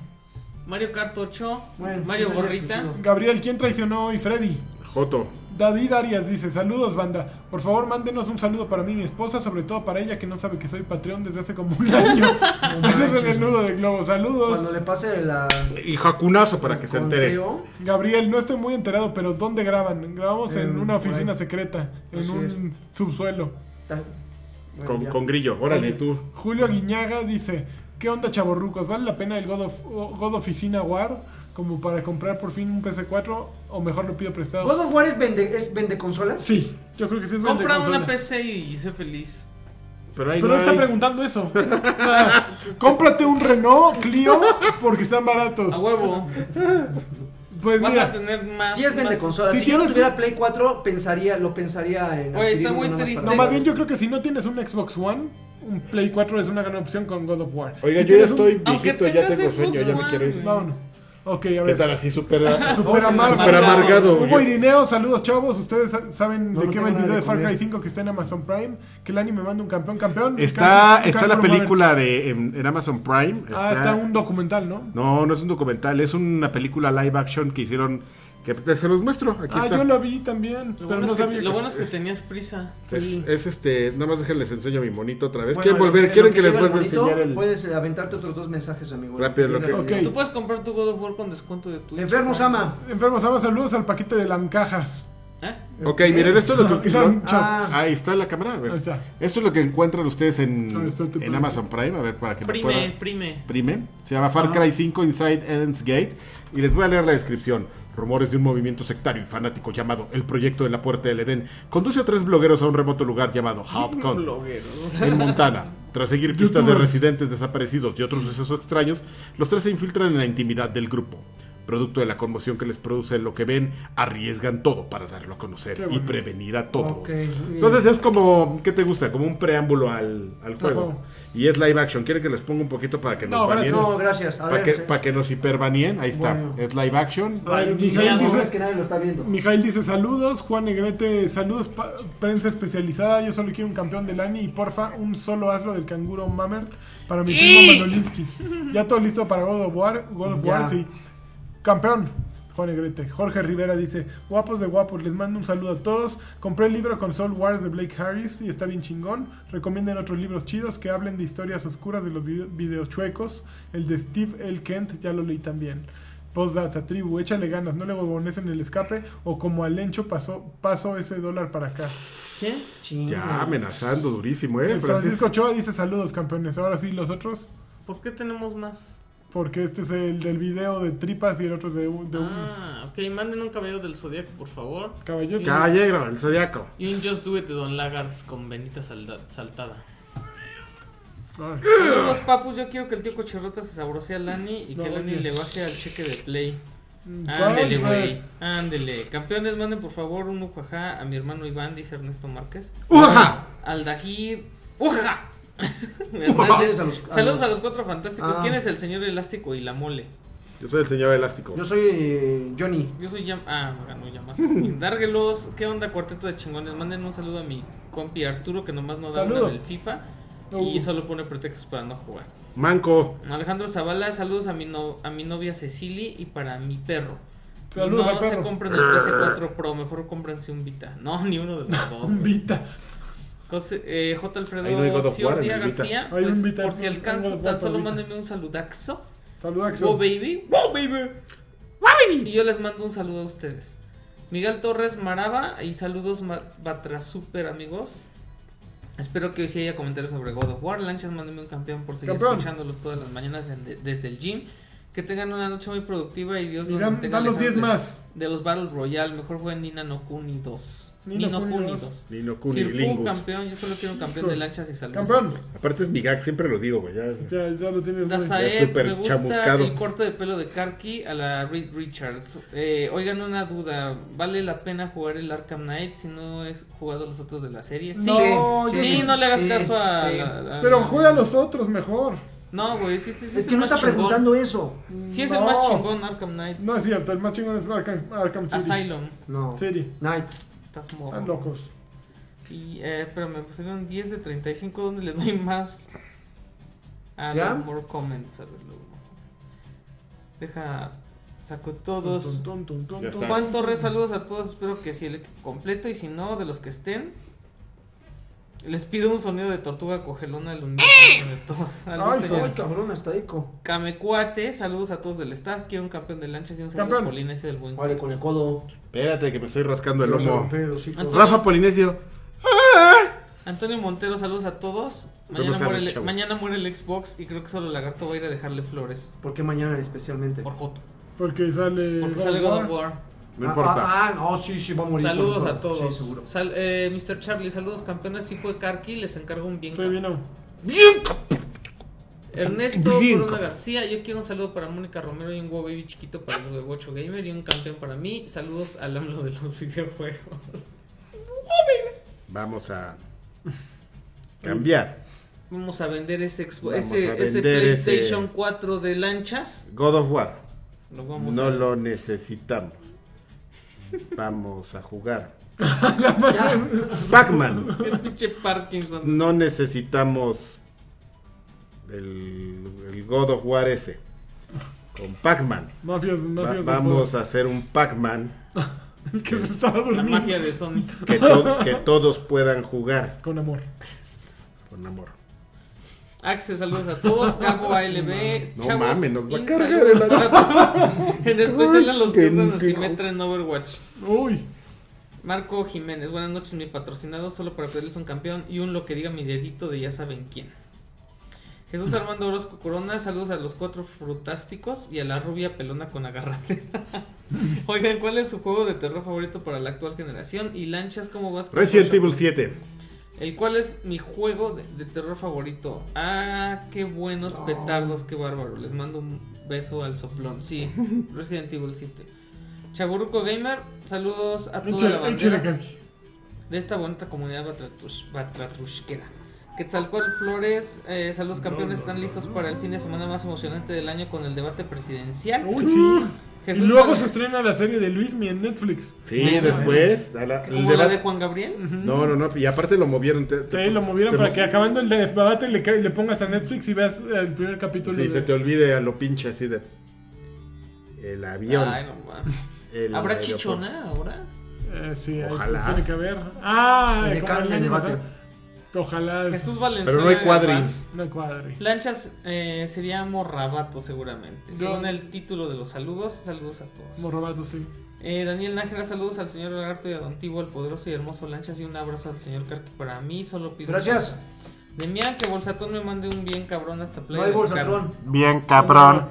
[SPEAKER 1] Mario Kart 8.
[SPEAKER 4] Bueno,
[SPEAKER 1] Mario
[SPEAKER 4] eso es
[SPEAKER 1] Gorrita.
[SPEAKER 4] exclusivo.
[SPEAKER 2] Gabriel, ¿quién traicionó hoy? Freddy.
[SPEAKER 3] Joto.
[SPEAKER 2] David Arias dice, saludos banda, por favor mándenos un saludo para mí y mi esposa, sobre todo para ella que no sabe que soy Patreon desde hace como un año. Ese es en el nudo de globo, saludos.
[SPEAKER 4] Cuando le pase la...
[SPEAKER 3] Y jacunazo para que se entere.
[SPEAKER 4] conteo,
[SPEAKER 2] Gabriel, no estoy muy enterado, pero ¿dónde graban? Grabamos en
[SPEAKER 4] Eh,
[SPEAKER 2] una
[SPEAKER 4] por
[SPEAKER 2] oficina
[SPEAKER 4] ahí.
[SPEAKER 2] secreta, en
[SPEAKER 4] Así
[SPEAKER 2] un subsuelo.
[SPEAKER 4] Está- bueno,
[SPEAKER 3] Con,
[SPEAKER 4] ya.
[SPEAKER 3] con grillo. Órale, tú.
[SPEAKER 2] Julio Guiñaga dice, ¿qué onda chavorrucos? ¿Vale la pena el God of, oh, God Oficina War como para comprar por fin un PC4 o mejor lo pido prestado?
[SPEAKER 4] ¿God of War es vende, es vende consolas?
[SPEAKER 2] Sí, yo creo que sí es buen de
[SPEAKER 1] Compra una
[SPEAKER 2] consola.
[SPEAKER 1] PC y sé feliz.
[SPEAKER 3] Pero ahí
[SPEAKER 2] Pero
[SPEAKER 3] no
[SPEAKER 2] no está
[SPEAKER 3] hay.
[SPEAKER 2] preguntando eso. Ah, Cómprate un Renault Clio porque están baratos.
[SPEAKER 1] A huevo.
[SPEAKER 2] Pues
[SPEAKER 1] Ah, Vas a
[SPEAKER 2] mira,
[SPEAKER 1] tener más.
[SPEAKER 4] Sí es vende
[SPEAKER 1] Ah, más-
[SPEAKER 4] consolas.
[SPEAKER 2] Si
[SPEAKER 4] Si, yo no
[SPEAKER 2] tienes-
[SPEAKER 4] tuviera Play 4, pensaría, lo pensaría en.
[SPEAKER 1] Oye, está
[SPEAKER 4] adquirir
[SPEAKER 1] muy
[SPEAKER 4] uno nada más
[SPEAKER 1] triste.
[SPEAKER 4] para
[SPEAKER 2] no, más
[SPEAKER 4] jugar.
[SPEAKER 2] bien yo creo que si no tienes un Xbox One, un Play 4 es una gran opción con God of War.
[SPEAKER 3] Oiga,
[SPEAKER 2] Si
[SPEAKER 3] yo ya
[SPEAKER 2] tienes un-
[SPEAKER 3] estoy
[SPEAKER 1] Aunque
[SPEAKER 3] viejito, ya
[SPEAKER 1] tengas
[SPEAKER 3] tengo sueño,
[SPEAKER 1] Xbox
[SPEAKER 3] ya me
[SPEAKER 1] One,
[SPEAKER 3] quiero ir.
[SPEAKER 2] Vámonos. Ok, a
[SPEAKER 3] ¿Qué
[SPEAKER 2] ver.
[SPEAKER 3] tal así? Súper
[SPEAKER 2] Super
[SPEAKER 1] Oh,
[SPEAKER 2] amargo.
[SPEAKER 3] súper amargado.
[SPEAKER 2] Hugo Irineo, saludos chavos. Ustedes sa- saben
[SPEAKER 4] No,
[SPEAKER 2] de
[SPEAKER 4] no
[SPEAKER 2] qué
[SPEAKER 4] tengo
[SPEAKER 2] va el
[SPEAKER 4] nada
[SPEAKER 2] video de
[SPEAKER 4] de
[SPEAKER 2] Far Cry
[SPEAKER 4] comer.
[SPEAKER 2] 5 que está en Amazon Prime. Que el anime manda un campeón, campeón.
[SPEAKER 3] Está,
[SPEAKER 2] Campeón,
[SPEAKER 3] está la
[SPEAKER 2] campeón,
[SPEAKER 3] película de, en, en Amazon Prime.
[SPEAKER 2] madre. Ah, está un documental, ¿no?
[SPEAKER 3] No, no es un documental, es una película live action que hicieron. Que te- se los muestro. Aquí
[SPEAKER 2] ah,
[SPEAKER 3] está.
[SPEAKER 2] yo lo vi también,
[SPEAKER 1] Lo,
[SPEAKER 2] pero
[SPEAKER 1] bueno,
[SPEAKER 2] no
[SPEAKER 1] es que,
[SPEAKER 2] sabía
[SPEAKER 1] lo
[SPEAKER 2] que-
[SPEAKER 1] bueno es que tenías prisa.
[SPEAKER 3] Es, es este. Nada más déjenles enseño mi monito otra vez.
[SPEAKER 4] Bueno,
[SPEAKER 3] ¿Quieren
[SPEAKER 4] en lo
[SPEAKER 3] volver?
[SPEAKER 4] en
[SPEAKER 3] ¿Quieren
[SPEAKER 4] lo
[SPEAKER 3] que les
[SPEAKER 4] llega el
[SPEAKER 3] vuelva a
[SPEAKER 4] monito,
[SPEAKER 3] enseñar el.?
[SPEAKER 4] Puedes eh, aventarte otros dos mensajes, amigo.
[SPEAKER 3] Rápido, lo
[SPEAKER 4] Llega
[SPEAKER 3] que-
[SPEAKER 4] el-
[SPEAKER 2] Ok.
[SPEAKER 1] Tú puedes comprar tu God of War con descuento de tu.
[SPEAKER 4] Enfermos ama.
[SPEAKER 2] Enfermos, ama, saludos al paquete de Lancajas.
[SPEAKER 1] ¿Eh?
[SPEAKER 3] Ok, miren, esto es lo que. lo-
[SPEAKER 4] Ah,
[SPEAKER 3] Ahí está la cámara. a ver.
[SPEAKER 2] Ahí está.
[SPEAKER 3] Esto es lo que encuentran ustedes
[SPEAKER 2] Ah,
[SPEAKER 3] en,
[SPEAKER 2] espérate,
[SPEAKER 3] en
[SPEAKER 2] espérate.
[SPEAKER 3] Amazon Prime. A ver, para que me
[SPEAKER 1] Prime,
[SPEAKER 3] puedan.
[SPEAKER 1] prime.
[SPEAKER 3] Prime. Se llama Far Cry 5 Inside Eden's Gate. Y les voy a leer la descripción. Rumores de un movimiento sectario y fanático llamado El Proyecto de la Puerta del Edén conduce a tres blogueros a un remoto lugar llamado Hub Country. en Montana. Tras seguir pistas de
[SPEAKER 2] Youtubers.
[SPEAKER 3] residentes desaparecidos y otros sucesos extraños, los tres se infiltran en la intimidad del grupo. Producto de la conmoción que les produce lo que ven, arriesgan todo para darlo a conocer
[SPEAKER 2] Qué
[SPEAKER 3] y
[SPEAKER 2] bueno.
[SPEAKER 3] prevenir a todos.
[SPEAKER 4] Ok, muy bien.
[SPEAKER 3] Entonces es como, ¿qué te gusta? Como un preámbulo al, al juego.
[SPEAKER 2] juego.
[SPEAKER 3] Y es live action. ¿Quieren que les ponga un poquito para que
[SPEAKER 2] No,
[SPEAKER 3] nos
[SPEAKER 2] gracias,
[SPEAKER 3] baneen?
[SPEAKER 4] No, gracias. A
[SPEAKER 3] Para que,
[SPEAKER 4] ver, sí.
[SPEAKER 3] pa' que nos hiperbaneen. Ahí está.
[SPEAKER 4] Bueno.
[SPEAKER 3] Es live action.
[SPEAKER 2] A ver,
[SPEAKER 4] Mira,
[SPEAKER 2] Mijail
[SPEAKER 4] la verdad es
[SPEAKER 2] dice,
[SPEAKER 4] que nadie lo está viendo.
[SPEAKER 2] Mijail dice saludos, Juan Negrete, saludos pa- prensa especializada, yo solo quiero un campeón del ANI y porfa un solo hazlo del canguro Mamert para mi primo Manolinsky. Ya todo listo para God of War, God of War,
[SPEAKER 4] Ya.
[SPEAKER 2] sí. Campeón. Juan Negrete. Jorge Rivera dice, guapos de guapos, les mando un saludo a todos. Compré el libro con Soul Wars de Blake Harris y está bien chingón. Recomienden otros libros chidos que hablen de historias oscuras de los video- videochuecos. El de Steve L. Kent, ya lo leí también. Postdata, tribu, échale ganas, no le huevones en el escape o como al encho pasó, pasó ese dólar para acá.
[SPEAKER 4] ¿Qué? Chinga.
[SPEAKER 3] Ya amenazando durísimo, ¿eh?
[SPEAKER 2] El Francisco
[SPEAKER 3] Francisco.
[SPEAKER 2] Ochoa dice saludos campeones, ahora sí los otros,
[SPEAKER 1] ¿Por qué tenemos más?
[SPEAKER 2] porque este es el del video de tripas y el otro es de, un- de un
[SPEAKER 1] Ah, ok, manden un cabello del Zodíaco, por favor.
[SPEAKER 2] caballero.
[SPEAKER 3] Caballero, el zodiaco.
[SPEAKER 1] Y un Just Do It de Don Lagarts con Benita Salda- Saltada.
[SPEAKER 2] Ay.
[SPEAKER 1] Saludos, papus. Yo quiero que el tío Cochirrota se sabrosee a Lani y que
[SPEAKER 2] No,
[SPEAKER 1] Lani
[SPEAKER 2] oye.
[SPEAKER 1] le baje al cheque de play.
[SPEAKER 2] Mm. Ay,
[SPEAKER 1] Ah, Ándele, güey. Ándele. Campeones, manden por favor un ujaja a mi hermano Iván, dice Ernesto Márquez.
[SPEAKER 3] ¡Ujaja!
[SPEAKER 1] Aldajir. ¡Ujaja!
[SPEAKER 4] Ya tienes a los- a
[SPEAKER 1] Saludos
[SPEAKER 4] los-
[SPEAKER 1] a los cuatro fantásticos.
[SPEAKER 4] Ah.
[SPEAKER 1] ¿Quién es el señor elástico y la mole?
[SPEAKER 3] Yo soy el señor elástico.
[SPEAKER 4] Yo soy eh, Johnny.
[SPEAKER 1] Yo soy Yam. Ah, me ganó Yamas. Dárguelos. ¿Qué onda, cuarteto de chingones? Manden un saludo a mi compi Arturo, que nomás no da una
[SPEAKER 2] Saludo.
[SPEAKER 1] en el FIFA.
[SPEAKER 2] Uh.
[SPEAKER 1] Y solo pone pretextos para no jugar.
[SPEAKER 3] Manco.
[SPEAKER 1] Alejandro Zavala, saludos a mi, no- a mi novia Cecily y para mi perro.
[SPEAKER 2] Saludos
[SPEAKER 1] no
[SPEAKER 2] al perro.
[SPEAKER 1] se compren el PS4 Pro, mejor cómprense un Vita. No, ni uno de los dos.
[SPEAKER 2] Un
[SPEAKER 1] güey.
[SPEAKER 2] Vita.
[SPEAKER 1] José- eh, J.
[SPEAKER 3] Ahí no hay
[SPEAKER 1] Alfredo
[SPEAKER 3] God of War en
[SPEAKER 1] Ciordia
[SPEAKER 3] el Vita.
[SPEAKER 1] García,
[SPEAKER 2] Hay un
[SPEAKER 1] pues,
[SPEAKER 2] Vita,
[SPEAKER 1] por si
[SPEAKER 2] no, no hay
[SPEAKER 1] alcanzo,
[SPEAKER 2] God of War
[SPEAKER 1] tan
[SPEAKER 2] para
[SPEAKER 1] solo
[SPEAKER 2] Vita.
[SPEAKER 1] mándenme un saludaxo.
[SPEAKER 2] Saludos, Axel.
[SPEAKER 1] Wow, baby. Wow, baby. Y yo les mando un saludo a ustedes. Miguel Torres Maraba y saludos ma- Batra Super amigos. Espero que hoy sí haya comentarios sobre God of War. Lanchas, mándenme un campeón por seguir
[SPEAKER 2] Campeón.
[SPEAKER 1] escuchándolos todas las mañanas en- de- desde el gym. Que tengan una noche muy productiva y Dios
[SPEAKER 2] Y
[SPEAKER 1] los
[SPEAKER 2] dan-
[SPEAKER 1] mantenga
[SPEAKER 2] dan los
[SPEAKER 1] alejados
[SPEAKER 2] 10
[SPEAKER 1] de-
[SPEAKER 2] más.
[SPEAKER 1] De los Battle Royale. Mejor fue Nina no Kuni 2.
[SPEAKER 2] Nino
[SPEAKER 1] Nino
[SPEAKER 2] Kuni
[SPEAKER 1] Kuni
[SPEAKER 2] 2.
[SPEAKER 1] 2.
[SPEAKER 3] Nino Kuni,
[SPEAKER 1] Circu,
[SPEAKER 3] Lingus.
[SPEAKER 1] campeón. Yo solo quiero un campeón de lanchas y saludos.
[SPEAKER 2] Campeón.
[SPEAKER 1] a todos.
[SPEAKER 3] Aparte es mi gag, siempre lo digo, güey. ya.
[SPEAKER 2] Ya, ya lo tienes. güey.
[SPEAKER 1] Dazaed,
[SPEAKER 3] Ya súper
[SPEAKER 1] me gusta
[SPEAKER 3] chamuscado.
[SPEAKER 1] el corte de pelo de Karki a la Reed Richards. Eh, oigan, una duda: ¿vale la pena jugar el Arkham Knight si no es jugado los otros de la serie?
[SPEAKER 2] No,
[SPEAKER 1] sí,
[SPEAKER 2] yo-
[SPEAKER 1] sí, no le hagas
[SPEAKER 4] sí,
[SPEAKER 1] caso a.
[SPEAKER 4] sí.
[SPEAKER 1] a- a-
[SPEAKER 2] Pero juega a los otros mejor.
[SPEAKER 1] No, güey, sí, sí, sí.
[SPEAKER 4] Es
[SPEAKER 1] el
[SPEAKER 4] que no
[SPEAKER 1] más
[SPEAKER 4] está
[SPEAKER 1] chingón.
[SPEAKER 4] preguntando eso.
[SPEAKER 1] Sí, es el
[SPEAKER 2] No.
[SPEAKER 1] más chingón Arkham Knight.
[SPEAKER 2] No es cierto, el más chingón es Arkham, Arkham City.
[SPEAKER 1] Asylum,
[SPEAKER 4] No.
[SPEAKER 2] City.
[SPEAKER 4] Night.
[SPEAKER 1] estás
[SPEAKER 2] Están
[SPEAKER 1] morro.
[SPEAKER 2] locos.
[SPEAKER 1] Y, eh, pero me pusieron 10 de 35, ¿dónde le doy más? A
[SPEAKER 4] ¿Ya?
[SPEAKER 1] los more comments, a ver, luego. Deja, saco todos.
[SPEAKER 2] Tun, tun, tun, tun,
[SPEAKER 3] Ya
[SPEAKER 2] tun.
[SPEAKER 3] está.
[SPEAKER 1] Juan Torres, saludos a todos. Espero que sí el equipo completo. Y si no, de los que estén, les pido un sonido de tortuga cogelona al unísono
[SPEAKER 4] ¡Eh!
[SPEAKER 1] de todos. Algún
[SPEAKER 2] Ay,
[SPEAKER 1] señor.
[SPEAKER 4] Ay, cabrón, hasta eco.
[SPEAKER 1] Camecuate, saludos a todos del staff. Quiero un campeón de lanchas y un saludo
[SPEAKER 2] Campeón.
[SPEAKER 1] a Polinesia del Buen.
[SPEAKER 4] Vale, con el codo.
[SPEAKER 3] Espérate que me estoy rascando el lomo.
[SPEAKER 1] Antonio,
[SPEAKER 3] Rafa Polinesio.
[SPEAKER 1] Antonio Montero, saludos a todos.
[SPEAKER 3] Tú no
[SPEAKER 1] Mañana,
[SPEAKER 3] sabes,
[SPEAKER 1] muere el,
[SPEAKER 3] chavo.
[SPEAKER 1] mañana muere el Xbox y creo que solo Lagarto va a ir a dejarle flores.
[SPEAKER 4] ¿Por qué mañana especialmente?
[SPEAKER 1] Por Joto.
[SPEAKER 2] Porque sale.
[SPEAKER 1] Porque sale God of War.
[SPEAKER 3] No
[SPEAKER 4] Ah,
[SPEAKER 3] importa.
[SPEAKER 4] Ah, ah, no, sí, sí, va a morir.
[SPEAKER 1] Saludos
[SPEAKER 4] por
[SPEAKER 1] a
[SPEAKER 4] favor.
[SPEAKER 1] todos.
[SPEAKER 4] Sí, seguro.
[SPEAKER 1] Sal- eh, Mr. Charlie, saludos campeones. Si fue Karki, les encargo un bien.
[SPEAKER 2] Sí, vino.
[SPEAKER 1] Ernesto
[SPEAKER 3] Pues Bien,
[SPEAKER 1] Corona
[SPEAKER 3] cabrón.
[SPEAKER 1] García, yo quiero un saludo para Mónica Romero y un wow baby chiquito para el huevo 8 gamer y un campeón para mí. Saludos al AMLO de los videojuegos.
[SPEAKER 3] Vamos a cambiar.
[SPEAKER 1] Vamos a vender ese Xbox,
[SPEAKER 3] Vamos
[SPEAKER 1] ese,
[SPEAKER 3] a
[SPEAKER 1] ese
[SPEAKER 3] vender ese-
[SPEAKER 1] PlayStation 4 de lanchas.
[SPEAKER 3] God of War.
[SPEAKER 1] Lo vamos
[SPEAKER 3] No
[SPEAKER 1] a
[SPEAKER 3] lo necesitamos. Vamos a jugar. Pac-Man.
[SPEAKER 1] El pinche Parkinson.
[SPEAKER 3] No necesitamos el, el God of War ese. Con Pac-Man.
[SPEAKER 2] Mafias,
[SPEAKER 3] Va-
[SPEAKER 2] mafias. del
[SPEAKER 3] vamos a hacer un Pac-Man
[SPEAKER 2] poder. Que se estaba
[SPEAKER 1] La
[SPEAKER 2] durmiendo.
[SPEAKER 1] mafia de Sony.
[SPEAKER 3] que, to- que todos puedan jugar
[SPEAKER 2] Con amor.
[SPEAKER 3] con amor.
[SPEAKER 1] Axe, saludos a todos. Cabo ALB.
[SPEAKER 3] No
[SPEAKER 1] chavos,
[SPEAKER 3] mames, nos va a
[SPEAKER 1] y
[SPEAKER 3] cargar
[SPEAKER 1] saludos
[SPEAKER 3] el
[SPEAKER 1] a todos. En especial a los que usan
[SPEAKER 3] pendejo.
[SPEAKER 1] Asimetra en Overwatch.
[SPEAKER 2] Uy.
[SPEAKER 1] Marco Jiménez, buenas noches, mi patrocinado, solo para pedirles un campeón y un lo que diga mi dedito de ya saben quién. Jesús Armando Orozco Corona, saludos a los cuatro frutásticos y a la rubia pelona con agarrate. Oigan, ¿cuál es su juego de terror favorito para la actual generación? Y lanchas, ¿cómo vas? con
[SPEAKER 3] Resident
[SPEAKER 1] Bioshock?
[SPEAKER 3] Evil 7.
[SPEAKER 1] El cual es mi juego de, de terror favorito. Ah, qué buenos petardos, qué bárbaro. Les mando un beso al soplón. Sí, Resident Evil 7. Chaburuco Gamer, saludos a toda la
[SPEAKER 2] Échale, échale,
[SPEAKER 1] bandera
[SPEAKER 2] Karki.
[SPEAKER 1] de esta bonita comunidad batratush- batratushquera. Quetzalcoatl Flores, eh, saludos campeones, están listos para el fin de semana más emocionante del año con el debate presidencial.
[SPEAKER 2] Uy, sí. Y
[SPEAKER 1] Uh, Jesús
[SPEAKER 2] luego
[SPEAKER 1] Valen-
[SPEAKER 2] se estrena la serie de Luismi en Netflix.
[SPEAKER 3] Sí,
[SPEAKER 1] Bueno,
[SPEAKER 3] después. a la- el
[SPEAKER 1] ¿Como la
[SPEAKER 3] debate-
[SPEAKER 1] de Juan Gabriel?
[SPEAKER 3] No, no, no. Y aparte lo movieron. te- te-
[SPEAKER 2] Sí, lo movieron
[SPEAKER 3] te-
[SPEAKER 2] para que acabando el debate le, ca- le pongas a Netflix y veas el primer capítulo.
[SPEAKER 3] Sí,
[SPEAKER 2] de-
[SPEAKER 3] se te olvide a lo pinche así de. El avión.
[SPEAKER 1] Ay, no, man.
[SPEAKER 3] el
[SPEAKER 1] ¿Habrá
[SPEAKER 3] aeropuerto.
[SPEAKER 1] chichona ahora?
[SPEAKER 2] Eh, sí, ahí
[SPEAKER 3] Ojalá.
[SPEAKER 2] Tiene que haber. Ah,
[SPEAKER 4] El de
[SPEAKER 2] como
[SPEAKER 4] carne,
[SPEAKER 2] año
[SPEAKER 4] el debate.
[SPEAKER 2] pasado. Ojalá.
[SPEAKER 1] Jesús Valenzuela.
[SPEAKER 3] Pero no hay cuadri.
[SPEAKER 1] Galván.
[SPEAKER 2] No cuadre.
[SPEAKER 1] Lanchas eh, sería Morrabato seguramente.
[SPEAKER 2] Yo-
[SPEAKER 1] Según el título de los saludos, saludos a todos.
[SPEAKER 2] Morrobato, sí.
[SPEAKER 1] Eh, Daniel Nájera, saludos al señor Lagarto y a Don Tibo, el poderoso y hermoso Lanchas. Y un abrazo al señor Carqui. Para mí solo pido...
[SPEAKER 4] Gracias.
[SPEAKER 1] Demian, que Bolsatón me mande un bien cabrón hasta Playa
[SPEAKER 4] No hay
[SPEAKER 1] del
[SPEAKER 4] bolsatrón.
[SPEAKER 5] Bien, cabrón.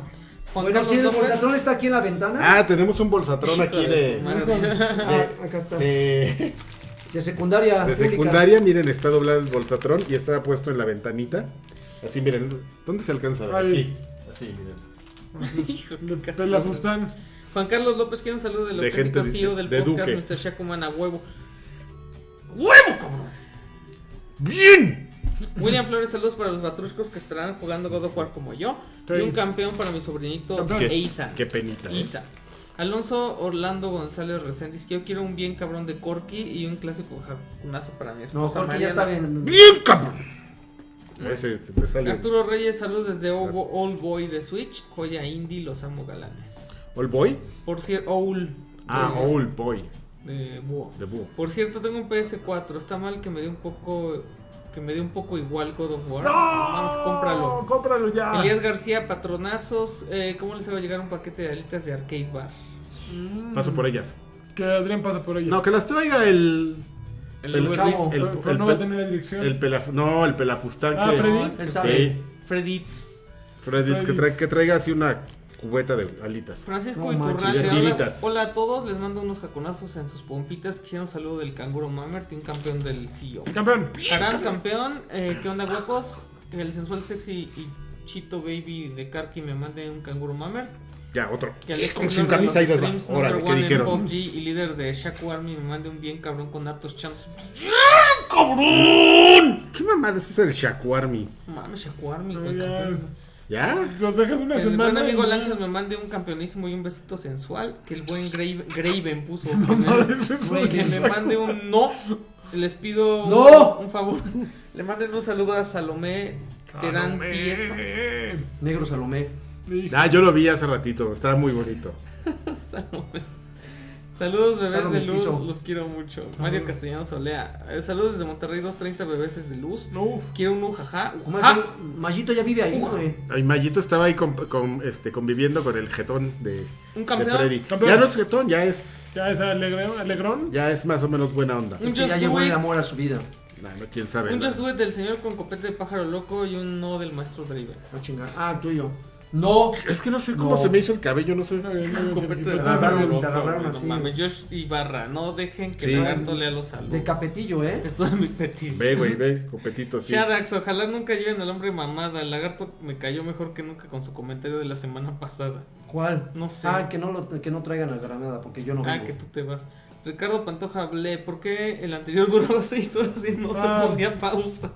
[SPEAKER 1] Juan
[SPEAKER 4] Bueno,
[SPEAKER 1] Carlos
[SPEAKER 4] sí, el
[SPEAKER 1] López.
[SPEAKER 4] bolsatrón está aquí en la ventana.
[SPEAKER 3] Ah, tenemos un bolsatrón aquí
[SPEAKER 1] Hijo de su
[SPEAKER 3] de.
[SPEAKER 1] madre.
[SPEAKER 4] Ah, acá está.
[SPEAKER 3] de-
[SPEAKER 4] De secundaria.
[SPEAKER 3] de
[SPEAKER 4] pública.
[SPEAKER 3] secundaria, miren, está doblado el bolsatrón y está puesto en la ventanita. Así, miren, ¿dónde se alcanza? a ver?
[SPEAKER 2] Ahí.
[SPEAKER 3] Aquí. Así, miren.
[SPEAKER 1] Hijo, qué
[SPEAKER 2] Te la gustan.
[SPEAKER 1] Juan Carlos López quiere un saludo del
[SPEAKER 3] De
[SPEAKER 1] auténtico
[SPEAKER 3] gente de-
[SPEAKER 1] CEO del
[SPEAKER 3] de
[SPEAKER 1] podcast,
[SPEAKER 3] Duque.
[SPEAKER 1] Mr. Shakuman a huevo. ¡Huevo, cabrón!
[SPEAKER 3] ¡Bien!
[SPEAKER 1] William Flores, saludos para los batruscos que estarán jugando God of War como yo.
[SPEAKER 2] Sí.
[SPEAKER 1] Y un campeón para mi sobrinito
[SPEAKER 2] Campeón.
[SPEAKER 3] Qué-
[SPEAKER 1] Ethan.
[SPEAKER 3] Qué penita. ¿eh?
[SPEAKER 1] Ethan. Alonso Orlando González Reséndiz, que yo quiero un bien cabrón de Corky y un clásico jacunazo para mi
[SPEAKER 4] No,
[SPEAKER 1] esposa.
[SPEAKER 4] Jorge ya está
[SPEAKER 1] Mariana.
[SPEAKER 4] bien.
[SPEAKER 3] ¡Bien, cabrón! Ese se me sale.
[SPEAKER 1] Arturo Reyes, saludos desde Ovo- Old Boy de Switch, joya indie, los amo galanes.
[SPEAKER 3] ¿All Boy?
[SPEAKER 1] Por cierto, Owl.
[SPEAKER 3] Ah,
[SPEAKER 1] de-
[SPEAKER 3] All Boy.
[SPEAKER 1] De Búho.
[SPEAKER 3] De búho.
[SPEAKER 1] Por cierto, tengo un PS4. Está mal que me dé un poco. Que me dé un poco igual God of War. Vamos, cómpralo.
[SPEAKER 2] Cómpralo ya.
[SPEAKER 1] Elías García, patronazos. eh, ¿Cómo les va a llegar un paquete de alitas de Arcade Bar?
[SPEAKER 2] Mm.
[SPEAKER 3] Paso por ellas.
[SPEAKER 2] Que Adrián pasa por ahí.
[SPEAKER 3] No, que las traiga el.
[SPEAKER 1] El,
[SPEAKER 3] El
[SPEAKER 1] Uber
[SPEAKER 4] chavo.
[SPEAKER 2] Pero-
[SPEAKER 3] el-
[SPEAKER 2] pero
[SPEAKER 3] el
[SPEAKER 2] no va a
[SPEAKER 3] pe-
[SPEAKER 2] tener la dirección.
[SPEAKER 3] el pelaf- no, el pelafustán
[SPEAKER 2] Ah,
[SPEAKER 1] Reap.
[SPEAKER 3] que.
[SPEAKER 2] Freddy.
[SPEAKER 1] No, este
[SPEAKER 4] El
[SPEAKER 1] es
[SPEAKER 4] sabe.
[SPEAKER 1] Freddy.
[SPEAKER 3] Sí.
[SPEAKER 1] Freddy's.
[SPEAKER 3] Freddy, que,
[SPEAKER 2] Freddy's.
[SPEAKER 3] trae- que traiga así una cubeta de alitas.
[SPEAKER 1] Francisco
[SPEAKER 4] No
[SPEAKER 1] Iturralde.
[SPEAKER 3] manches, de
[SPEAKER 1] Hola,
[SPEAKER 3] tiritas.
[SPEAKER 1] hola a todos. Les mando unos jaconazos en sus pompitas. Quisiera un saludo del canguro Mamert, un campeón del E CEO.
[SPEAKER 2] Campeón.
[SPEAKER 1] Harán campeón, eh, ¿qué onda huecos? El sensual sexy y chito baby de Karki me mande un canguro mammer.
[SPEAKER 3] Ya, otro.
[SPEAKER 1] Que Alexis
[SPEAKER 3] Como
[SPEAKER 1] Lord
[SPEAKER 3] sin
[SPEAKER 1] de
[SPEAKER 3] camisa
[SPEAKER 1] los
[SPEAKER 3] y va.
[SPEAKER 1] streams
[SPEAKER 3] Órale,
[SPEAKER 1] number
[SPEAKER 3] ¿qué
[SPEAKER 1] one en
[SPEAKER 3] dijeron?
[SPEAKER 1] PUBG y líder de Shaku Army me mande un bien cabrón con hartos Pues, chances.
[SPEAKER 3] ¡Cabrón! ¿Qué mamada es esa del Shakuarmi?
[SPEAKER 1] Mames, Shaku Army, güey,
[SPEAKER 2] Oigan, Pues,
[SPEAKER 1] campeón.
[SPEAKER 3] ¿Ya?
[SPEAKER 2] Nos dejas una
[SPEAKER 1] Que el
[SPEAKER 2] semana.
[SPEAKER 1] buen amigo
[SPEAKER 2] y-
[SPEAKER 1] Lanchas me mande un campeonísimo y un besito sensual. Que el buen Grave- Graven puso. Que
[SPEAKER 2] Madre,
[SPEAKER 1] me,
[SPEAKER 2] ese fue
[SPEAKER 1] güey, que me mande un no. Les pido un-
[SPEAKER 4] ¡No!
[SPEAKER 1] un favor. Le manden un saludo a Salomé
[SPEAKER 2] Ah,
[SPEAKER 1] Terán
[SPEAKER 2] Salomé.
[SPEAKER 1] Tieso.
[SPEAKER 4] Negro Salomé.
[SPEAKER 2] Hijo,
[SPEAKER 3] Ah, yo lo vi hace ratito, estaba muy bonito.
[SPEAKER 1] Salomé. Saludos bebés
[SPEAKER 4] Salomé
[SPEAKER 1] de luz,
[SPEAKER 4] mestizo.
[SPEAKER 1] los quiero mucho. Mario Castellanos Olea. Eh, saludos desde Monterrey 230 bebés de luz.
[SPEAKER 2] No, uf.
[SPEAKER 1] Quiero un ujaja.
[SPEAKER 4] ¿Cómo
[SPEAKER 1] ujaja.
[SPEAKER 4] es? el- Mayito ya vive ahí, güey.
[SPEAKER 3] Ay, Mayito estaba ahí con- con, este, conviviendo con el jetón de,
[SPEAKER 1] Un
[SPEAKER 3] de
[SPEAKER 1] campeón.
[SPEAKER 3] Freddy.
[SPEAKER 2] Campeón.
[SPEAKER 3] Ya no es jetón, ya es.
[SPEAKER 2] Ya es alegre- alegrón.
[SPEAKER 3] Ya es más o menos buena onda.
[SPEAKER 1] Un
[SPEAKER 4] Es que
[SPEAKER 1] Just
[SPEAKER 4] ya
[SPEAKER 1] Do
[SPEAKER 4] llegó
[SPEAKER 1] It.
[SPEAKER 4] el amor a su vida.
[SPEAKER 3] No, no, quién sabe.
[SPEAKER 1] Un
[SPEAKER 3] la-
[SPEAKER 1] Just Do It del señor con copete de pájaro loco y un no del maestro Draven.
[SPEAKER 4] A chingar. Ah, tuyo. No.
[SPEAKER 3] Es que no sé cómo
[SPEAKER 4] No.
[SPEAKER 3] se me hizo el cabello, no sé.
[SPEAKER 1] Copete de
[SPEAKER 4] Te
[SPEAKER 1] pájaro
[SPEAKER 4] agarraron, te
[SPEAKER 1] loco.
[SPEAKER 4] agarraron
[SPEAKER 1] güey, No
[SPEAKER 4] así.
[SPEAKER 1] mames, Josh Ibarra, no dejen que
[SPEAKER 3] Sí.
[SPEAKER 1] Lagarto lea los saludos.
[SPEAKER 4] De capetillo, ¿eh?
[SPEAKER 1] Es toda mi petición.
[SPEAKER 3] Ve, güey, ve, copetito así.
[SPEAKER 1] Shadax, ojalá nunca lleven al hombre mamada. El lagarto me cayó mejor que nunca con su comentario de la semana pasada.
[SPEAKER 4] ¿Cuál?
[SPEAKER 1] No sé.
[SPEAKER 4] Ah, que no, lo, que no traigan a Granada, porque yo no
[SPEAKER 1] Ah,
[SPEAKER 4] vengo.
[SPEAKER 1] que tú te vas. Ricardo Pantoja ble, ¿por qué el anterior duraba 6 horas y no
[SPEAKER 2] Ah.
[SPEAKER 1] se podía pausa?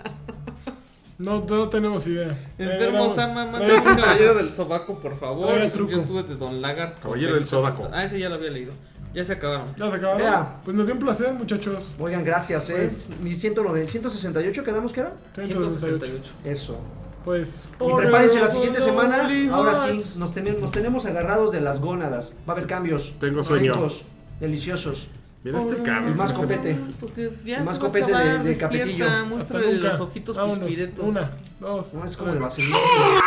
[SPEAKER 2] No, no tenemos idea.
[SPEAKER 1] Enfermo
[SPEAKER 2] Era-
[SPEAKER 1] Sama, manda
[SPEAKER 2] era-
[SPEAKER 1] un caballero del sobaco, por favor.
[SPEAKER 2] Trae el truco.
[SPEAKER 1] Yo estuve de Don Lagarto.
[SPEAKER 3] Caballero del sobaco.
[SPEAKER 1] Ah, ese ya lo había leído. Ya se acabaron.
[SPEAKER 2] Ya se acabaron.
[SPEAKER 4] Ya.
[SPEAKER 2] Pues nos dio un placer, muchachos.
[SPEAKER 4] Oigan, gracias, ¿eh?
[SPEAKER 1] Pues-
[SPEAKER 4] Mi 109 168 quedamos que era.
[SPEAKER 2] 168.
[SPEAKER 1] 168.
[SPEAKER 4] Eso.
[SPEAKER 2] Pues
[SPEAKER 4] Y prepárense la siguiente semana. Ahora sí, nos tenemos, nos tenemos agarrados de las gónadas. Va a haber cambios.
[SPEAKER 3] Tengo sueño.
[SPEAKER 4] Ricos, deliciosos.
[SPEAKER 3] Mira este cabrón.
[SPEAKER 4] El más copete.
[SPEAKER 1] Porque ya
[SPEAKER 4] El más
[SPEAKER 1] se va a
[SPEAKER 4] copete de-
[SPEAKER 1] acabar,
[SPEAKER 4] de
[SPEAKER 1] despierta,
[SPEAKER 4] capetillo.
[SPEAKER 1] Muéstrale
[SPEAKER 2] nunca.
[SPEAKER 1] los ojitos
[SPEAKER 2] Vámonos.
[SPEAKER 1] pispiretos.
[SPEAKER 2] Una, dos.
[SPEAKER 4] No es como
[SPEAKER 2] tres.
[SPEAKER 4] de vaselina.